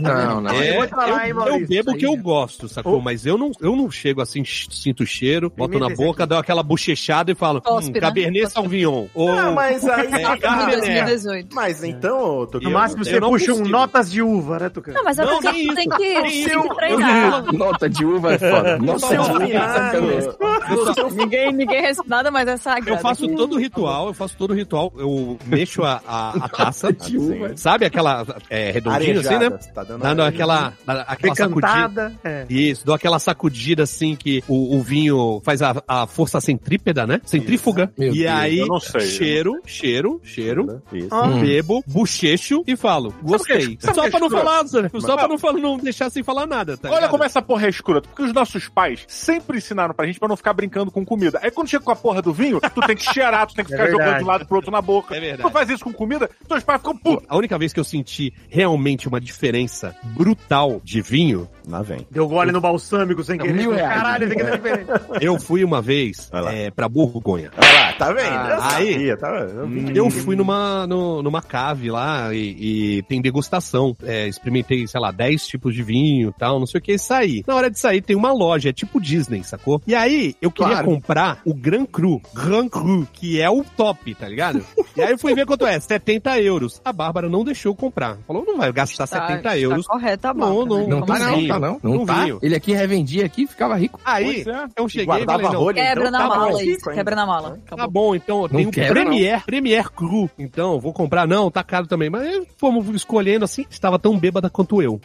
não.
Não, não.
É,
Eu vou te falar, hein,
eu,
Maurício,
eu bebo o
isso
que
aí,
eu
né?
gosto, sacou?
Oh.
Mas eu não, eu não chego assim, ch- sinto o cheiro, boto
Imita
na
esse
boca, dou aquela bochechada e falo, hum,
Cospe, né?
Cabernet
Cospe.
Sauvignon. Ou,
Ah, mas aí.
É,
Tá,
Em
garrafa, né?
2018.
Mas então, ô, Tucano,
No máximo
eu
você
não
puxa um
consigo.
notas de uva, né, Tucano?
Não, mas é
Não,
porque
nem
tu tem
isso.
que,
Nem
tem que
isso.
treinar.
Nota de uva é foda. Nota de
seu
uva é sacanagem.
vinagre,
ninguém, ninguém responde nada, mas é sagrado.
Eu faço todo o ritual, eu faço todo o ritual, eu mexo a, a, a taça,
De uva.
sabe aquela é, redondinha assim, né?
assim, arejada, você tá dando
Dando
arejada.
aquela, aquela sacudida.
Decantada. É.
Isso, dou aquela sacudida assim que o, o vinho faz a, a força centrípeda, né? Centrífuga.
Meu
E
Deus.
aí,
Eu não sei.
cheiro, cheiro, cheiro.
Isso.
Ah,
Hum.
bebo, bochecho e falo, gostei.
sabe
só
que
pra não
escroto?
falar, só pra
Mas-
não, falar, não deixar sem falar nada, tá
Olha
ligado?
como essa porra é escura, porque os nossos pais sempre ensinaram pra gente pra não ficar brincando com comida. Aí quando chega com a porra do vinho, tu tem que cheirar, tu tem que
É
ficar jogando
verdade.
de um lado pro outro na boca.
É verdade.
Tu faz isso com comida, teus pais ficam putos.
A única vez que eu senti realmente uma diferença brutal de vinho,
Lá vem.
Deu gole no balsâmico sem
é
querer.
Mil reais.
Caralho, tem que dar diferente.
eu fui uma vez
Vai lá.
é, pra Borgonha.
Olha lá, tá vendo?
Ah,
Eu sabia,
aí.
tá vendo? Eu vi.
Eu fui numa, no- numa cave lá e, e tem degustação. É, experimentei, sei lá, 10 tipos de vinho e tal, não sei o que, e saí. Na hora de sair tem uma loja, é tipo Disney, sacou? E aí eu queria
Claro.
comprar o Gran Cru, Gran Cru, que é o top, tá ligado? E aí eu fui ver quanto é, 70 euros. A Bárbara não deixou eu comprar. Falou, não vai gastar 70 euros.
Tá correto, tá
Não,
bom.
Não
não,
também. Como
tá
assim?
não,
vinho.
tá não. Não
Um
tá.
vinho.
Ele aqui revendia aqui, ficava rico.
Aí
Pois é.
eu cheguei e falei,
Guardava
não,
rolha,
Quebra
então
na
tá bom.
mala isso,
Rico, hein?
quebra na mala.
Tá
Acabou.
bom, então tem um
quebra,
Premier, Premier Cru. Então, vou comprar. Não, tá caro também. Mas fomos escolhendo assim, estava tão bêbada quanto eu.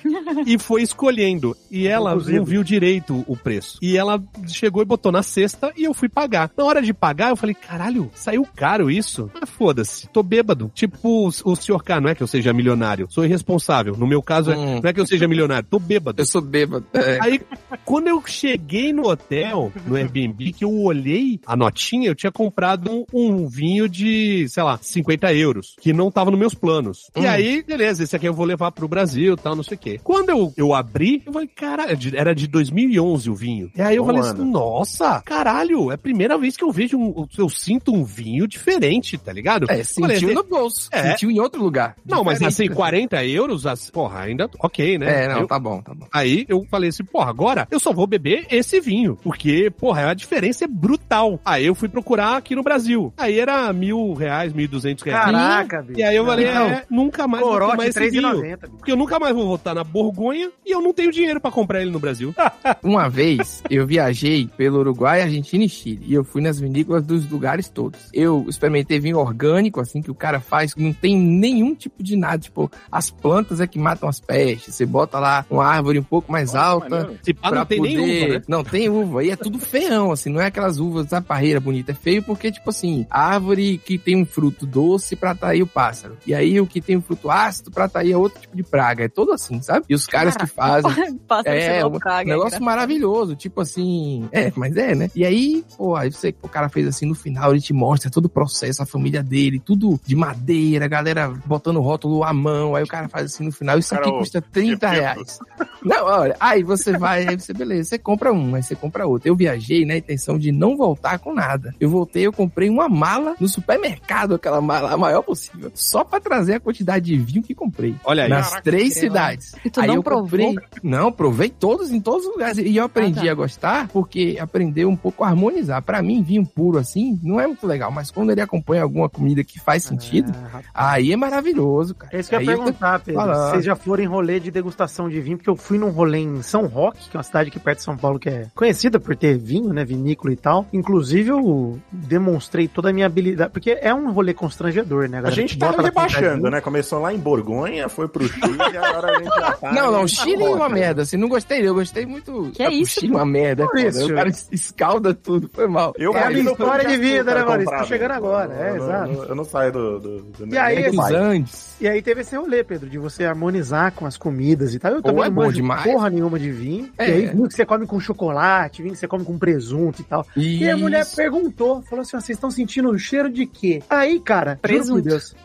E foi escolhendo. E ela não viu direito o preço. E ela chegou e botou na cesta e eu fui pagar. Na hora de pagar, eu falei, caralho, saiu caro isso? Ah, foda-se, tô bêbado. Tipo o, o senhor K, não é que eu seja milionário, sou irresponsável. No meu caso, é-
Hum.
não é que eu seja milionário, tô bêbado.
Eu sou bêbado. É.
Aí, quando eu cheguei no hotel, no Airbnb, que eu olhei a notinha, eu tinha comprado um, um vinho de, sei lá, 50 euros, que não tava nos meus planos. E
Hum.
aí, beleza, esse aqui eu vou levar pro Brasil tal, não sei o quê. Quando eu, eu abri, eu falei, caralho, de- era de 2011 o vinho. E aí eu
Um
falei
ano.
assim, nossa, caralho, é a primeira vez que eu vejo, um, eu sinto um vinho diferente, tá ligado?
É, sentiu
Falei,
no bolso.
É.
Sentiu em outro lugar.
Não, mas assim,
Diferente.
40 euros, as- porra, ainda ok, né?
É, não,
Eu-
tá bom, tá bom.
Aí eu falei assim, porra, agora eu só vou beber esse vinho, porque, porra, a diferença é brutal. Aí eu fui procurar aqui no Brasil. Aí era mil reais, mil e duzentos reais.
Caraca, bicho.
E aí eu falei,
Então,
é, nunca mais vou tomar
Corote
esse vinho.
3,90. bicho.
Porque eu nunca mais vou voltar na Borgonha e eu não tenho dinheiro pra comprar ele no Brasil.
Uma vez eu viajei pelo Uruguai, Argentina e Chile. E eu fui nas vinícolas dos lugares todos. Eu experimentei vinho orgânico, assim, que o cara faz, que não tem nenhum tipo de nada. Tipo, as plantas é que matam as pestes. Você bota lá uma árvore um pouco mais alta.
Se pá, Ah, não
pra
tem nem
poder-
uva, né?
Não, tem uva. E é tudo feião, assim. Não é aquelas uvas da parreira bonita. É feio porque, tipo assim, a árvore que tem um fruto doce pra atrair o pássaro. E aí o que tem um fruto ácido pra atrair outro tipo de praga. É todo assim, sabe? E os caras que fazem.
Passa
É,
é,
um
uma praga.
negócio
engraçado.
maravilhoso, tipo assim. É, mas é, né? E aí, pô, aí você, o cara fez assim no final, ele te mostra todo o processo, a família dele, tudo de madeira, a galera botando rótulo à mão. Aí o cara faz assim no final, isso
Cara,
aqui
ô,
custa 30
que
reais. Não, olha, aí você vai, aí você, beleza, você compra um, aí você compra outro. Eu viajei na intenção de não voltar com nada. Eu voltei, eu comprei uma mala no supermercado, aquela mala a maior possível, só pra trazer a quantidade de vinho que comprei.
Olha aí.
nas três
credo.
cidades.
E tu não
eu
provou?
comprei- Não, provei todos em todos os lugares. E eu aprendi
Ah, tá.
a gostar porque aprendeu um pouco a harmonizar. Pra mim, vinho puro assim não é muito legal, mas quando ele acompanha alguma comida que faz sentido,
Ah, rapaz.
aí é maravilhoso, cara.
É isso que eu
Aí
ia perguntar, Pedro.
falando.
Vocês já foram em rolê de degustação de vinho? Porque eu fui num rolê em São Roque, que é uma cidade aqui perto de São Paulo que é conhecida por ter vinho, né? Vinícola e tal. Inclusive, eu demonstrei toda a minha habilidade. Porque é um rolê constrangedor, né?
A
galera?
gente
Bota
tá
na frente da
rebaixando,
gente.
né? Começou lá em Borgonha, foi pro Chile, agora a gente já tá.
Não, não, o Chile é
Porra,
uma
né?
merda, assim, não gostei, eu gostei muito.
Que
Ah, o
isso?
Chile é uma merda, é
Por
foda,
isso.
o cara es- escalda tudo, foi mal.
Eu
É a minha
eu
história
tô
de vida,
pra
né, Maurício?
comprar,
Tá chegando
velho.
agora, é,
Eu não-
exato.
eu não- Eu não saio do. do, do
E aí,
nem
É
do
dos
bairro.
Andes.
E aí teve esse rolê, Pedro, de você harmonizar com as comidas e tal. Eu também
é
não
bom
manjo
demais.
porra nenhuma de vinho.
É.
E aí, vinho que você come com chocolate, vinho que você come com presunto e tal. E
é
a mulher
Isso.
perguntou, falou assim, "Ó, vocês estão sentindo o cheiro de quê? Aí, cara, juro por
Presunto.
Deus.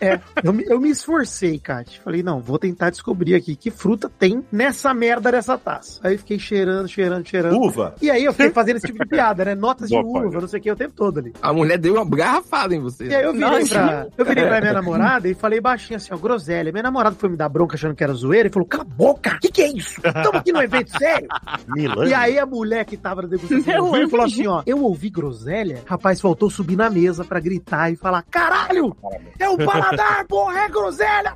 É, eu, me- eu me esforcei, Kate. Falei, não, vou tentar descobrir aqui que fruta tem nessa merda dessa taça. Aí fiquei cheirando, cheirando, cheirando.
Uva.
E aí eu fiquei fazendo esse tipo de piada, né? Notas de
Boa,
uva,
pai.
não sei o que, o tempo todo ali.
A mulher deu uma garrafada em você.
E aí eu virei,
Nossa.
pra, eu virei pra minha namorada e falei baixinho assim, ó, groselha. Minha namorada foi me dar bronca achando que era zoeira e falou, cala a boca, que que é isso? Estamos aqui num evento sério?
Milano.
E aí a mulher que tava na degustação
Meu
do vinho falou
anjo.
assim, ó, eu ouvi groselha, rapaz, faltou subir na mesa pra gritar e falar, caralho, é o paladar, porra, é groselha!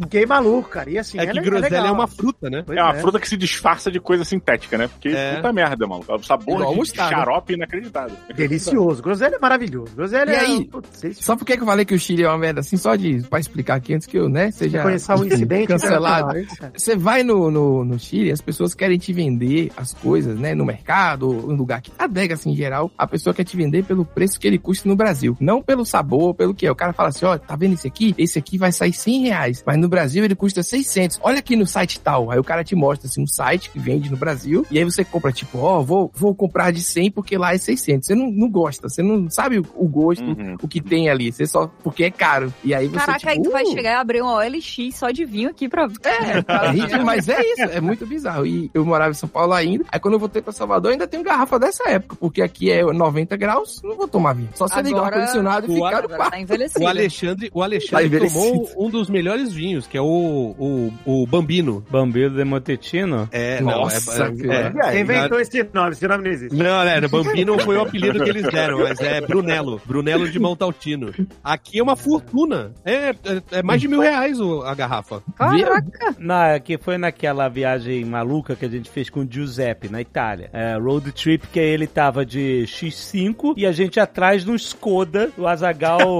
Fiquei maluco, cara, e assim,
É que
le-
groselha é,
legal.
uma fruta, né?
Pois
É uma
é.
fruta que se disfarça de coisa sintética, né? Porque
É.
puta merda, mano. O sabor
Igual
de
mostarda.
xarope inacreditável.
Delicioso, groselha é maravilhoso. Groselha
E
é-
aí?
Putz, isso-
Só porque que eu falei que o Chile é uma merda assim, só de pra explicar aqui antes que eu, né, seja
Reconhecer um incidente
cancelado.
internacional,
Você vai no, no, no Chile, as pessoas querem te vender as coisas, né? No mercado, ou em lugar que. Adega, assim, em geral, a pessoa quer te vender pelo preço que ele custa no Brasil. Não pelo sabor, pelo que é. O cara fala assim: ó, tá vendo esse aqui? Esse aqui vai sair 100 reais. Mas no Brasil ele custa 600. Olha aqui no site tal. Aí o cara te mostra, assim, um site que vende no Brasil. E aí você compra, tipo, ó, vou, vou comprar de 100 porque lá é 600. Você não, não gosta, você não sabe o, o gosto.
Uhum.
O que tem ali, você só. Porque é caro. E aí você.
Caraca,
tipo,
aí tu vai
"Uh,
chegar e abrir um uma OLX só de vinho aqui pra.
é, cara, ridículo, mas é isso, é muito bizarro. E eu morava em São Paulo ainda, aí quando eu voltei pra Salvador, ainda tenho garrafa dessa época, porque aqui é 90 graus, não vou tomar vinho. Só se eu ligar uma
Agora-
coisa, se condicionado e
O ar-
ficaram
Agora tá envelhecido.
O Alexandre, o Alexandre
Tá envelhecido.
tomou um dos melhores vinhos, que é o, o, o Bambino.
Bambido de Montetino?
É,
Nossa,
não, é- é,
cara.
E aí,
Quem inventou esse nome? Esse nome não existe.
Não, né, Bambino foi o apelido que eles deram, mas é Brunello. Brunello de Montaltino. Aqui é uma fortuna. É, é- é mais de mil reais o- a garrafa.
Caraca!
Na, que foi naquela viagem maluca que a gente fez com o Giuseppe, na Itália. É, road trip, que ele tava de X5 e a gente atrás no Skoda, o Azagal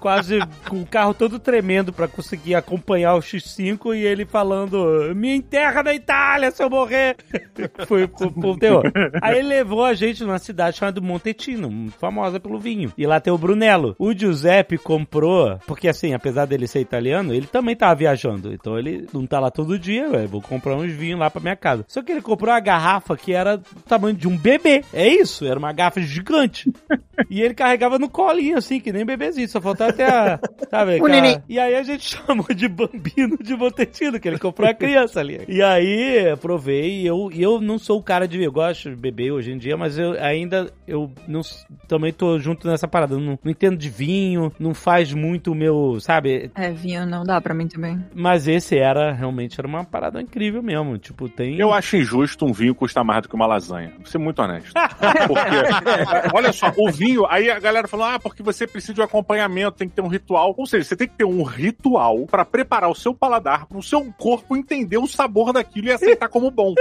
quase com o carro todo tremendo pra conseguir acompanhar o X5 e ele falando: Me enterra na Itália se eu morrer! foi pro, pro terror. Aí ele levou a gente numa cidade chamada Montetino, famosa pelo vinho. E lá tem o Brunello. O Giuseppe comprou, porque assim, apesar dele ser italiano, ele também tava viajando. Então ele não tá lá todo dia, ué, vou comprar uns vinhos lá pra minha casa. Só que ele comprou uma garrafa que era do tamanho de um bebê. É isso, era uma garrafa gigante. E ele carregava no colinho, assim, que nem bebezinho. Só faltava até a. Sabe,
O
aquela-
neném.
E aí a gente chamou de bambino de botetino, que ele comprou a criança ali. E aí, provei, e eu, e eu não sou o cara de. Eu gosto de beber hoje em dia, mas eu ainda. Eu não, s- também tô junto nessa parada. Eu Não, não entendo de vinho, não faz muito o meu. Sabe,
É, vinho não dá pra mim também.
mas esse era, realmente, era uma parada incrível mesmo. Tipo, tem.
Eu acho injusto um vinho custar mais do que uma lasanha. Vou ser muito honesto. Porque, olha só, o vinho, aí a galera falou, ah, porque você precisa de um acompanhamento, tem que ter um ritual. Ou seja, você tem que ter um ritual pra preparar o seu paladar, pro seu corpo entender o sabor daquilo e aceitar como bom.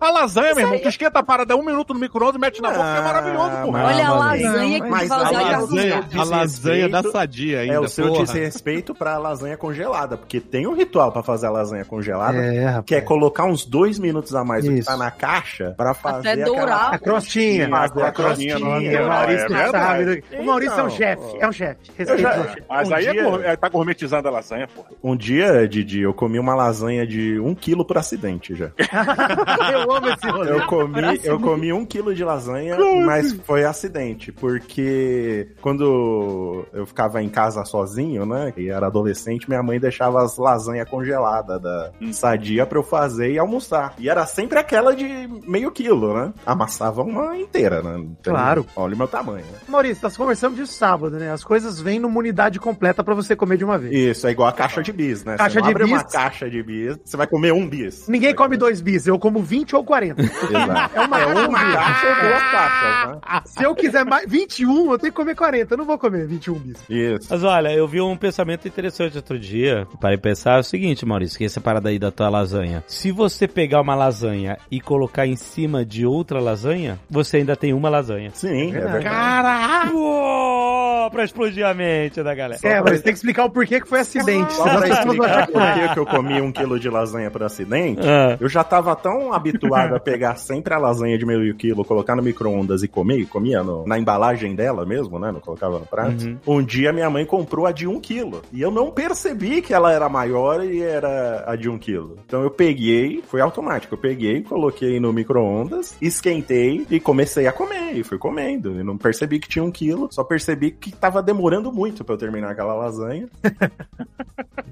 A lasanha, meu irmão, tu esquenta a parada um minuto no micro-ondas, mete na boca, é maravilhoso, porra.
Ah,
Olha a
maluco.
lasanha que tu
Mas
vai
a é
usar de
lasanha-
argumento.
a lasanha da
sadia
É o seu desrespeito pra lasanha congelada, porque tem um ritual pra fazer a lasanha congelada,
É, rapaz.
que é colocar uns dois minutos a mais do que
Isso.
tá na caixa pra fazer
Até dourar.
A crostinha.
Mas
A
a
crostinha.
crostinha,
não,
O Maurício
é
sabe.
verdade.
do- O Maurício é um
Então,
chefe. É um chefe.
Eu já-
Respeito.
Mas
um
aí é
dia-
gour- é, tá gourmetizando a lasanha, porra.
Um dia, Didi, eu comi uma lasanha de um quilo por acidente já.
Eu amo esse rolê.
Eu comi, eu comi um quilo de lasanha,
assim?
mas foi acidente, porque quando eu ficava em casa sozinho, né, e era adolescente, minha mãe deixava as lasanhas congeladas da
Hum.
sadia pra eu fazer e almoçar. E era sempre aquela de meio quilo, né? Amassava uma inteira, né? Então,
Claro.
Olha o meu tamanho, né?
Maurício, nós conversamos de sábado, né? As coisas vêm numa unidade completa pra você comer de uma vez.
Isso, é igual a caixa de bis, né?
Caixa
você não
de
abre uma
bis.
caixa de bis, você vai comer um bis.
Ninguém
Vai
come
comer-
dois bis, eu como 20 ou 40.
Exato. É uma, caixa ou é duas caixas, né?
Se eu quiser mais 21, eu tenho que comer 40. Eu não vou comer 21 bis.
Isso.
Mas olha, eu vi um pensamento interessante outro dia. Parei pra pensar é o seguinte, Maurício, que essa parada aí da tua lasanha. Se você pegar uma lasanha e colocar em cima de outra lasanha, você ainda tem uma lasanha.
Sim, é verdade.
Caraca! Pra explodir a mente da galera.
É, mas tem que explicar o porquê que foi acidente.
Só
senão as
pra
pessoas vão achar
explicar
que
por
não é.
que que eu comi um quilo de lasanha por acidente,
Ah,
eu já tava tão habituado a pegar sempre a lasanha de meio quilo, colocar no micro-ondas e comer, e comia no- na embalagem dela mesmo, né? Não colocava no prato.
uhum.
Um dia minha mãe comprou a de um quilo. E eu não percebi que ela era maior e era a de um quilo. Então eu peguei, foi automático. Eu peguei, coloquei no micro-ondas, esquentei e comecei a comer. E fui comendo. E não percebi que tinha um quilo, só percebi que tava demorando muito pra eu terminar aquela lasanha.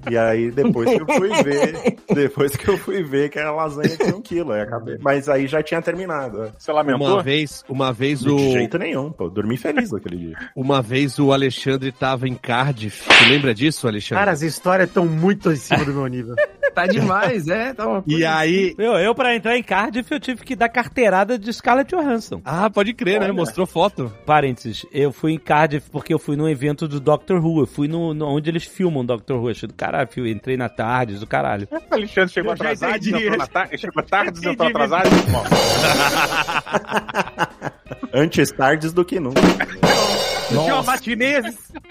E aí, depois que eu fui ver, depois que eu fui ver que a lasanha tinha um quilo, aí acabei. Mas aí já tinha terminado. né?
Você lamentou?
Uma vez, uma vez o,
De jeito nenhum, pô. Dormi feliz naquele dia.
uma vez o Alexandre tava em Cardiff. Tu lembra disso, Alexandre?
Cara, as histórias estão muito em cima do meu nível.
Tá demais, é. Tá uma
e aí,
Eu, eu, pra entrar em Cardiff, eu tive que dar carteirada de Scarlett Johansson.
ah, pode crer, né? Mostrou foto.
Parênteses, eu fui em Cardiff porque eu fui num evento do Doctor Who. Eu fui no, no- onde eles filmam Doctor Who. Eu achei do caralho, eu entrei na tarde, do caralho.
O Alexandre chegou
Eu já
atrasado,
entendi.
entrou na tarde, chegou tarde,
Entendi,
entrou atrasado. Bom,
Antes tardes do que nunca.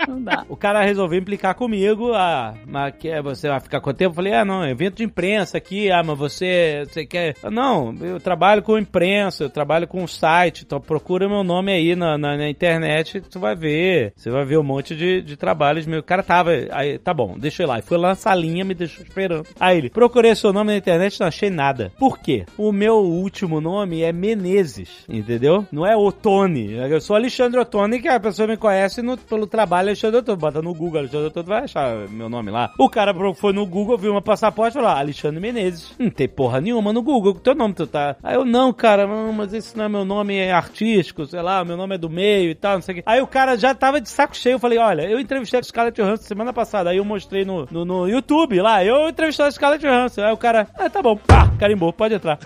Não dá.
O cara resolveu implicar comigo. Ah, mas que- você vai ficar quanto tempo? Eu falei, ah, não, é evento de imprensa aqui. Ah, mas você, você quer. Eu, Não, eu trabalho com imprensa, eu trabalho com site. Então procura meu nome aí na, na, na internet, tu vai ver. Você vai ver um monte de, de trabalhos meus. O cara tava, aí, tá bom, deixa eu ir lá. E foi lá na salinha, me deixou esperando. Aí ele, procurei seu nome na internet, não achei nada. Por quê? O meu último nome é Menezes, entendeu? Não é Otone. Eu sou Alexandre Otone, que a pessoa me conhece no- pelo trabalho Alexandre Alexandre Doutor, bota no Google, Alexandre Doutor, tu vai achar meu nome lá. O cara pro- foi no Google, viu uma passaporte e falou, ah, Alexandre Menezes. Não tem porra nenhuma no Google, com teu nome tu tá. Aí eu, não, cara, não, mas esse não é meu nome, é artístico, sei lá, meu nome é do meio e tal, não sei o quê. Aí o cara já tava de saco cheio, eu falei, olha, eu entrevistei a Scarlett Johansson semana passada, aí eu mostrei no, no, no YouTube lá, eu entrevistei a Scarlett Johansson. Aí o cara, ah, tá bom, pá, carimbou, pode entrar.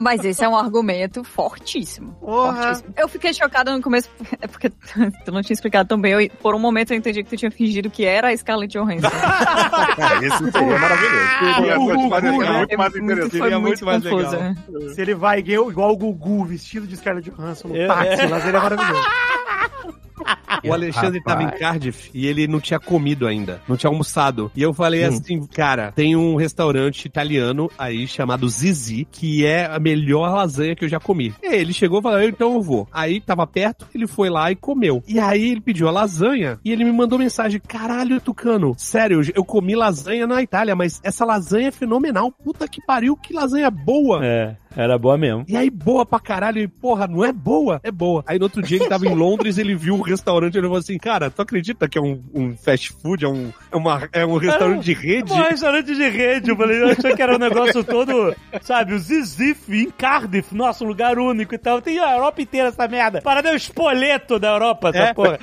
Mas esse é um argumento fortíssimo. fortíssimo. Eu fiquei chocada no começo, é porque tu não tinha explicado tão bem. Eu- por um momento eu entendi que tu tinha fingido que era a Scarlett Johansson.
Isso seria maravilhoso.
muito mais interessante.
Foi muito, confusa.
Se ele vai igual igual o Gugu, vestido de Scarlett Johansson no
Eu-
táxi,
é.
lá seria maravilhoso.
O Alexandre tava em Cardiff e ele não tinha comido ainda, não tinha almoçado. E eu falei assim, cara, tem um restaurante italiano aí chamado Zizi, que é a melhor lasanha que eu já comi. E ele chegou e falou, "Eu, então eu vou. Aí tava perto, ele foi lá e comeu. E aí ele pediu a lasanha e ele me mandou mensagem, caralho, Tucano, sério, eu- eu comi lasanha na Itália, mas essa lasanha é fenomenal. Puta que pariu, que lasanha boa.
É, era boa mesmo.
E aí, boa pra caralho, e porra, não é boa? É boa. Aí no outro dia ele tava em Londres, ele viu um restaurante, ele falou assim, cara, tu acredita que é um, um fast food, é um, é uma, é um restaurante de rede?
Pô, restaurante de rede, eu falei, eu achei que era um negócio todo, sabe, o Zizif em Cardiff, nosso lugar único e tal. Tem a Europa inteira essa merda. Parada é o espoleto da Europa, essa
É.
porra.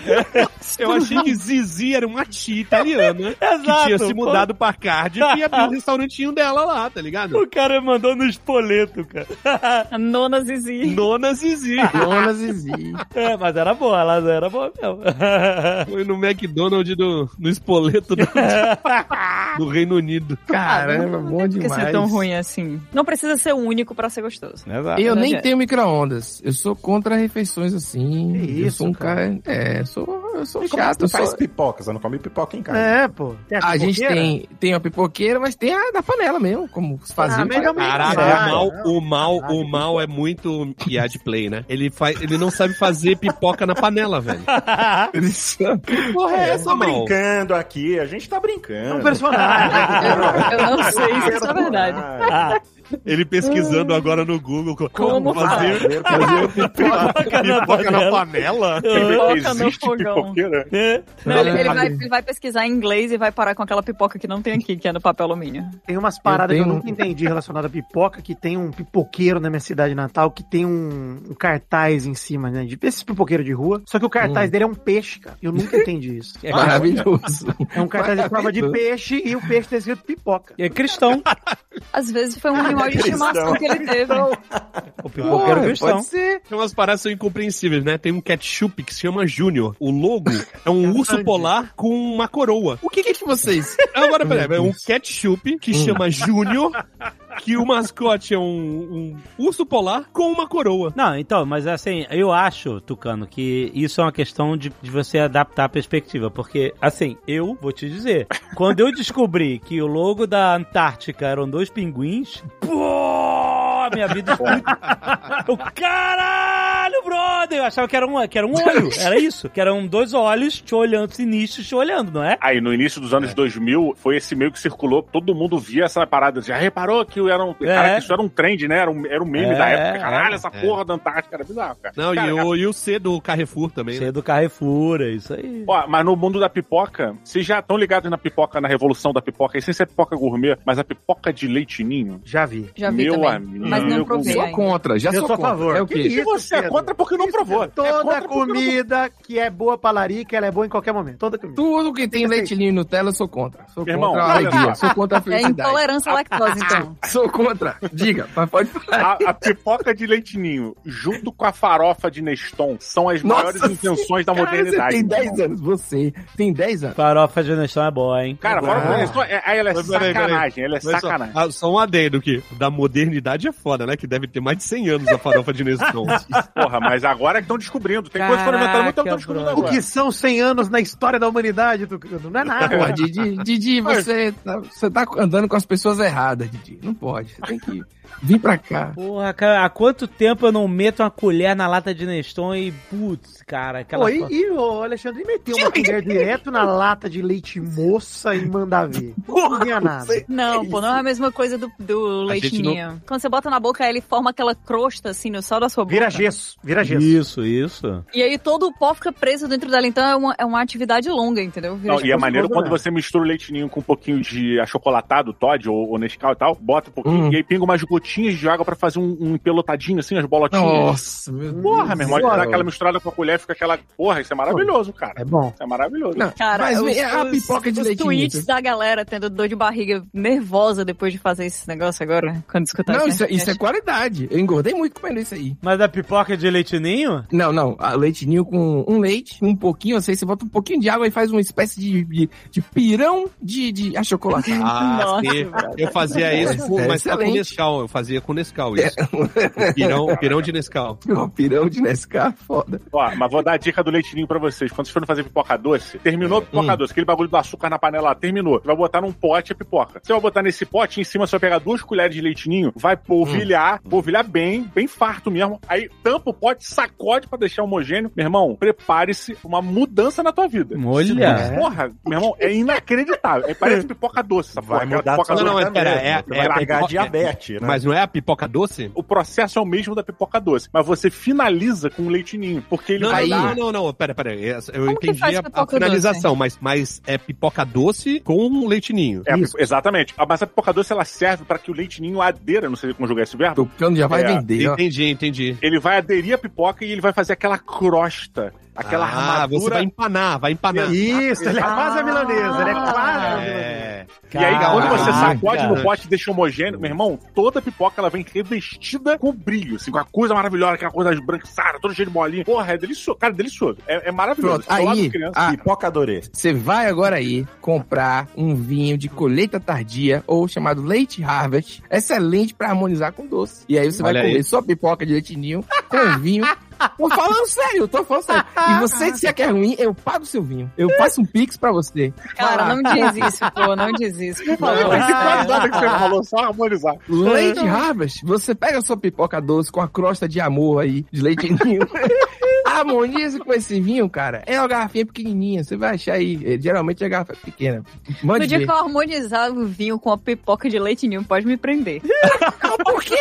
um
Eu achei que Zizi era uma tia italiana
Exato.
que tinha se mudado pra Cardiff e abriu um restaurantinho dela lá, tá ligado?
O cara mandou no espoleto, cara.
A nona Zizi.
Nona Zizi.
Dona Zizi.
É, mas era boa, ela era boa mesmo.
Foi no McDonald's do, no Espoleto do, do Reino Unido.
Caramba, bom
Ah, Por que
demais.
ser é tão ruim assim? Não precisa ser único pra ser gostoso.
Exato.
Eu nem
Verdade.
tenho micro-ondas. Eu sou contra refeições assim.
Que
eu
isso,
sou um cara. É, eu sou, eu sou chato.
Tu
eu sou-
faz pipoca, você não come pipoca em casa.
É, pô. Tem
A gente
pipoqueira?
tem, tem a pipoqueira, mas tem a da panela mesmo, como fazia.
Ah, mas
pra-
também-
Caraca,
Ah,
é
o mal, o mal, o mal é muito piad play, né? Ele faz, ele não sabe fazer pipoca na panela, velho. Que porra é essa, mal?
Brincando aqui, a gente tá brincando.
É um personagem.
Eu não sei se isso é verdade.
Ah,
Ah,
Ele pesquisando agora no Google co- Ah. como,
Como
fazer
Pipoca na
pipoca na
panela.
panela.
Pipoca no
Existe
fogão.
pipoqueira?
É.
Não, ele, ele vai, ele vai pesquisar em inglês e vai parar com aquela pipoca que não tem aqui, que é no papel alumínio.
Tem umas paradas
Eu
que eu
tenho-
nunca entendi relacionada à pipoca, que tem um pipoqueiro na minha cidade natal que tem um, um cartaz em cima, né? De, esse pipoqueiro de rua. Só que o cartaz dele é um peixe, cara. Eu nunca entendi isso.
É,
Maravilhoso.
É um cartaz de forma de peixe e o peixe tem escrito pipoca.
é cristão.
Às vezes foi um animal de estimação que Então, ele teve.
O pipoqueiro cristão.
ser.
Tem umas paradas que é são incompreensíveis, né? Tem um ketchup que se chama Júnior. O logo é um urso polar com uma coroa.
O que que, vocês...
Agora, peraí, é um ketchup que chama Júnior, que o mascote é um, um urso polar com uma coroa.
Não, então, mas assim, eu acho, Tucano, que isso é uma questão de, de você adaptar a perspectiva. Porque, assim, eu vou te dizer, quando eu descobri que o logo da Antártica eram dois pinguins, pô, minha vida explodiu. O caralho, brother! Eu achava que era, um, que era um olho, era isso. Que eram dois olhos te olhando, sinistros te olhando, não é?
Aí, no início dos anos 2000, foi esse meio que circulou, todo mundo via essa parada. Já reparou que era um, cara, que isso era um trend, né? Era um, era um meme
É,
da época. Caralho,
é,
essa
é.
porra da Antártica era bizarro, cara.
Não,
Cara,
e, o, e o C do Carrefour também,
Isso
né?
aí é do Carrefour, é isso aí.
Ó, mas no mundo da pipoca, vocês já estão ligados na pipoca, na revolução da pipoca, e sem ser pipoca gourmet, mas a pipoca de leite ninho?
Já vi.
Já vi
Meu
também.
amigo.
Mas não
Eu
provei
sou
Sou
ainda.
contra, já
Eu
sou
sou a
contra.
favor.
É o
Que
quê?
isso,
você é
Pedro?
contra porque não provou. é
Toda
contra porque não
comida que é boa pra larica, ela é boa em qualquer momento. Toda comida.
Tudo que tem leite ninho e Nutella, eu sou contra. Sou
Irmão,
contra a
olha
alegria,
só.
sou contra a
É
felicidade.
intolerância à lactose, então.
sou contra. Diga, mas pode falar.
A, a pipoca de leitinho, junto com a farofa de Neston, são as
Nossa
maiores invenções da
Cara, você
modernidade.
tem
irmão.
10 anos, você tem 10 anos.
Farofa de Neston é boa, hein?
Cara, farofa de
Ah.
Neston, é, aí ela é
Mas peraí, peraí.
sacanagem, ela é
Mas só-
sacanagem.
ah, Só, um adendo que da modernidade é foda, né? Que deve ter mais de 100 anos a farofa de Neston.
Porra, mas agora é que estão descobrindo. Tem coisa que foram inventando muito tempo, estão descobrindo
O
agora.
que são 100 anos na história da humanidade, Tucano? Não é nada.
Pô, Didi, Didi, você, tá- você tá andando com as pessoas erradas, Didi. Não pode. Você tem que Vim pra cá.
Porra, cara, há quanto tempo eu não meto uma colher na lata de Neston e, putz, cara, aquela...
Pô, e, e o Alexandre meteu uma colher direto na lata de leite moça e mandar ver. Não tinha nada.
Não, pô, não é a mesma coisa do, do
Ah, A gente não-
leitinho. Quando você bota na boca, ele forma aquela crosta, assim, no céu da sua boca.
Vira gesso, vira gesso.
Isso, isso.
E aí todo o pó fica preso dentro dela, então é uma, é uma atividade longa, entendeu? Vira
Não, e é
gesso.
maneiro quando você mistura o leitinho com um pouquinho de achocolatado, Todd ou, ou Nescau e tal, bota um pouquinho
Hum.
e aí pinga umas gotinhas de água pra fazer um, um pelotadinho assim, as bolotinhas.
Nossa, meu Deus.
Porra, meu irmão, ele dá
Cara,
aquela misturada com a colher, fica aquela. Porra, isso é maravilhoso, cara.
É bom.
Isso é maravilhoso.
Não,
Cara,
mas
os,
é a
os-
pipoca de
os
leite
tweets
ninja.
da galera tendo dor de barriga nervosa depois de fazer esse negócio agora, quando escutar né?
Não,
esse
isso, é- isso é
podcast.
qualidade. Eu engordei muito comendo isso aí.
Mas da pipoca de leitinho?
Não, não. A leite ninho com um leite, um pouquinho, eu sei, você bota um pouquinho de água e faz uma espécie de, de, de pirão de, de achocolatado.
Ah,
Nossa,
sim.
brother.
Eu fazia isso, com,
é
mas só com
excelente.
Nescau. Eu fazia com Nescau isso. O pirão, o pirão de Nescau.
um pirão de Nescau, foda.
Ó, mas vou dar a dica do leitinho pra vocês. Quando vocês forem fazer pipoca doce, terminou a pipoca
Hum.
doce, aquele bagulho do açúcar na panela lá, terminou. Você vai botar num pote a pipoca. Você vai botar nesse pote, em cima você vai pegar duas colheres de leitinho, vai polvilhar,
Hum.
polvilhar bem, bem farto mesmo. Aí tampa o pote, sacode pra deixar homogêneo. Meu irmão, prepare-se pra uma mudança na tua vida.
Olha.
Porra, meu irmão, é inacreditável. É, parece pipoca doce, essa
Vai
porra. Aquela
mudar
pipoca
sua
Não, não,
doce.
mas pera,
mesmo.
é-
Você
é
vai
a
largar
pipoca-
diabetes, né?
Mas não é a pipoca doce?
O processo é o mesmo da pipoca doce, mas você finaliza com um leitinho, porque ele
Não,
vai
não,
dar...
não, não, não, pera, pera. essa- Eu
Como que
entendi
faz
a,
pipoca
a finalização, mas, mas é pipoca doce com um leitinho.
É, exatamente. Ah, Mas a pipoca doce ela serve para que o leitinho adeira, não sei conjugar esse verbo.
Tocando já vai
É,
vender, ó.
Entendi, entendi.
Ele vai aderir à pipoca e ele vai fazer aquela crosta, aquela
ah,
armadura.
você vai empanar, vai empanar.
Isso,
Ah,
ele é quase a milanesa, ele é quase a milanesa.
É.
E aí, quando
né,
você
Caraca.
sacode no pote e deixa homogêneo, meu irmão, toda pipoca ela vem revestida com brilho, assim, com a coisa maravilhosa, aquela coisa esbranquiçada, toda cheia de bolinha. Porra, é delicioso. Cara, é delicioso. É, é maravilhoso.
Pronto, aí,
criança.
a-
Pipoca Dorê.
você vai agora aí comprar um vinho de colheita tardia, ou chamado leite harvest, excelente pra harmonizar com doce. E aí você
Olha
vai
aí.
comer sua pipoca de leite ninho com vinho. Tô falando sério, eu tô falando sério. E você disser que é ruim, eu pago o seu vinho. Eu faço um pix pra você.
Cara, não diz isso, pô, não diz isso. Por favor,
Não, mas que
sério.
qualidade que você falou, só harmonizar.
Leite
Uhum.
Harvest, você pega sua pipoca doce com a crosta de amor aí, de leite ninho. Harmoniza com esse vinho, cara. É uma garrafinha pequenininha, você vai achar aí. Eh, Geralmente é garrafa pequena.
No
Mande
dia
ver.
que eu harmonizar o vinho com a pipoca de leite ninho, pode me prender.
Por quê?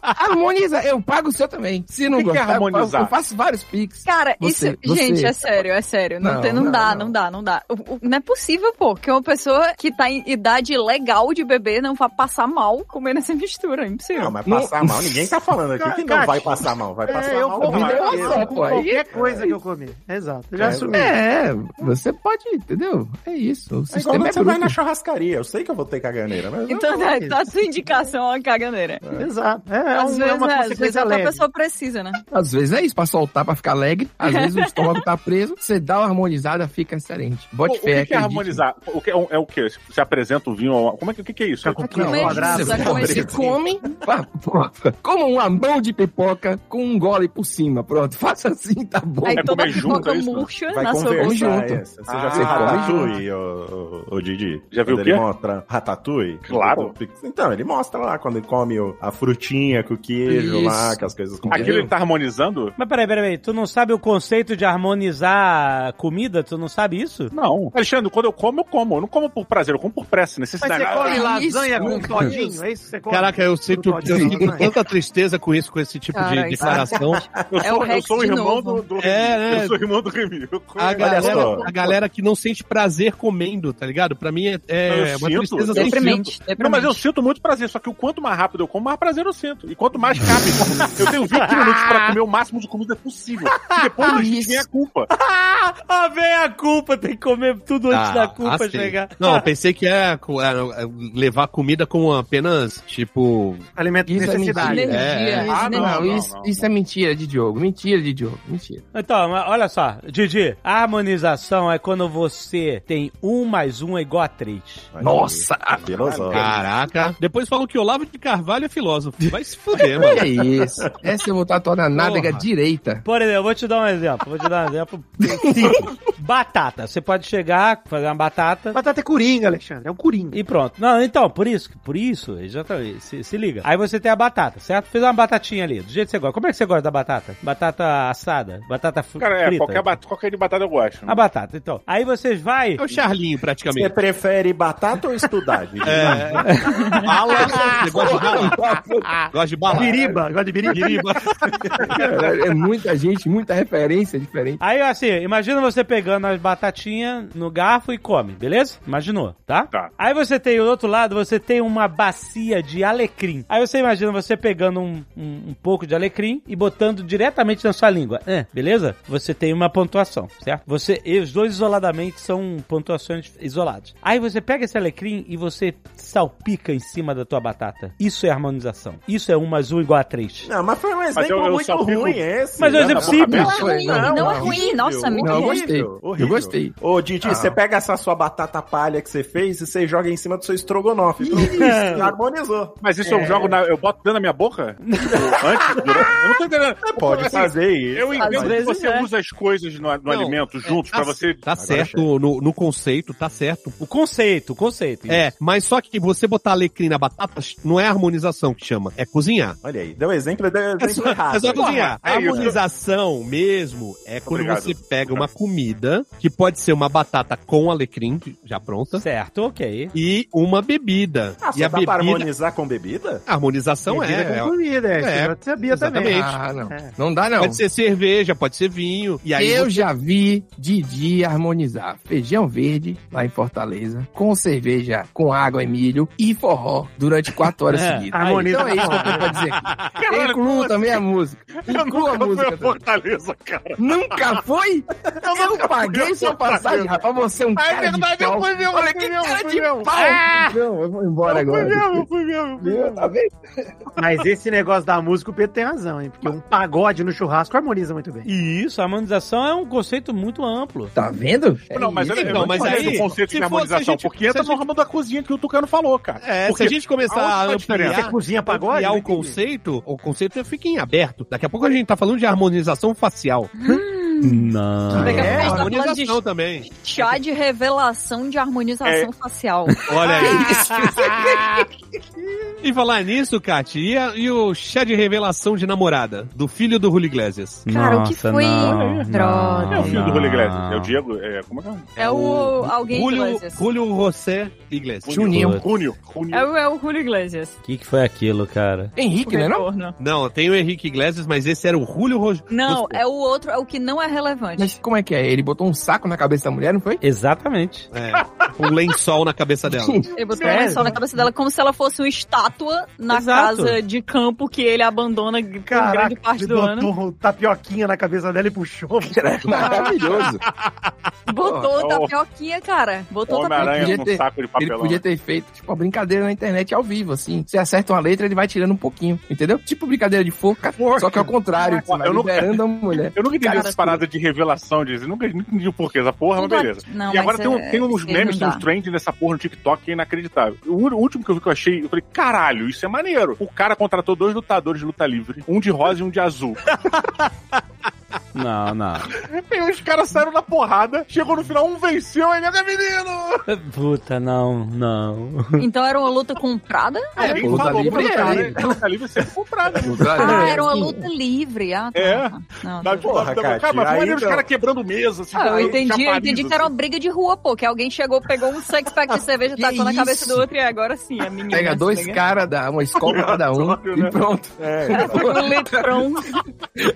Harmoniza, eu pago o seu também. Se não
O que que é
gostar, eu faço-
harmonizar?
eu faço vários pix.
Cara,
Você-
isso.
você-
Gente, é sério, é sério. Não,
Não,
tem- não
não,
dá, não.
não.
dá, não dá. O- o- Não é possível, pô, que uma pessoa que tá em idade legal de beber não vá passar mal comendo essa mistura. É
Não,
impossível.
mas passar mal, ninguém tá falando aqui que não
Cate.
vai passar mal. Vai passar
É, eu
mal.
vou
vai.
viver
Nossa,
com
pô, aí,
qualquer é coisa que eu comi. Exato, eu já
É,
assumi.
É, você pode, entendeu? É isso. O
É igual
sistema
quando
é
você vai na
bruto.
churrascaria. Eu sei que eu vou ter caganeira, mas...
Então,
não,
tá,
isso.
tá a sua indicação a caganeira.
Exato. É, é,
às
um,
vezes,
é uma
às vezes
consequência
até a
leve.
pessoa precisa, né?
Às vezes é isso, pra soltar, pra ficar alegre. Às vezes o estômago tá preso, você dá uma harmonizada, fica excelente. Bote
o,
fé,
que, que é
acredite.
harmonizar? O que, é o- é o que? Você apresenta o vinho? ao- Como é que, o que, que é isso?
Fica com
Não, um
quilo
Comer
quadrado.
você
junto, come
come, você
junto.
come, pá, pronto. Como uma mão de pipoca com um gole por cima, pronto. Faça assim, tá bom.
Aí
É
toda a
comer junto,
pipoca
é isso?
murcha
Vai
na sua
conversar.
boca.
junto.
é, Você
Ah,
já viu
tá.
Ratatouille, ô, ô, ô, Didi?
Já viu
Quando
o quê?
Ele mostra Ratatouille?
Claro.
Então, ele mostra lá quando ele come o- a frutinha com o queijo
Isso.
lá, com as coisas
é?
com
Aquilo ele tá harmonizando?
Mas peraí, peraí, peraí, tu não sabe o conceito de harmonizar comida? Tu não sabe isso?
Não. Alexandre, quando eu como, eu como. Eu não como por prazer, eu como por pressa,
Mas
necessidade.
você
é
come
Isso,
lasanha com
cara.
todinho? É isso que você come?
Caraca, eu sinto,
Não pode
eu
não,
sinto
não é.
tanta tristeza com isso, com esse tipo
Cara,
de
isso-
declaração.
eu
é o
sou, eu
Rex
sou o
de
irmão
novo.
do, do
É,
Remy.
né? Ah,
Eu sou irmão do Remy. Eu como-
A
só.
galera, a galera que não sente prazer comendo, tá ligado? Pra mim é, é
Não, eu
uma
sinto,
tristeza
eu
sem fim.
Deprimente, deprimente.
Não, mas eu sinto muito prazer, só que o quanto mais rápido eu como, mais prazer eu sinto. E quanto mais cabe, eu tenho 20 minutos pra comer o máximo de comida possível. E depois do
Isso.
vem a culpa.
Ah, vem a culpa, tem que comer tudo antes da culpa
assim.
chegar.
Não, eu pensei que era, co- era levar comida com apenas, tipo.
Alimento de
Isso é
necessidade.
mentira.
Energia,
Ah, não,
energia.
não,
isso,
não,
isso é mentira de Diogo. Mentira de Diogo. Mentira.
Então, mas olha só, Didi, a harmonização é quando você tem um mais um é igual a três.
Olha aí.
Nossa!
Filosófico.
Ah, Caraca. Depois falam que Olavo de Carvalho é filósofo. Vai se fuder, mano.
Que é isso? Essa eu vou tatuar na nádega
Porra.
direita.
Por exemplo, eu vou te dar um exemplo. Vou te dar um exemplo simples. Batata. Você pode chegar, fazer uma batata
Batata é coringa, Alexandre. É um coringa.
e pronto. Não, então, por isso, por isso, exatamente. Se, se liga. Aí você tem a batata, certo? Fez uma batatinha ali, do jeito que você gosta. Como é que você gosta da batata? Batata assada? Batata fr- frita?
Cara, é, qualquer, bat- qualquer de batata eu gosto.
Ah,
A batata, então. Aí você vai...
É o Charlinho,
Você
praticamente.
prefere batata ou estudar? gente?
é
É. Bala. Você gosta de bala? Gosta de bala?
Biriba, gosta de biriba?
Biriba.
Caralho, É muita gente, muita referência diferente.
Aí, assim, imagina você pegando as batatinhas no garfo e come, beleza? Imaginou, tá?
Tá.
Aí você tem, do outro lado, você tem uma bacia de alecrim. Aí você imagina você pegando um, um, um pouco de alecrim e botando diretamente na sua língua. É, beleza? Você tem uma pontuação, certo? Você, e os dois isoladamente são pontuações isoladas. Aí você pega esse alecrim e você salpica em cima da tua batata. Isso é harmonização. Isso é um mais um igual a três.
Não, mas foi um exemplo
eu- eu
muito
só fico-
ruim esse.
Mas é um
né?
exemplo
Na boca
simples.
aberta.
Não é ruim, não, é
horrível,
ruim. Nossa, muito
Não, eu
ruim.
gostei. Eu gostei.
Ô, Didi, você pega essa sua batata palha que você fez e você joga em cima do seu estrogonofe. Isso, harmonizou.
Mas isso
É.
eu jogo na. Eu boto dentro da minha boca? Tipo, Antes, durante. Eu não tô entendendo.
Pode
Assim,
fazer isso.
Eu entendo que
vezes
você
é.
usa as coisas no, no
Não,
alimento juntos pra você.
Tá certo no, no conceito, tá certo.
O conceito, o conceito.
É, mas só que você botar alecrim na batata não é harmonização que chama, é cozinhar.
Olha aí, deu exemplo, deu
É
exemplo
só,
errado.
é só cozinhar. a
é isso.
harmonização mesmo é quando
Obrigado.
você pega uma comida, que pode ser uma batata com alecrim, que já pronta,
Certo, ok.
e uma bebida.
Ah,
e
só
a
dá pra
bebida.
harmonizar com bebida?
A harmonização
Bebida
é.
com
é-
comida, é.
É,
Isso eu sabia também.
exatamente.
Ah, não.
É.
Não dá, não.
Pode ser cerveja, pode ser vinho. E aí
eu
você-
já vi Didi harmonizar feijão verde lá em Fortaleza, com cerveja, com água e milho e forró durante quatro horas
É.
seguidas.
Harmoniza.
Então é isso que eu tenho pra dizer.
Caralho, como
Incluo
assim?
também a música.
Eu
Inclua a
nunca fui
música.
a
também.
Fortaleza, cara.
Nunca foi? Eu não paguei sua passagem, rapaz. Você é
Ah,
um cara de pau.
mesmo, Ah!
Olha que cara de pau. Não, eu vou embora agora.
fui mesmo.
Meu, tá vendo?
Mas esse negócio da música, o Pedro tem razão, hein? Porque um pagode no churrasco harmoniza muito bem.
E isso, a harmonização é um conceito muito amplo.
Tá vendo? É
Não, mas
isso.
olha,
Então,
eu
mas
não
aí,
o conceito
se fosse,
de harmonização,
a gente-
porque entra
se a
no ramo da cozinha que o Tucano falou, cara.
É, se
Porque
a gente começar a
aonde tá a diferença?
ampliar,
Você cozinha pagode?
ampliar
Não
o
entendi.
conceito, o conceito fica em aberto. Daqui a pouco a gente tá falando de harmonização facial.
Não.
Daqui a pouco a gente tá falando de
É harmonização também.
Chá de revelação de harmonização facial.
Olha aí. e falar nisso, Kat, e, a- e o chá de revelação de namorada do filho do Julio Iglesias?
Cara, o que foi? Droga.
É o filho do Julio Iglesias, é o Diego, é, como é que é?
É o alguém
Julio,
Iglesias.
Julio José Iglesias.
Juninho.
Cunho, Cunho.
É o, é o Julio Iglesias.
O que, que foi aquilo, cara?
Henrique,
o
né? Não?
retorno.
Não, tem o Henrique Iglesias, mas esse era o Julio Ro...
Não,
José.
é o outro, é o que não é relevante.
Mas como é que é? Ele botou um saco na cabeça da mulher, não foi?
Exatamente.
É, um lençol na cabeça dela.
Ele botou um
Sério?
lençol na cabeça dela como se ela fosse uma estátua na
Exato.
casa de campo que ele abandona por grande parte
ele
do
botou
ano.
um tapioquinha na cabeça dela e puxou.
Maravilhoso.
Botou
Ó,
o tapioquinha, cara. Botou o tapioquinha.
Homem-Aranha
podia
com um
ter-
saco de
Ele
papelão.
podia ter feito, tipo, uma brincadeira na internet ao vivo, assim. Você acerta uma letra, ele vai tirando um pouquinho, entendeu? Tipo brincadeira de forca,
Forca.
só que ao contrário. Você vai
Eu nunca-
liberando a mulher.
Eu nunca entendi
Cara,
essa parada
assim,
de revelação, diz. Eu nunca nunca entendi o porquê dessa porra, mas
Tudo
é beleza.
aqui- não,
e agora
mas
tem, um-
é-
tem uns
isso aí
memes,
não
tem uns
dá.
trends nessa porra no TikTok que é inacreditável. O ú- o último que eu vi que eu achei, eu falei, caralho, isso é maneiro. O cara contratou dois lutadores de luta livre, um de rosa e um de azul.
Não, não.
e os caras saíram na porrada, chegou no final, um venceu, aí nega menino!
Puta, não, não.
Então era uma luta comprada?
Aí
pô, luta livre
pra
é,
lutar,
né?
né? Luta livre sempre comprada.
ao contrário,
Ah,
né?
é um
era uma luta livre. Ah, tá.
É.
tá. Não,
Da,
tá.
Porra,
da- da- cara,
Cátia,
mas foi
aí
maneiro os
não.
caras quebrando mesa, assim.
Ah, eu
aí,
entendi, eu
chafariz,
entendi que era uma
assim.
briga de rua, pô. Que alguém chegou, pegou um six pack de cerveja,
Que
tacou na
isso?
cabeça do outro e agora sim, a menina.
Pega
se
dois
liga.
caras, dá uma escola pra cada um
Aleatório, né?
e pronto.
É.
Foi um letrão.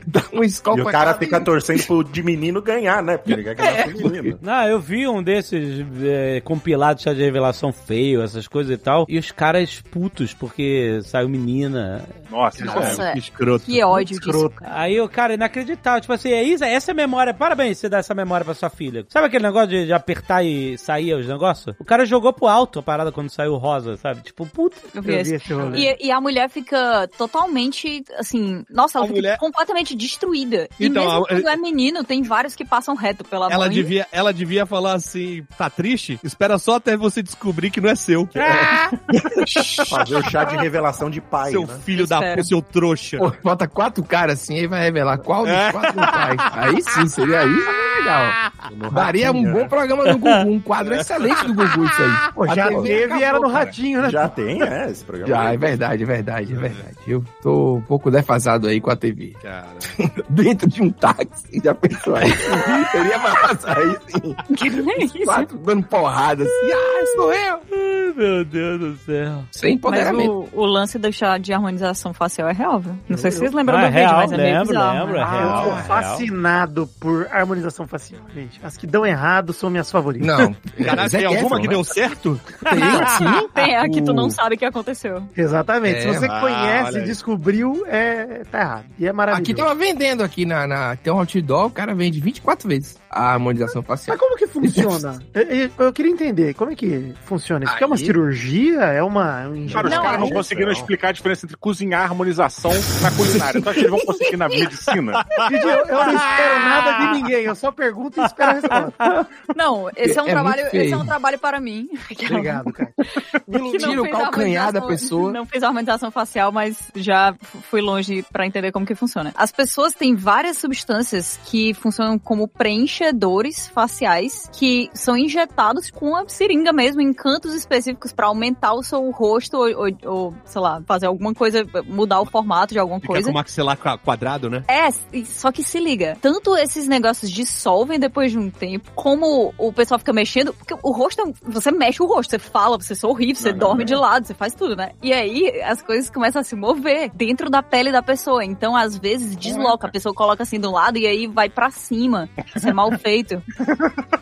Dá uma escola
E o
pra
cara
cada
fica
um.
torcendo pro de menino ganhar, né? Porque ele quer ganhar pro menino.
Não, eu vi um desses é, compilados chá de revelação feio, essas coisas e tal. E os caras putos, porque saiu menina.
Nossa, isso é.
Nossa,
Escroto.
que ódio disso. cara.
Aí o cara, inacreditável. Tipo assim, é isso, é essa memória. Parabéns você dar essa memória pra sua filha. Sabe aquele negócio de, de apertar e sair os negócios? O cara jogou pro alto a parada quando saiu rosa, sabe? Tipo, puta.
Eu vi
Eu
esse.
vi esse rolê.
E, e a mulher fica totalmente, assim, nossa, ela
A
fica
mulher-
completamente destruída. E
Então,
mesmo
a-
quando é menino, tem vários que passam reto pela
Ela
mãe.
devia, ela devia falar assim: tá triste? Espera só até você descobrir que não é seu.
Fazer o chá de revelação de pai,
seu
né?
filho da
Espera.
puta, seu trouxa.
Pô, bota quatro caras assim, aí vai revelar qual
É.
dos quatro pais. Aí sim, seria aí seria legal. Daria um bom programa do Gugu, um quadro
É.
excelente do Gugu isso aí.
Pô, já
A TV
teve e era no
acabou, cara.
ratinho, né?
Já tem, é, esse programa.
Já, é verdade, é verdade, é verdade. Eu tô um pouco defasado aí com a TV.
Cara.
Dentro de um táxi, já pensou aí? Seria massa aí, sim.
é
Quatro dando porrada assim, ah, sou eu!
Ai, meu Deus do céu.
Sem
Mas
empoderamento.
o, o lance do chá de harmonização facial é real, viu? Não sei se vocês lembram
Ah,
do
é
vídeo,
real,
mas é meio
lembro,
bizarro.
lembro, é
né?
Ah, eu
real,
sou
real.
fascinado por harmonização facial, gente. As que dão errado são minhas favoritas.
Não.
Caralho,
Zac
tem alguma
é
Efron,
que
né?
deu certo?
Ah, Tem a que tu não
Uh.
O-
sabe o que aconteceu.
Exatamente.
É,
Se você
ah,
conhece
olha
e
aí.
descobriu, é... tá errado. E é
Aqui
maravilhoso.
tava vendendo aqui na, na- Tem um outdoor, o cara vende 24 vezes a harmonização facial.
Mas como que funciona? Eu, eu- eu queria entender, como é que funciona isso? Porque é uma
Aí-
cirurgia? É uma... é um
Cara, os
Não,
caras não
é-
conseguiram explicar a diferença entre cozinhar e harmonização na culinária. Tu acha que eles vão conseguir na medicina?
Gente, eu, eu não espero nada de ninguém, eu só pergunto e espero a resposta.
Não, esse é um
É muito
trabalho, esse é
feio.
um trabalho para mim.
Obrigado, cara.
Que não
Tira o
fez a
calcanhar da
harmonização-
pessoa.
Não fiz a harmonização facial, mas já f- fui longe pra entender como que funciona. As pessoas têm várias substâncias que funcionam como preenchedores faciais que são injetados com a seringa mesmo em cantos específicos pra aumentar o seu rosto ou, ou- ou, sei lá, fazer alguma coisa, mudar o formato de alguma
Fica
coisa.
com o maxilar qua- quadrado, né?
É, e- só que se liga. Tanto esses negócios dissolvem depois de um tempo, como o pessoal fica mexendo, porque o rosto, é um- você mexe o rosto, você fala, você sorri, você
Não, não,
dorme
não.
de lado, você faz tudo, né? E aí as coisas começam a se mover dentro da pele da pessoa. Então, às vezes, desloca. A pessoa coloca assim do lado e aí vai pra cima. Isso é mal feito.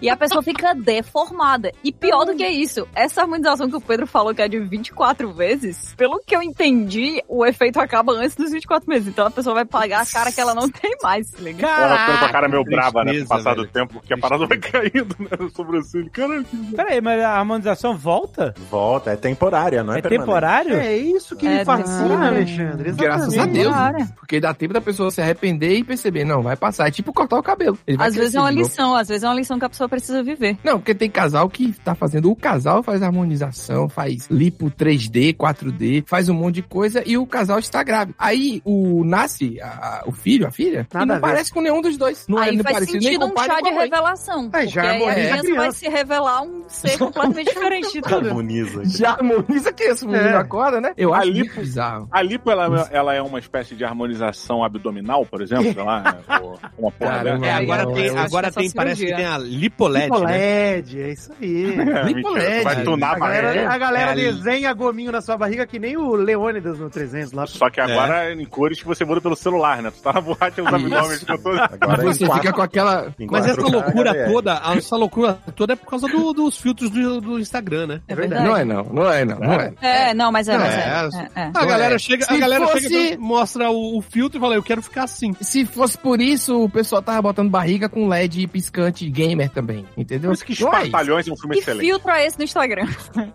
e a pessoa fica deformada. E pior do que isso, essa harmonização que o Pedro falou que é de 24 vezes, pelo que eu entendi, o efeito acaba antes dos 24 meses. Então a pessoa vai pagar a cara que ela não tem mais, tá se liga?
Ela ficando com a cara meio
Caraca,
brava, né? Com o
tristeza,
passar do
velho.
tempo, que a parada vai caindo né, sobre o cílio. Caralho, que
Ah.
Peraí, mas a harmonização volta?
Volta, é temporária, não é,
é
permanente.
temporário?
É isso que
É,
me fascina,
não.
Alexandre.
Graças a
exatamente.
Deus.
Claro.
Porque dá tempo da pessoa se arrepender e perceber, não, vai passar. É tipo cortar o cabelo. Ele vai
Às vezes é uma
crescer de novo.
lição, às vezes é uma lição que a pessoa precisa viver.
Não, porque tem casal que tá fazendo. O casal faz harmonização, faz lipo 3D, 4D, faz um monte de coisa e o casal está grávido. Aí o nasce a- a- o filho, a filha,
Nada
e não
a ver.
parece com nenhum dos dois. Não é
aí
nem
faz
parecido nem
sentido
com o
um
pai
chá
nem
de
com a mãe.
revelação.
Aí
porque
já
aí a
harmoniza
criança
a
vai
criança.
se revelar um ser completamente diferente de tudo.
Harmoniza.
Já harmoniza que esse menino
É.
acorda, né? Eu
A
acho
lipo-
muito bizarro.
A lipo, ela, ela é uma espécie de harmonização abdominal, por exemplo, sei lá, ou uma porra
Caramba.
dessa.
É, agora
não,
tem,
eu
agora
acho que é
tem
só
parece que
cirurgia.
tem a lipoled, né?
LED, é isso aí.
É,
lipo
mentira,
LED,
Vai
A
tunar a barriga.
galera, a galera
É,
desenha gominho na sua barriga que nem o Leônidas no 300 lá.
Só que agora é. em cores que você muda pelo celular, né? Tu tá na boate, os abdômenes ficam todos...
É
Agora
Você
em
fica
quatro-
com aquela.
em
Mas essa
4K,
loucura
HDR.
toda, essa loucura toda é por causa do- dos filtros do, do Instagram, né?
É
Não
verdade.
é não, não é não, não é.
É, não, mas é,
Não,
mas é.
é.
é, é.
A galera chega, a
Se
galera
fosse-
chega, mostra o, o filtro e fala, eu quero ficar assim.
Se fosse por isso, o pessoal tava botando barriga com LED piscante gamer também, entendeu?
Por isso que
Não é isso.
Espartalhões é um filme
Que
excelente.
filtro é esse no Instagram?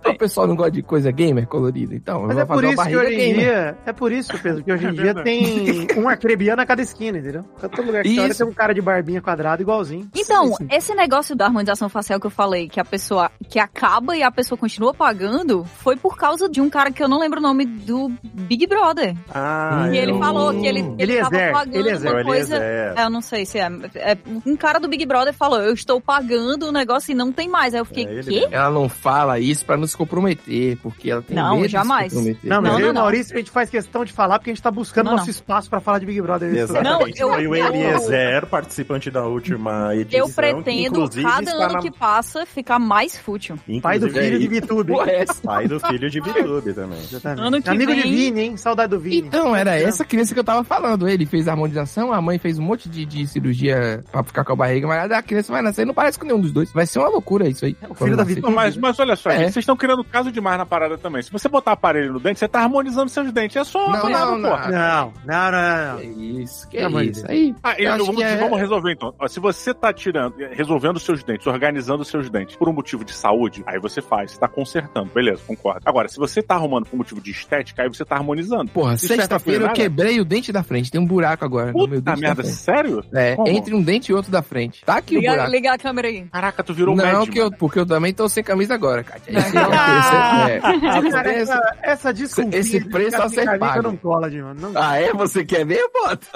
O pessoal não gosta de coisa gamer colorida, então.
Mas
eu
é
vou
por
fazer uma
isso que
barriga
hoje em
gamer.
dia. É por isso, Pedro, que hoje em dia
verdade.
tem um arcrebiano a cada esquina, entendeu? Todo lugar que você olha
Isso.
tem um cara de barbinha quadrada igualzinho.
Então,
Sim, sim.
esse negócio da harmonização facial que eu falei, que a pessoa que acaba e a pessoa continua pagando, foi por causa de um cara que eu não lembro o nome do Big Brother.
Ah,
E ele
eu-
falou que ele, ele
Eliezer,
tava pagando
Eliezer,
uma
Não,
coisa.
Eliezer.
É, Eu não sei se é, é, Um cara do Big Brother falou: Eu estou pagando o negócio e não tem mais. Aí eu fiquei:
É ele
Quê?
mesmo.
Ela não fala isso pra não se comprometer, porque ela tem
Não,
medo
jamais.
de se comprometer.
Não, mas
Não,
eu e
não,
o
não.
Maurício, a gente faz questão de falar porque a gente tá buscando
Não,
nosso
não.
espaço pra falar de Big Brother.
Exatamente.
Não, eu-
Foi o
eu-
Eliezer, participante da última edição.
Eu
que
pretendo,
inclusive
cada
está
ano
na-
que passa, ficar mais fútil.
inclusive,
Pai do filho de
aí,
VTube.
Porra, é essa?
Pai do filho de VTube também.
Exatamente.
Ano que
Amigo de
vem-
Vini, hein? Saudade do Vini.
Então, era essa criança que eu tava falando. Ele fez a harmonização, a mãe fez um monte de, de cirurgia pra ficar com a barriga barriga malhada, a criança vai nascer e não parece com nenhum dos dois. Vai ser uma loucura isso aí.
É O filho da vítima. Mas, mas olha só,
É.
gente, vocês estão criando caso demais na parada também. Se você botar aparelho no dente, você tá harmonizando seus dentes. É só uma
Não,
parada,
não, não.
porra.
Não, não, não,
Que
não.
isso, que é
Pelo amor de
isso.
Deus.
Aí,
Ah, e
Eu acho
vamos,
que é-
vamos resolver então. Ó, Se você tá tirando, resolvendo os seus dentes, organizando os seus dentes por um motivo de saúde, aí você faz, você tá consertando, beleza, concordo. Agora, se você tá arrumando por um motivo de estética, aí você tá harmonizando.
porra,
Isso é
sexta-feira eu
nada?
quebrei o dente da frente. Tem um buraco agora no meu
Puta
dente
merda,
da frente.
sério?
É,
Como?
entre um dente e outro da frente. Tá aqui o
Ligar,
buraco.
ligar a câmera aí.
Caraca, tu virou um
não,
médium.
que eu, porque eu também tô sem camisa agora, Kátia. Esse, é
Ah!
esse-
Cara,
é, esse-
essa, essa desculpinha
esse
de
preço
ficar
a
sem
ser
camisa
pago.
não cola, de mano. Não,
Ah, é? Você quer ver, bota?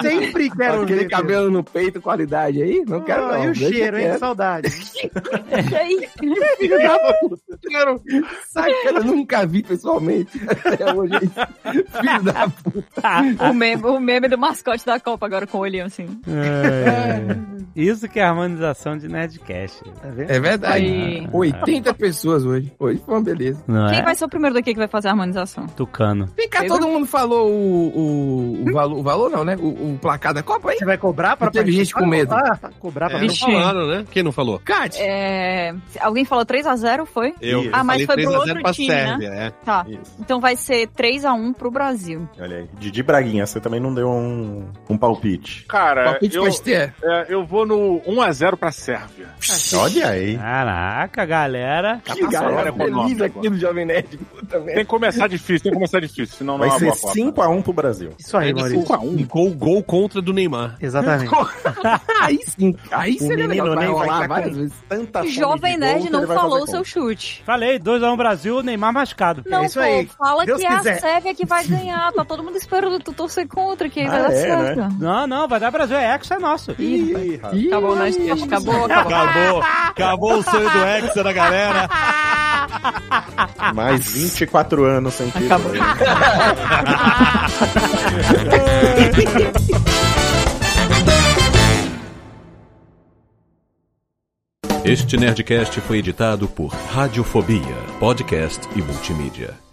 sempre quero
Aquele
ver,
cabelo no peito, qualidade aí? Não
Pedro.
quero
um Ah,
não.
E o
Deixa
cheiro, hein?
quieto.
Saudade.
E aí?
Filho da puta, cara, sabe que eu nunca vi pessoalmente até hoje. é isso. Filho da puta.
o, meme, o meme do mascote da Copa agora com o olhinho assim.
Isso que é harmonização de Nerdcast.
Tá vendo?
É verdade.
Aí.
80 pessoas hoje. Hoje foi uma beleza.
Não
Quem
é?
vai ser o primeiro daqui que vai fazer a harmonização?
Tucano.
Vem cá, todo mundo falou o, o, o valor, o valor não, né? O, o placar da Copa aí.
Você vai cobrar pra...
Não teve gente com medo.
Ah, cobrar pra...
É, não falaram, né? Quem não falou?
Kátia,
É, alguém falou 3x0, foi?
Eu.
Ah, mas foi pro
3 a 0
outro
pra
time,
Sérvia, é.
Tá.
Isso.
Então vai ser 3x1 pro Brasil.
Olha aí. Didi Braguinha, você também não deu um, um palpite.
Cara,
palpite
eu,
pode ter.
é, eu vou no 1x0 pra Sérvia.
Olha aí.
Caraca, galera.
Que galera
feliz
econômica
aqui
agora.
do Jovem Nerd. Puta merda.
Tem que começar difícil, tem que começar difícil, senão não
Vai
é uma
ser
boa Copa.
5x1 pro Brasil.
Isso aí, Maurício.
5x1. Gol, gol contra do Neymar.
Exatamente.
Aí sim. Aí seria
menino
legal. Vai
nem vai
rolar
tá com-
várias vezes.
Tanta fome
Jovem
de
Nerd
gol que
não
ele vai
falou o
fazer É
seu chute.
Falei, 2x1 Brasil, Neymar mascado.
Não,
isso
pô,
aí.
fala
Deus
que é
quiser.
a Sérvia que vai ganhar. Tá todo mundo esperando tu torcer contra, que
Ah,
vai dar
é,
certo.
Não, não, vai dar Brasil, é exa é nosso.
conta. Ih, rapaz.
Tá
Acabou, né? gente? Acabou, acabou.
Acabou, acabou o sonho do Hexa da galera.
Ah,
Mais 24 anos sem título.
Acabou.
Este Nerdcast foi editado por Radiofobia, podcast e multimídia.